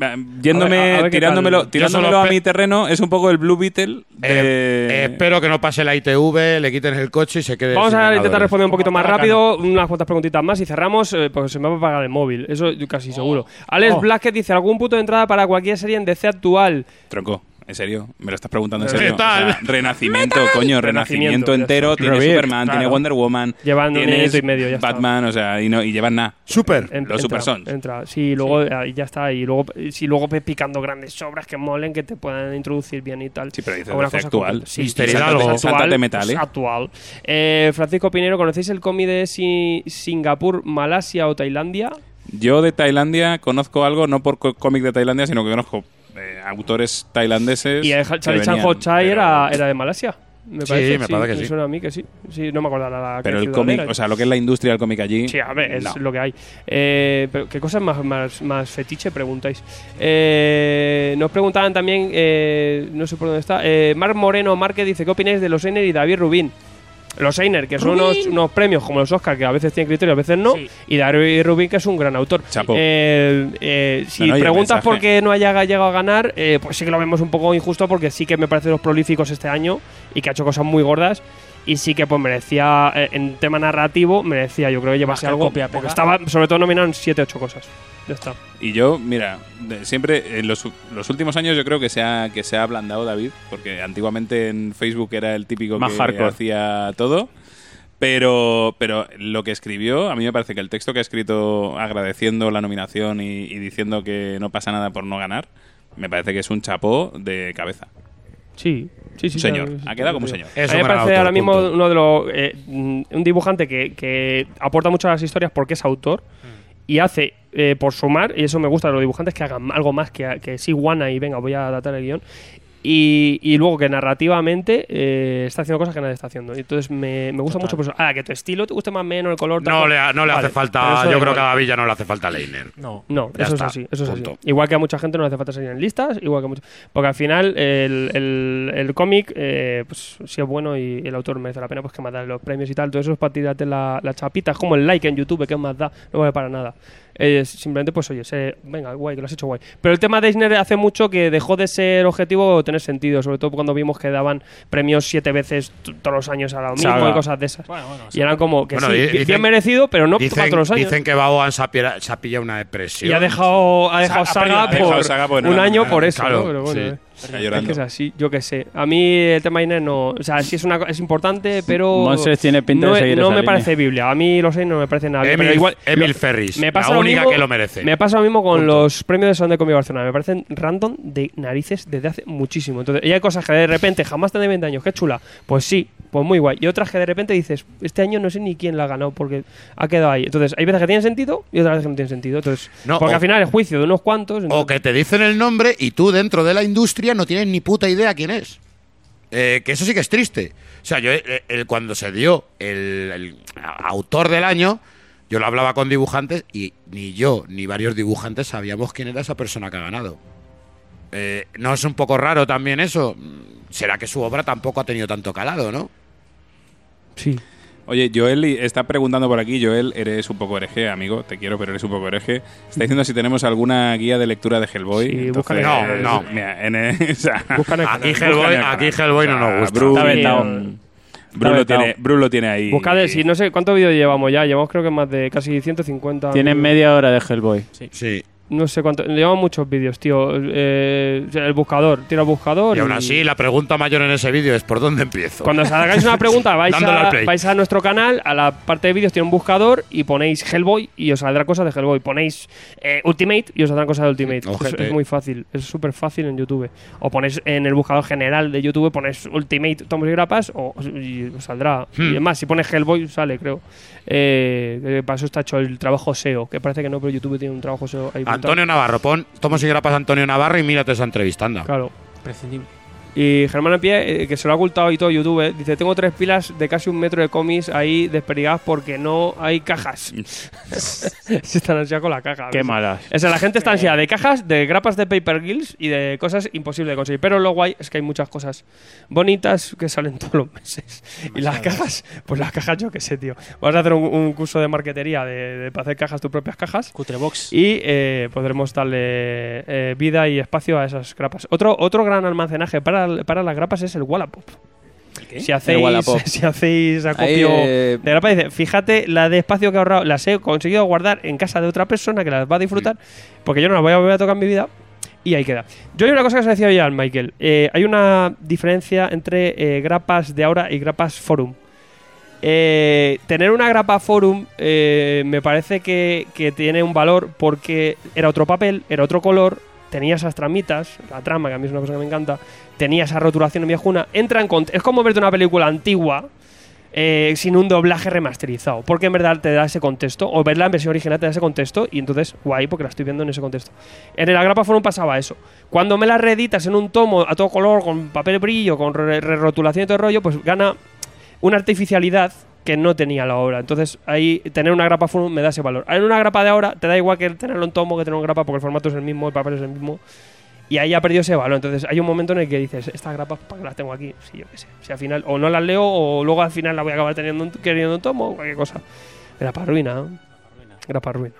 E: va, Yéndome,
D: A ver- a ver qué
E: tirándomelo,
D: tal.
E: tirándomelo
B: Yo solo
E: a
B: pe-
E: mi terreno, es un poco el Blue Beetle.
B: Eh,
E: de-
B: eh, espero que no pase la ITV, le quiten el coche y se quede.
D: Vamos
B: sin
D: a intentar
B: Vengadores.
D: responder un poquito más
C: Bacano.
D: rápido, unas cuantas preguntitas más y cerramos, eh, porque se me va a apagar el móvil, eso yo casi seguro. Alex
C: Oh.
D: Blasquez dice, ¿algún punto de entrada para cualquier serie en DC actual?
E: Tronco, ¿en serio? ¿Me lo estás preguntando en
B: ¿Qué
E: serio? O
B: tal?
E: sea, renacimiento, coño,
D: Renacimiento,
E: renacimiento
D: ya
E: entero. Tiene
A: Revivir,
E: Superman,
D: claro.
E: tiene Wonder Woman,
D: Llevan un
E: tienes
D: añito y medio, ya está.
E: Batman, o sea, y, no, y llevan nada.
B: Super.
D: En-
E: Los Super Sons.
D: Entra, sí, luego eh, ya está, y luego eh, si luego ves picando grandes obras que molen, que te puedan introducir bien y tal.
E: Sí, pero dices
D: Algunas
E: DC
D: cosas
E: actual.
D: concretas. Sí,
B: Mister
D: sí,
B: Hidalgo.
D: actual,
E: Sáltate metal, ¿eh?
D: Actual. Eh, Francisco Pinero, ¿conocéis el cómic de Si- Singapur, Malasia o Tailandia?
E: Yo de Tailandia conozco algo, no por co- cómic de Tailandia, sino que conozco eh, autores tailandeses.
D: Y el Ja-
E: que
D: Charlie Chan
E: venían,
D: Ho Chai
E: pero-
D: era, era de Malasia. Me
B: Sí,
D: parece,
B: me parece que sí.
D: suena a mí que sí. Sí, no me acordaba la- la
E: Pero
D: qué
E: el
D: ciudad
E: cómic,
D: era.
E: o sea, lo que es la industria del cómic allí.
D: Sí, a ver, es
E: no.
D: lo que hay. Eh, pero ¿Qué cosas más, más, más fetiche preguntáis? Eh, nos preguntaban también, eh, no sé por dónde está, eh, Marc Moreno Márquez dice, ¿qué opináis de los Einer y David Rubín? Los Einer, que son unos, unos premios como los Oscar, que a veces tienen criterio, a veces no,
C: Sí.
D: y David Rubín, que es un gran autor.
E: Chapo.
D: Eh, eh, si
E: No, no, y el
D: preguntas
E: mensaje.
D: por qué no haya llegado a ganar, eh, pues sí que lo vemos un poco injusto, porque sí que me parece de los prolíficos este año y que ha hecho cosas muy gordas. Y sí que pues merecía, eh, en tema narrativo, merecía, yo creo que llevase
C: que
D: algo.
C: copia, pega.
D: porque estaba, sobre todo, nominado en 7 8 cosas. Ya está.
E: Y yo, mira, de- siempre en los, u- los últimos años yo creo que se ha, que se ha ablandado David, porque antiguamente en Facebook era el típico
F: Más
E: que
F: hardcore.
E: hacía todo. Pero, pero lo que escribió, a mí me parece que el texto que ha escrito agradeciendo la nominación y, y diciendo que no pasa nada por no ganar, me parece que es un chapó de cabeza.
D: Sí, sí, sí.
E: señor,
D: claro, sí,
E: ha quedado como
D: sí.
E: señor.
B: Es
D: a mí
B: un gran
D: me parece
B: autor,
D: ahora mismo
B: punto.
D: uno de los. eh, mm, un dibujante que, que aporta mucho a las historias porque es autor y hace eh, por sumar, y eso me gusta de los dibujantes, que hagan algo más que, que sí, guana y venga, voy a datar el guión. Y, y luego que narrativamente eh, está haciendo cosas que nadie está haciendo. Y Entonces me, me gusta mucho por eso. Ah, que tu estilo te guste más o menos, el color. tal
B: No
D: cual.
B: le, ha- no le
D: Vale,
B: hace
D: pero
B: falta.
D: eso
B: Yo
D: da
B: creo
D: igual.
B: que a David ya no le hace falta Leiner.
C: No.
D: No,
B: Ya
D: eso
B: está,
D: es así, eso es así.
B: punto.
D: Igual que a mucha gente no le hace falta salir en listas, igual que a mucha- Porque al final el, el- el cómic, eh, pues si es bueno y el autor merece la pena, pues que más da los premios y tal, todo eso es para tirarte la, la chapita, es como el like en YouTube, que más da, no vale para nada. Eh, simplemente, pues oye, se- venga, guay, que lo has hecho guay. Pero el tema de Eisner hace mucho que dejó de ser objetivo o tener sentido, sobre todo cuando vimos que daban premios siete veces t- todos los años a lo mismo
E: Saga.
D: y cosas de esas.
C: Bueno, bueno,
D: y eran como que
B: Bueno,
D: sí,
B: di-
D: bien
B: dicen-
D: merecido, pero no para
B: Dicen,
D: todos los pues años.
B: dicen que Baoan se ha, pira- se ha pillado una depresión.
D: Y ha dejado, ha dejado
B: ha
D: saga,
B: perdido- ha
D: por
E: dejado saga por
D: un
E: nada,
D: año
E: claro,
D: por eso,
B: claro,
D: ¿no? Pero bueno,
B: sí.
D: eh,
E: Está
D: es que
E: llorando.
D: es así, yo qué sé. A mí el tema Inés no, o sea, sí es una co- es importante, pero
A: Monsters tiene pinta
D: no,
A: de
D: es-
A: seguir
D: no
A: esa
D: me
A: línea.
D: parece Biblia. A mí los seis no me parecen nada bien,
B: Emil,
D: pero igual
B: Emil Ferris.
D: me pasa
B: la
D: lo
B: única
D: mismo-
B: que lo merece.
D: me pasa lo mismo con
B: Punto.
D: los premios de Sound de Comedy Barcelona, me parecen random de narices desde hace muchísimo. Entonces, y hay cosas que de repente jamás tendré 20 años, qué chula. Pues sí, pues muy guay. Y otras que de repente dices, este año no sé ni quién la ha ganado porque ha quedado ahí. Entonces, hay veces que tienen sentido y otras veces que no tienen sentido. Entonces,
B: No,
D: porque
B: o-
D: al final es juicio de unos cuantos.
B: O
D: entonces-
B: que te dicen el nombre y tú dentro de la industria no tienes ni puta idea quién es. Eh, que eso sí que es triste. O sea, yo eh, el- cuando se dio el, el autor del año, yo lo hablaba con dibujantes y ni yo ni varios dibujantes sabíamos quién era esa persona que ha ganado. Eh, ¿No es un poco raro también eso? Mm, ¿Será que su obra tampoco ha tenido tanto calado, no?
D: Sí.
E: Oye, Joel y- está preguntando por aquí, Joel, eres un poco hereje, amigo, te quiero, pero eres un poco hereje. Está diciendo si tenemos alguna guía de lectura de Hellboy.
D: Sí,
E: Entonces,
D: búscale-
B: No, no.
E: mira, en, eh, o sea,
D: Buscan
B: Aquí Hellboy, aquí Hellboy no nos gusta.
E: Bru,
A: Está vetado.
E: Bru lo
A: vetado.
E: tiene, Bru lo tiene ahí.
D: Buscad el- sí, no sé cuántos vídeos llevamos ya. Llevamos creo que más de casi 150.
A: Tienen
D: vídeos.
A: media hora de Hellboy.
B: Sí.
D: No sé cuánto. Llevamos muchos vídeos, tío. Eh, el buscador, tira el buscador.
B: Y aún así, la pregunta mayor en ese vídeo es ¿por dónde empiezo?
D: Cuando os hagáis una pregunta, vais,
B: Dándole al
D: a,
B: play.
D: vais a nuestro canal, a la parte de vídeos tiene un buscador y ponéis Hellboy y os saldrá cosas de Hellboy. Ponéis eh, Ultimate y os saldrán cosas de Ultimate.
B: Ojete.
D: Es, es muy fácil, es súper fácil en YouTube. O ponéis en el buscador general de YouTube, ponéis Ultimate Tomos y Grapas o, y os saldrá.
B: Hmm.
D: Y además, si pones Hellboy, sale, creo. Eh, que para eso está hecho el trabajo SEO, que parece que no, pero YouTube tiene un trabajo SEO ahí. brutal.
B: Antonio Navarro, pon Tomos y grapas Antonio Navarro y mírate esa entrevista, anda.
D: Claro.
C: Prescindible.
D: Y Germán en pie, eh, que se lo ha ocultado y todo YouTube, eh, dice, tengo tres pilas de casi un metro de cómics ahí desperdigadas porque no hay cajas. se están ansiados con la caja.
F: Qué
D: ¿ves?
F: malas.
D: O sea, la gente está ansiada de cajas, de grapas de paper gills y de cosas imposibles de conseguir. Pero lo guay es que hay muchas cosas bonitas que salen todos los meses. Y las cajas, pues las cajas yo qué sé, tío. Vamos a hacer un, un curso de marquetería de, de- para hacer cajas, tus propias cajas.
C: Cutrebox.
D: Y eh, podremos darle eh, vida y espacio a esas grapas. Otro, otro gran almacenaje para, para las grapas es el Wallapop. Si hacéis,
A: El Wallapop.
D: si hacéis
A: Ahí,
D: acopio
A: eh,
D: de grapas, dice, fíjate la de espacio que he ahorrado, las he conseguido guardar en casa de otra persona que las va a disfrutar, porque yo no las voy a volver a tocar en mi vida. Y ahí queda. Yo hay una cosa que se decía ya al Michael. Eh, hay una diferencia entre eh, grapas de ahora y grapas forum. Eh, tener una grapa forum eh, me parece que, que tiene un valor porque era otro papel, era otro color, tenía esas tramitas, la trama, que a mí es una cosa que me encanta, tenía esa rotulación en viejuna, entra en cont- Es como verte una película antigua eh, sin un doblaje remasterizado, porque en verdad te da ese contexto, o verla en versión original te da ese contexto, y entonces guay, porque la estoy viendo en ese contexto. En la grapa forum pasaba eso. Cuando me la reeditas en un tomo a todo color, con papel brillo, con re- rerotulación y todo el rollo, pues gana una artificialidad que no tenía la obra. Entonces, ahí tener una grapa full me da ese valor. En una grapa de ahora te da igual que tenerlo en tomo que tener un grapa porque el formato es el mismo, el papel es el mismo. Y ahí ha perdido ese valor. Entonces, hay un momento en el que dices, estas grapas, ¿para qué las tengo aquí? Sí, yo qué sé. Si al final, o no las leo, o luego al final la voy a acabar teniendo, un- queriendo en tomo, o cualquier cosa. Grapa ruina. ¿eh? Grapa ruina.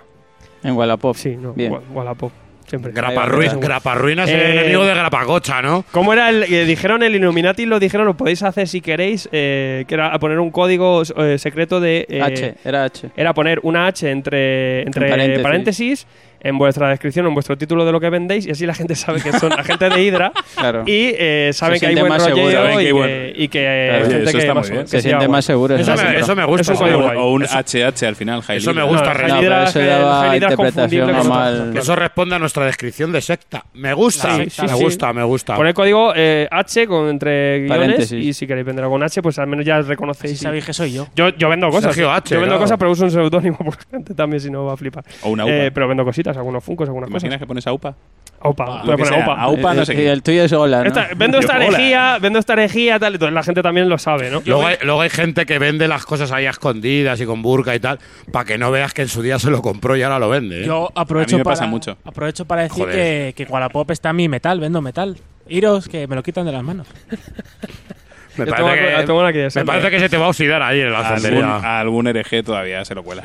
A: En Wallapop.
D: Sí, no.
A: Bien.
D: Gua- Wallapop. Siempre.
B: Grapa,
A: Ahí va,
B: Ruiz,
A: ahí va.
B: Grapa Ruina es el
D: Eh,
B: enemigo de Grapagocha, ¿no?
D: ¿Cómo era el que dijeron el Illuminati? Lo dijeron, lo podéis hacer si queréis, eh, que era a poner un código eh, secreto de... eh,
A: H, era H.
D: era poner una H entre, entre
A: En
D: paréntesis.
A: paréntesis.
D: en vuestra descripción, en vuestro título de lo que vendéis, y así la gente sabe que son agente de Hydra
A: Claro.
D: y eh, saben
A: Se
D: que hay
A: siente
D: buen
A: más seguro.
D: rollo
E: Saben que
D: y,
E: hay buen-
D: que- y que
A: Claro.
E: Oye,
D: gente
E: eso
D: que
E: está
D: más-
E: muy bien.
D: que
A: se
D: sea
A: siente
D: bueno.
A: más seguro.
B: Eso
A: ¿no?
B: me, eso me gusta.
D: Es un
B: eso me
E: O,
D: código
B: gusta.
E: o un HH al final, Jailin.
B: Eso me
D: No,
B: gusta.
D: el
B: Rey.
A: No,
D: Hydra-
A: pero eso ya
D: el
A: va a
D: Hydra es
A: interpretación
D: confundible con otras
A: normal.
D: cosas.
B: Eso responde a nuestra descripción de secta. Me gusta,
D: Sí, sí,
B: me
D: sí.
B: gusta, me gusta.
D: Poner código eh, H con entre guiones
A: Paréntesis.
D: y si queréis vender con H, pues al menos ya
C: Si
D: reconocéis. y-
C: sabéis que soy yo.
D: Yo, yo vendo cosas.
B: Sergio H,
D: yo vendo
B: claro.
D: cosas, pero uso un seudónimo porque la gente también si no va a flipar.
E: O una uva.
D: Eh, pero vendo cositas, algunos funcos,
E: ¿Te
D: algunas
E: imaginas que pones a UPA?
D: cosas. Opa, Ah. voy a
E: Ah, Lo que
D: poner
E: sea,
D: opa.
E: a UPA no
A: Eh,
E: sé
A: y
E: qué.
A: el tuyo es hola, ¿no?
D: Esta- vendo esta
E: Hola.
D: herejía, vendo esta herejía, tal. Entonces la gente también lo sabe, ¿no?
B: Luego hay, luego hay gente que vende las cosas ahí a escondidas y con burka y tal, para que no veas que en su día se lo compró y ahora lo vende. ¿eh?
C: Yo aprovecho
E: A mí me
C: para,
E: pasa mucho.
C: aprovecho para decir
B: Joder.
C: que, que en Wallapop está mi metal, vendo metal. Iros, que me lo quitan de las manos.
B: me,
D: yo tengo una-
B: parece
D: tengo una que
B: que,
D: ya sé.
B: me parece que se te va a oxidar ahí en la
E: A algún,
B: cendería.
E: a algún hereje todavía se lo cuela.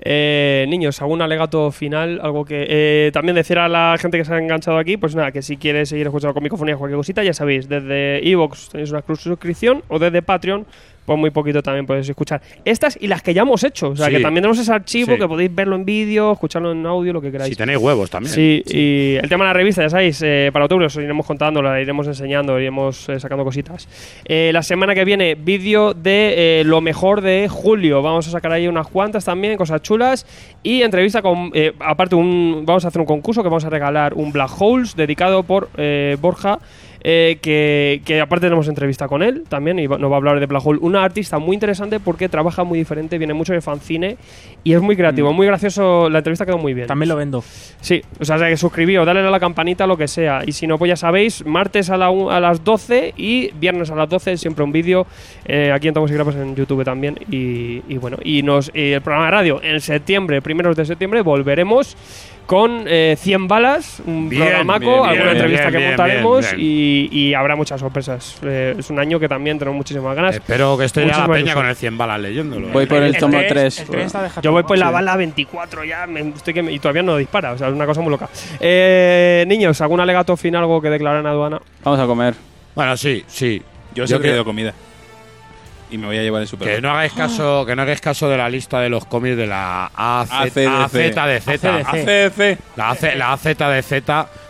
D: Eh, niños, algún alegato final, algo que eh, también decir a la gente que se ha enganchado aquí, pues nada, que si quieres seguir escuchando Comicofonía o cualquier cosita, ya sabéis, desde Evox tenéis una cruz- suscripción o desde Patreon, pues muy poquito también podéis escuchar estas y las que ya hemos hecho, o sea,
B: Sí.
D: que también tenemos ese archivo
B: Sí.
D: que podéis verlo en vídeo, escucharlo en audio, lo que queráis.
B: Si tenéis huevos también.
D: Sí, y el tema de la revista, ya sabéis, eh, para octubre os iremos contando, la iremos enseñando, iremos eh, sacando cositas. Eh, la semana que viene, vídeo de eh, lo mejor de julio. Vamos a sacar ahí unas cuantas también, cosas chulas. Y entrevista con, eh, aparte, un, vamos a hacer un concurso que vamos a regalar un Black Holes dedicado por eh, Borja. eh, que, que aparte tenemos entrevista con él también y va- nos va a hablar de Black Hole, una artista muy interesante porque trabaja muy diferente, viene mucho de fancine y es muy creativo, muy gracioso, la entrevista quedó muy bien.
C: También lo vendo.
D: Sí, o sea, que suscribíos, dale a la campanita, lo que sea. Y si no, pues ya sabéis, martes a, la u- a las 12 y viernes a las 12, siempre un vídeo. eh, aquí en Tomos y Grapas en YouTube también. Y, y bueno, y nos y el programa de radio en septiembre, primeros de septiembre, volveremos con eh, 100 balas, un
B: Bien,
D: programaco,
B: bien,
D: alguna
B: bien,
D: entrevista
B: bien,
D: que
B: bien,
D: montaremos
B: bien,
D: Y, y habrá muchas sorpresas. Eh, es un año que también tenemos muchísimas ganas.
B: Espero que esté ya la
D: Muchísimas
B: peña
D: ilusiones.
B: con el 100 balas leyéndolo. ¿eh?
A: Voy por el tomo 3.
D: Yo voy por la bala 24 ya, me estoy que me- y todavía no dispara, o sea, es una cosa muy loca. Eh, niños, ¿algún alegato final, algo que declarar en aduana?
A: Vamos a comer.
B: Bueno, sí, sí.
E: Yo os he
B: creo-
E: traído comida. y me voy a llevar el Super
G: Que no hagáis caso, que no hagáis caso de la lista de los cómics de la AZ,
E: ACDC.
G: AZDZ.
E: ACDC.
G: La, AZ, la AZDZ,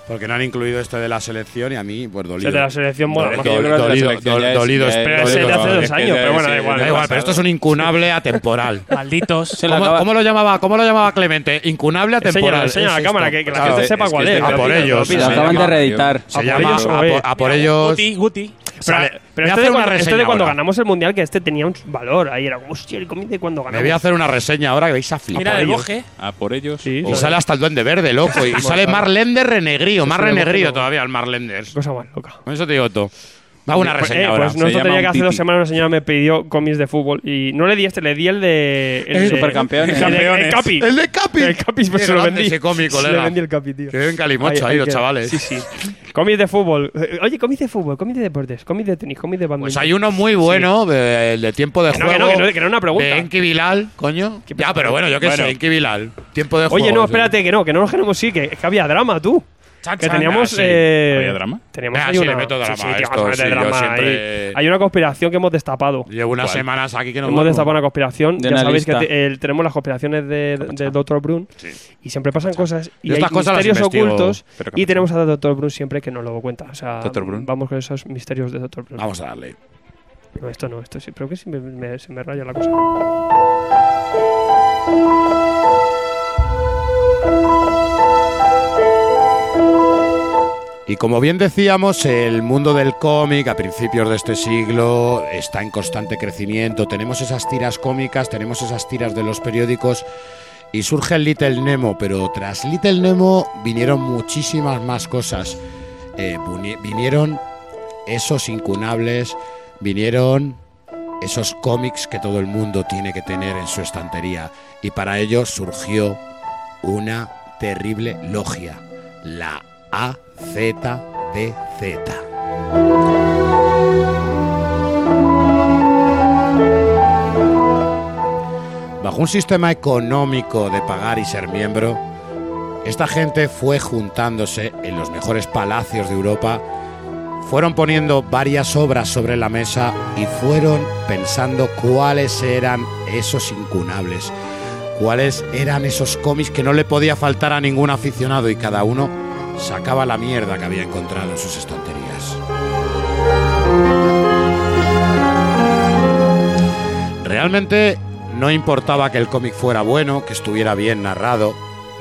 G: porque no han incluido este de la selección y a mí, pues dolido.
D: El Este de la selección, bueno,
E: Es
D: más
E: que
D: o
E: yo
D: menos.
E: creo que la
G: Dolido,
E: selección
G: dol-
E: ya es- ya
G: dolido,
E: es-
G: pero
D: ese de hace
E: vamos,
D: dos
E: es que
D: años,
E: ya
D: pero
E: es-
D: bueno, da
E: sí,
D: igual,
G: Da igual, pero esto es un incunable atemporal.
C: Malditos.
A: Se la
G: ¿Cómo,
A: acaba-
G: cómo lo llamaba, ¿Cómo lo llamaba Clemente? Incunable
D: Enséñalo,
G: atemporal.
D: enséñalo
G: Es
D: a la
G: esto.
D: cámara, que, que la
G: Claro.
D: gente
E: es-
D: sepa
E: es que
D: cuál
E: es
D: es.
E: de-
D: que
G: a
D: lo
G: por
D: pidan, que
G: ellos.
D: lo
G: Se
A: Lo
D: pidan.
G: llama-
A: acaban de reeditar.
G: Se
D: por
G: llama
D: ellos,
G: a,
D: oye.
G: por, a por ellos.
C: Guti, Guti.
D: Pero,
G: Sale-
D: pero
G: me
D: esto,
G: hace
D: de
G: una
D: cuando, esto de
G: reseña
D: cuando
G: ahora.
D: ganamos el mundial, que este tenía un valor. Ahí era como, hostia, el cómic de cuando
G: Me
D: ganamos.
G: voy a hacer una reseña ahora que vais a flipar.
C: Mira el
G: Ellos.
C: boje.
E: A por ellos.
D: Sí,
G: Y sale hasta el duende verde, loco. Y sale Marlene de Renegrío. Más Renegrío todavía, el Marlenders.
D: Cosa más loca.
G: Con eso te digo todo. Va una
D: Pues,
G: reseña
D: eh,
G: ahora.
D: pues no
E: Se
D: tenía
E: llama
D: que
E: un
D: hace dos
E: titi.
D: semanas una señora me pidió cómics de fútbol y no le di este, le di el de. El,
E: El
D: de-
E: Supercampeones.
D: El, de-
E: Campeones.
D: el Capi.
G: El de Capi.
D: El Capi, pues
G: Qué
D: se lo
G: grande
D: vendí.
G: ese cómic,
D: Se
G: colega.
D: lo vendí el Capi, tío.
G: Que ven calimocho ahí,
D: ahí
G: los
D: queda.
G: chavales.
D: Sí, sí. Cómics de fútbol. Eh, Oye, cómics de fútbol, cómics de deportes, cómics de tenis, cómics de
G: Pues
D: bandera.
G: hay uno muy bueno, de- el de tiempo de
D: Que no,
G: juego.
D: que no, que no, que no era una pregunta.
G: De Enki Bilal, coño.
D: ¿Qué pasa?
G: Ya, pero bueno, yo qué
E: Bueno.
G: sé, Enki Bilal. Tiempo de juego.
D: Oye, no,
G: sí.
D: espérate, que no, que no nos queremos sí, que, es que había drama, tú.
C: Chan,
D: que
C: chan.
D: teníamos.
E: Ah, sí.
D: eh,
E: ¿Había drama?
D: Teníamos
G: Ah,
D: ahí
G: sí,
D: una.
G: le meto drama a
D: tío,
G: esto,
D: vamos a meter
G: sí, yo
D: drama
G: siempre-
D: ahí. Hay una conspiración que hemos destapado.
G: Llevo unas
E: ¿Cuál?
G: semanas aquí que no
D: Hemos
G: duermo.
D: destapado una conspiración.
A: De
D: ya
A: una
D: sabéis que
A: lista.
D: te- el- tenemos las conspiraciones de, del Dr. Brun. Y siempre pasan cosas. Y
G: Yo
D: hay
G: estas cosas las
D: misterios
G: investigo,
D: ocultos.
E: pero que
D: Y
E: no-
D: tenemos al Dr. Brun siempre que nos lo cuenta. O sea,
E: Dr. Brun.
D: vamos con esos misterios de Dr. Brun.
G: Vamos a darle.
D: No, esto no, esto sí. Pero que se me, me- se me raya la cosa.
G: Y como bien decíamos, el mundo del cómic a principios de este siglo está en constante crecimiento. Tenemos esas tiras cómicas, tenemos esas tiras de los periódicos y surge el Little Nemo, pero tras Little Nemo vinieron muchísimas más cosas. Eh, vuni- vinieron esos incunables, vinieron esos cómics que todo el mundo tiene que tener en su estantería. Y para ello surgió una terrible logia, la AZDZ. Bajo un sistema económico de pagar y ser miembro, esta gente fue juntándose en los mejores palacios de Europa, fueron poniendo varias obras sobre la mesa y fueron pensando cuáles eran esos incunables, cuáles eran esos cómics que no le podía faltar a ningún aficionado y cada uno sacaba la mierda que había encontrado en sus estanterías. Realmente no importaba que el cómic fuera bueno, que estuviera bien narrado,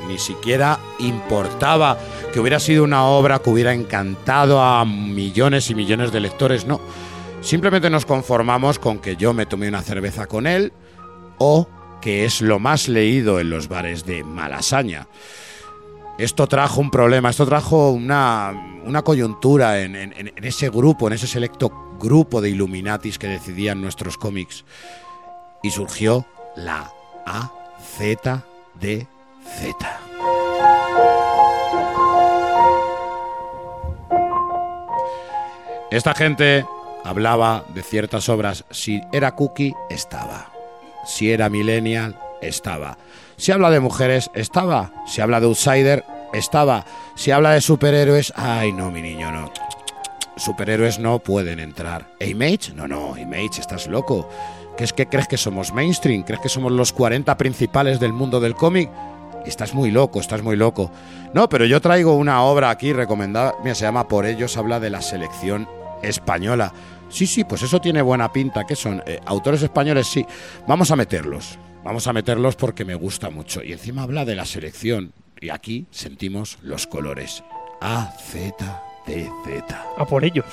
G: ni siquiera importaba que hubiera sido una obra que hubiera encantado a millones y millones de lectores, no. Simplemente nos conformamos con que yo me tomé una cerveza con él o que es lo más leído en los bares de Malasaña. Esto trajo un problema, esto trajo una, una coyuntura en, en- en ese grupo, en ese selecto grupo de Illuminatis que decidían nuestros cómics. Y surgió la AZDZ. Esta gente hablaba de ciertas obras. Si era cookie, estaba. Si era millennial, estaba. Si habla de mujeres, estaba. Si habla de outsider, estaba. Si habla de superhéroes, ay no, mi niño, no. Superhéroes no pueden entrar. ¿E Image? No, no, Image, estás loco. ¿Qué es que crees que somos mainstream? ¿Crees que somos los 40 principales del mundo del cómic? Estás muy loco, estás muy loco. No, pero yo traigo una obra aquí recomendada. Mira, se llama Por ellos habla de la selección española. Sí, sí, pues eso tiene buena pinta. ¿Qué son? Eh, autores españoles, sí. Vamos a meterlos. Vamos a meterlos porque me gusta mucho. Y encima habla de la selección. Y aquí sentimos los colores. A, Z, T, Z.
D: A por ellos.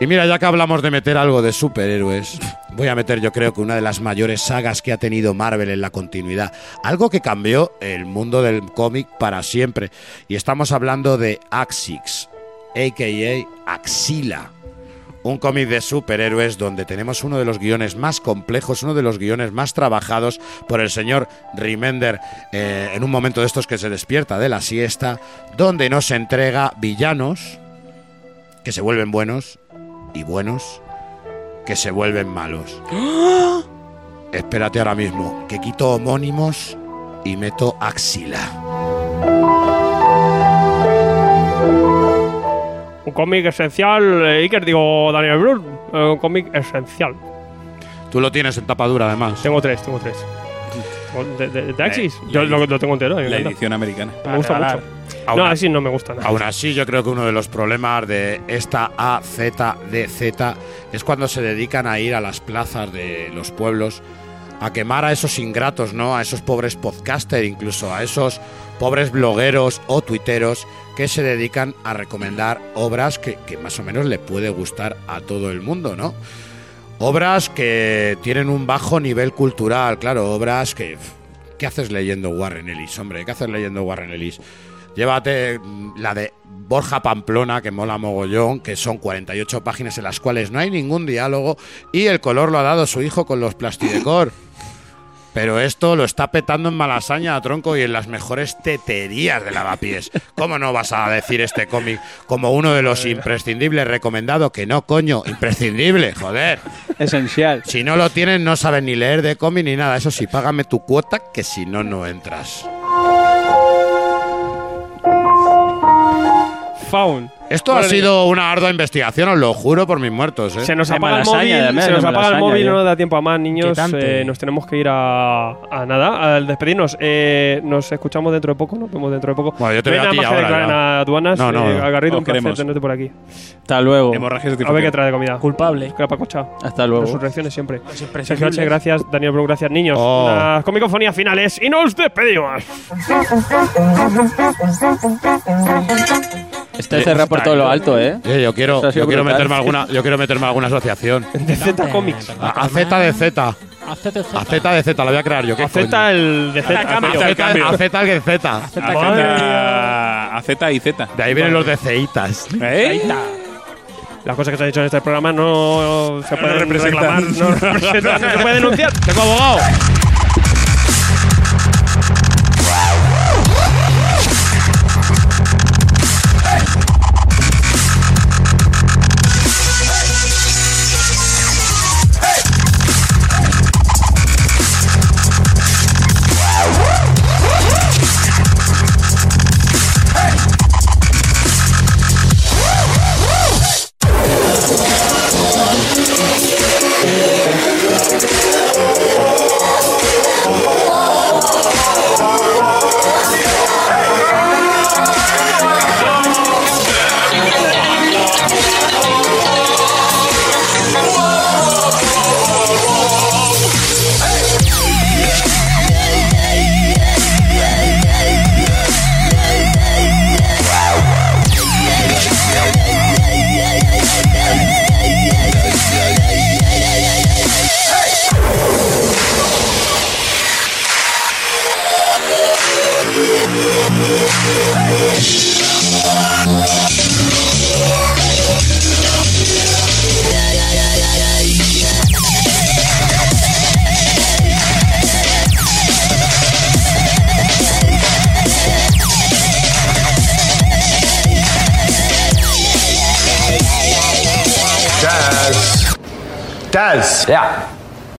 G: Y mira, ya que hablamos de meter algo de superhéroes, voy a meter yo creo que una de las mayores sagas que ha tenido Marvel en la continuidad. Algo que cambió el mundo del cómic para siempre. Y estamos hablando de Axix, a.k.a. Axila. Un cómic de superhéroes donde tenemos uno de los guiones más complejos, uno de los guiones más trabajados por el señor Remender eh, en un momento de estos que se despierta de la siesta, donde nos entrega villanos que se vuelven buenos y buenos que se vuelven malos. Espérate ahora mismo, que quito homónimos y meto axila.
D: Un cómic esencial, eh, Iker, digo Daniel Brun. eh, un cómic esencial.
G: Tú lo tienes en tapadura, además.
D: Tengo tres, tengo tres. ¿De, de,
G: Eh,
D: de Axis?
E: La-
D: Yo
E: la
D: lo,
E: edición-
D: lo tengo entero. eh, me
E: La
D: encanta.
E: edición americana.
D: Me gusta
C: regalar.
D: mucho.
G: Aún
D: No,
G: así-
D: Axis no me gusta nada.
G: Aún así, yo creo que uno de los problemas de esta AZDZ es cuando se dedican a ir a las plazas de los pueblos a quemar a esos ingratos, ¿no? A esos pobres podcasters, incluso a esos pobres blogueros o tuiteros que se dedican a recomendar obras que, que más o menos le puede gustar a todo el mundo, ¿no? Obras que tienen un bajo nivel cultural, claro, obras que... pf, ¿Qué haces leyendo Warren Ellis, hombre? ¿Qué haces leyendo Warren Ellis? Llévate mm, la de Borja Pamplona, que mola mogollón, que son 48 páginas en las cuales no hay ningún diálogo y el color lo ha dado su hijo con los plastidecor. Pero esto lo está petando en Malasaña a tronco y en las mejores teterías de lavapiés. ¿Cómo no vas a decir este cómic como uno de los imprescindibles recomendado? Que no, coño, imprescindible, joder.
A: Esencial.
G: Si no lo tienes, no sabes ni leer de cómic ni nada. Eso sí, págame tu cuota, que si no, no entras.
D: Faun.
G: Esto
D: Bueno,
G: ha sido una ardua investigación, os lo juro por mis muertos. ¿eh?
D: Se nos
A: De
D: apaga el
A: Malasaña,
D: móvil,
A: además,
D: se
A: de
D: nos apaga el
A: Malasaña,
D: móvil,
A: ya.
D: no nos da tiempo a más, niños.
C: Inquietante.
D: eh, nos tenemos que ir a, a nada, al despedirnos. Eh, nos escuchamos dentro de poco, nos vemos dentro de poco.
G: Bueno, yo te
D: No
G: veo
D: hay
G: a
D: nada
G: ti
D: más que
G: ahora,
D: declarar
G: ya.
D: en aduanas.
G: No, no,
D: eh,
G: no.
D: Algarrido,
E: Os
D: un placer
E: queremos.
D: tenerte por aquí.
A: Hasta luego.
E: Hemorragias de
D: A ver qué
E: tifoideo.
D: trae de comida.
C: Culpable.
D: Capa cocha.
A: Hasta luego.
D: Resurrecciones siempre.
C: Los
D: Sergio
C: imprescindibles.
D: H, gracias. Daniel Brun, gracias, niños.
G: Oh.
D: Las comicofonías finales y nos despedimos.
A: Este cerra por todo lo alto, ¿eh?
G: Eh, yo quiero,
A: Eso ha sido
G: yo quiero
A: brutal.
G: meterme alguna, yo quiero meterme alguna asociación.
D: De Z Comics.
G: A, Z de Z,
C: Hacete Z.
G: a Z de Z, la voy a crear yo. ¿qué
D: A Z el de Z.
G: coño?
E: cambio,
G: A Z-
E: cambio.
G: a Z el que Z.
E: A
D: Madre
E: Z, a Z y Z.
G: De ahí vienen los de Ceitas.
E: ¿Eh?
D: Las cosas que se han dicho en este programa no se pueden
E: representan.
D: reclamar, no representan, no se puede denunciar. Tengo abogado.
H: Does. Does. Yeah.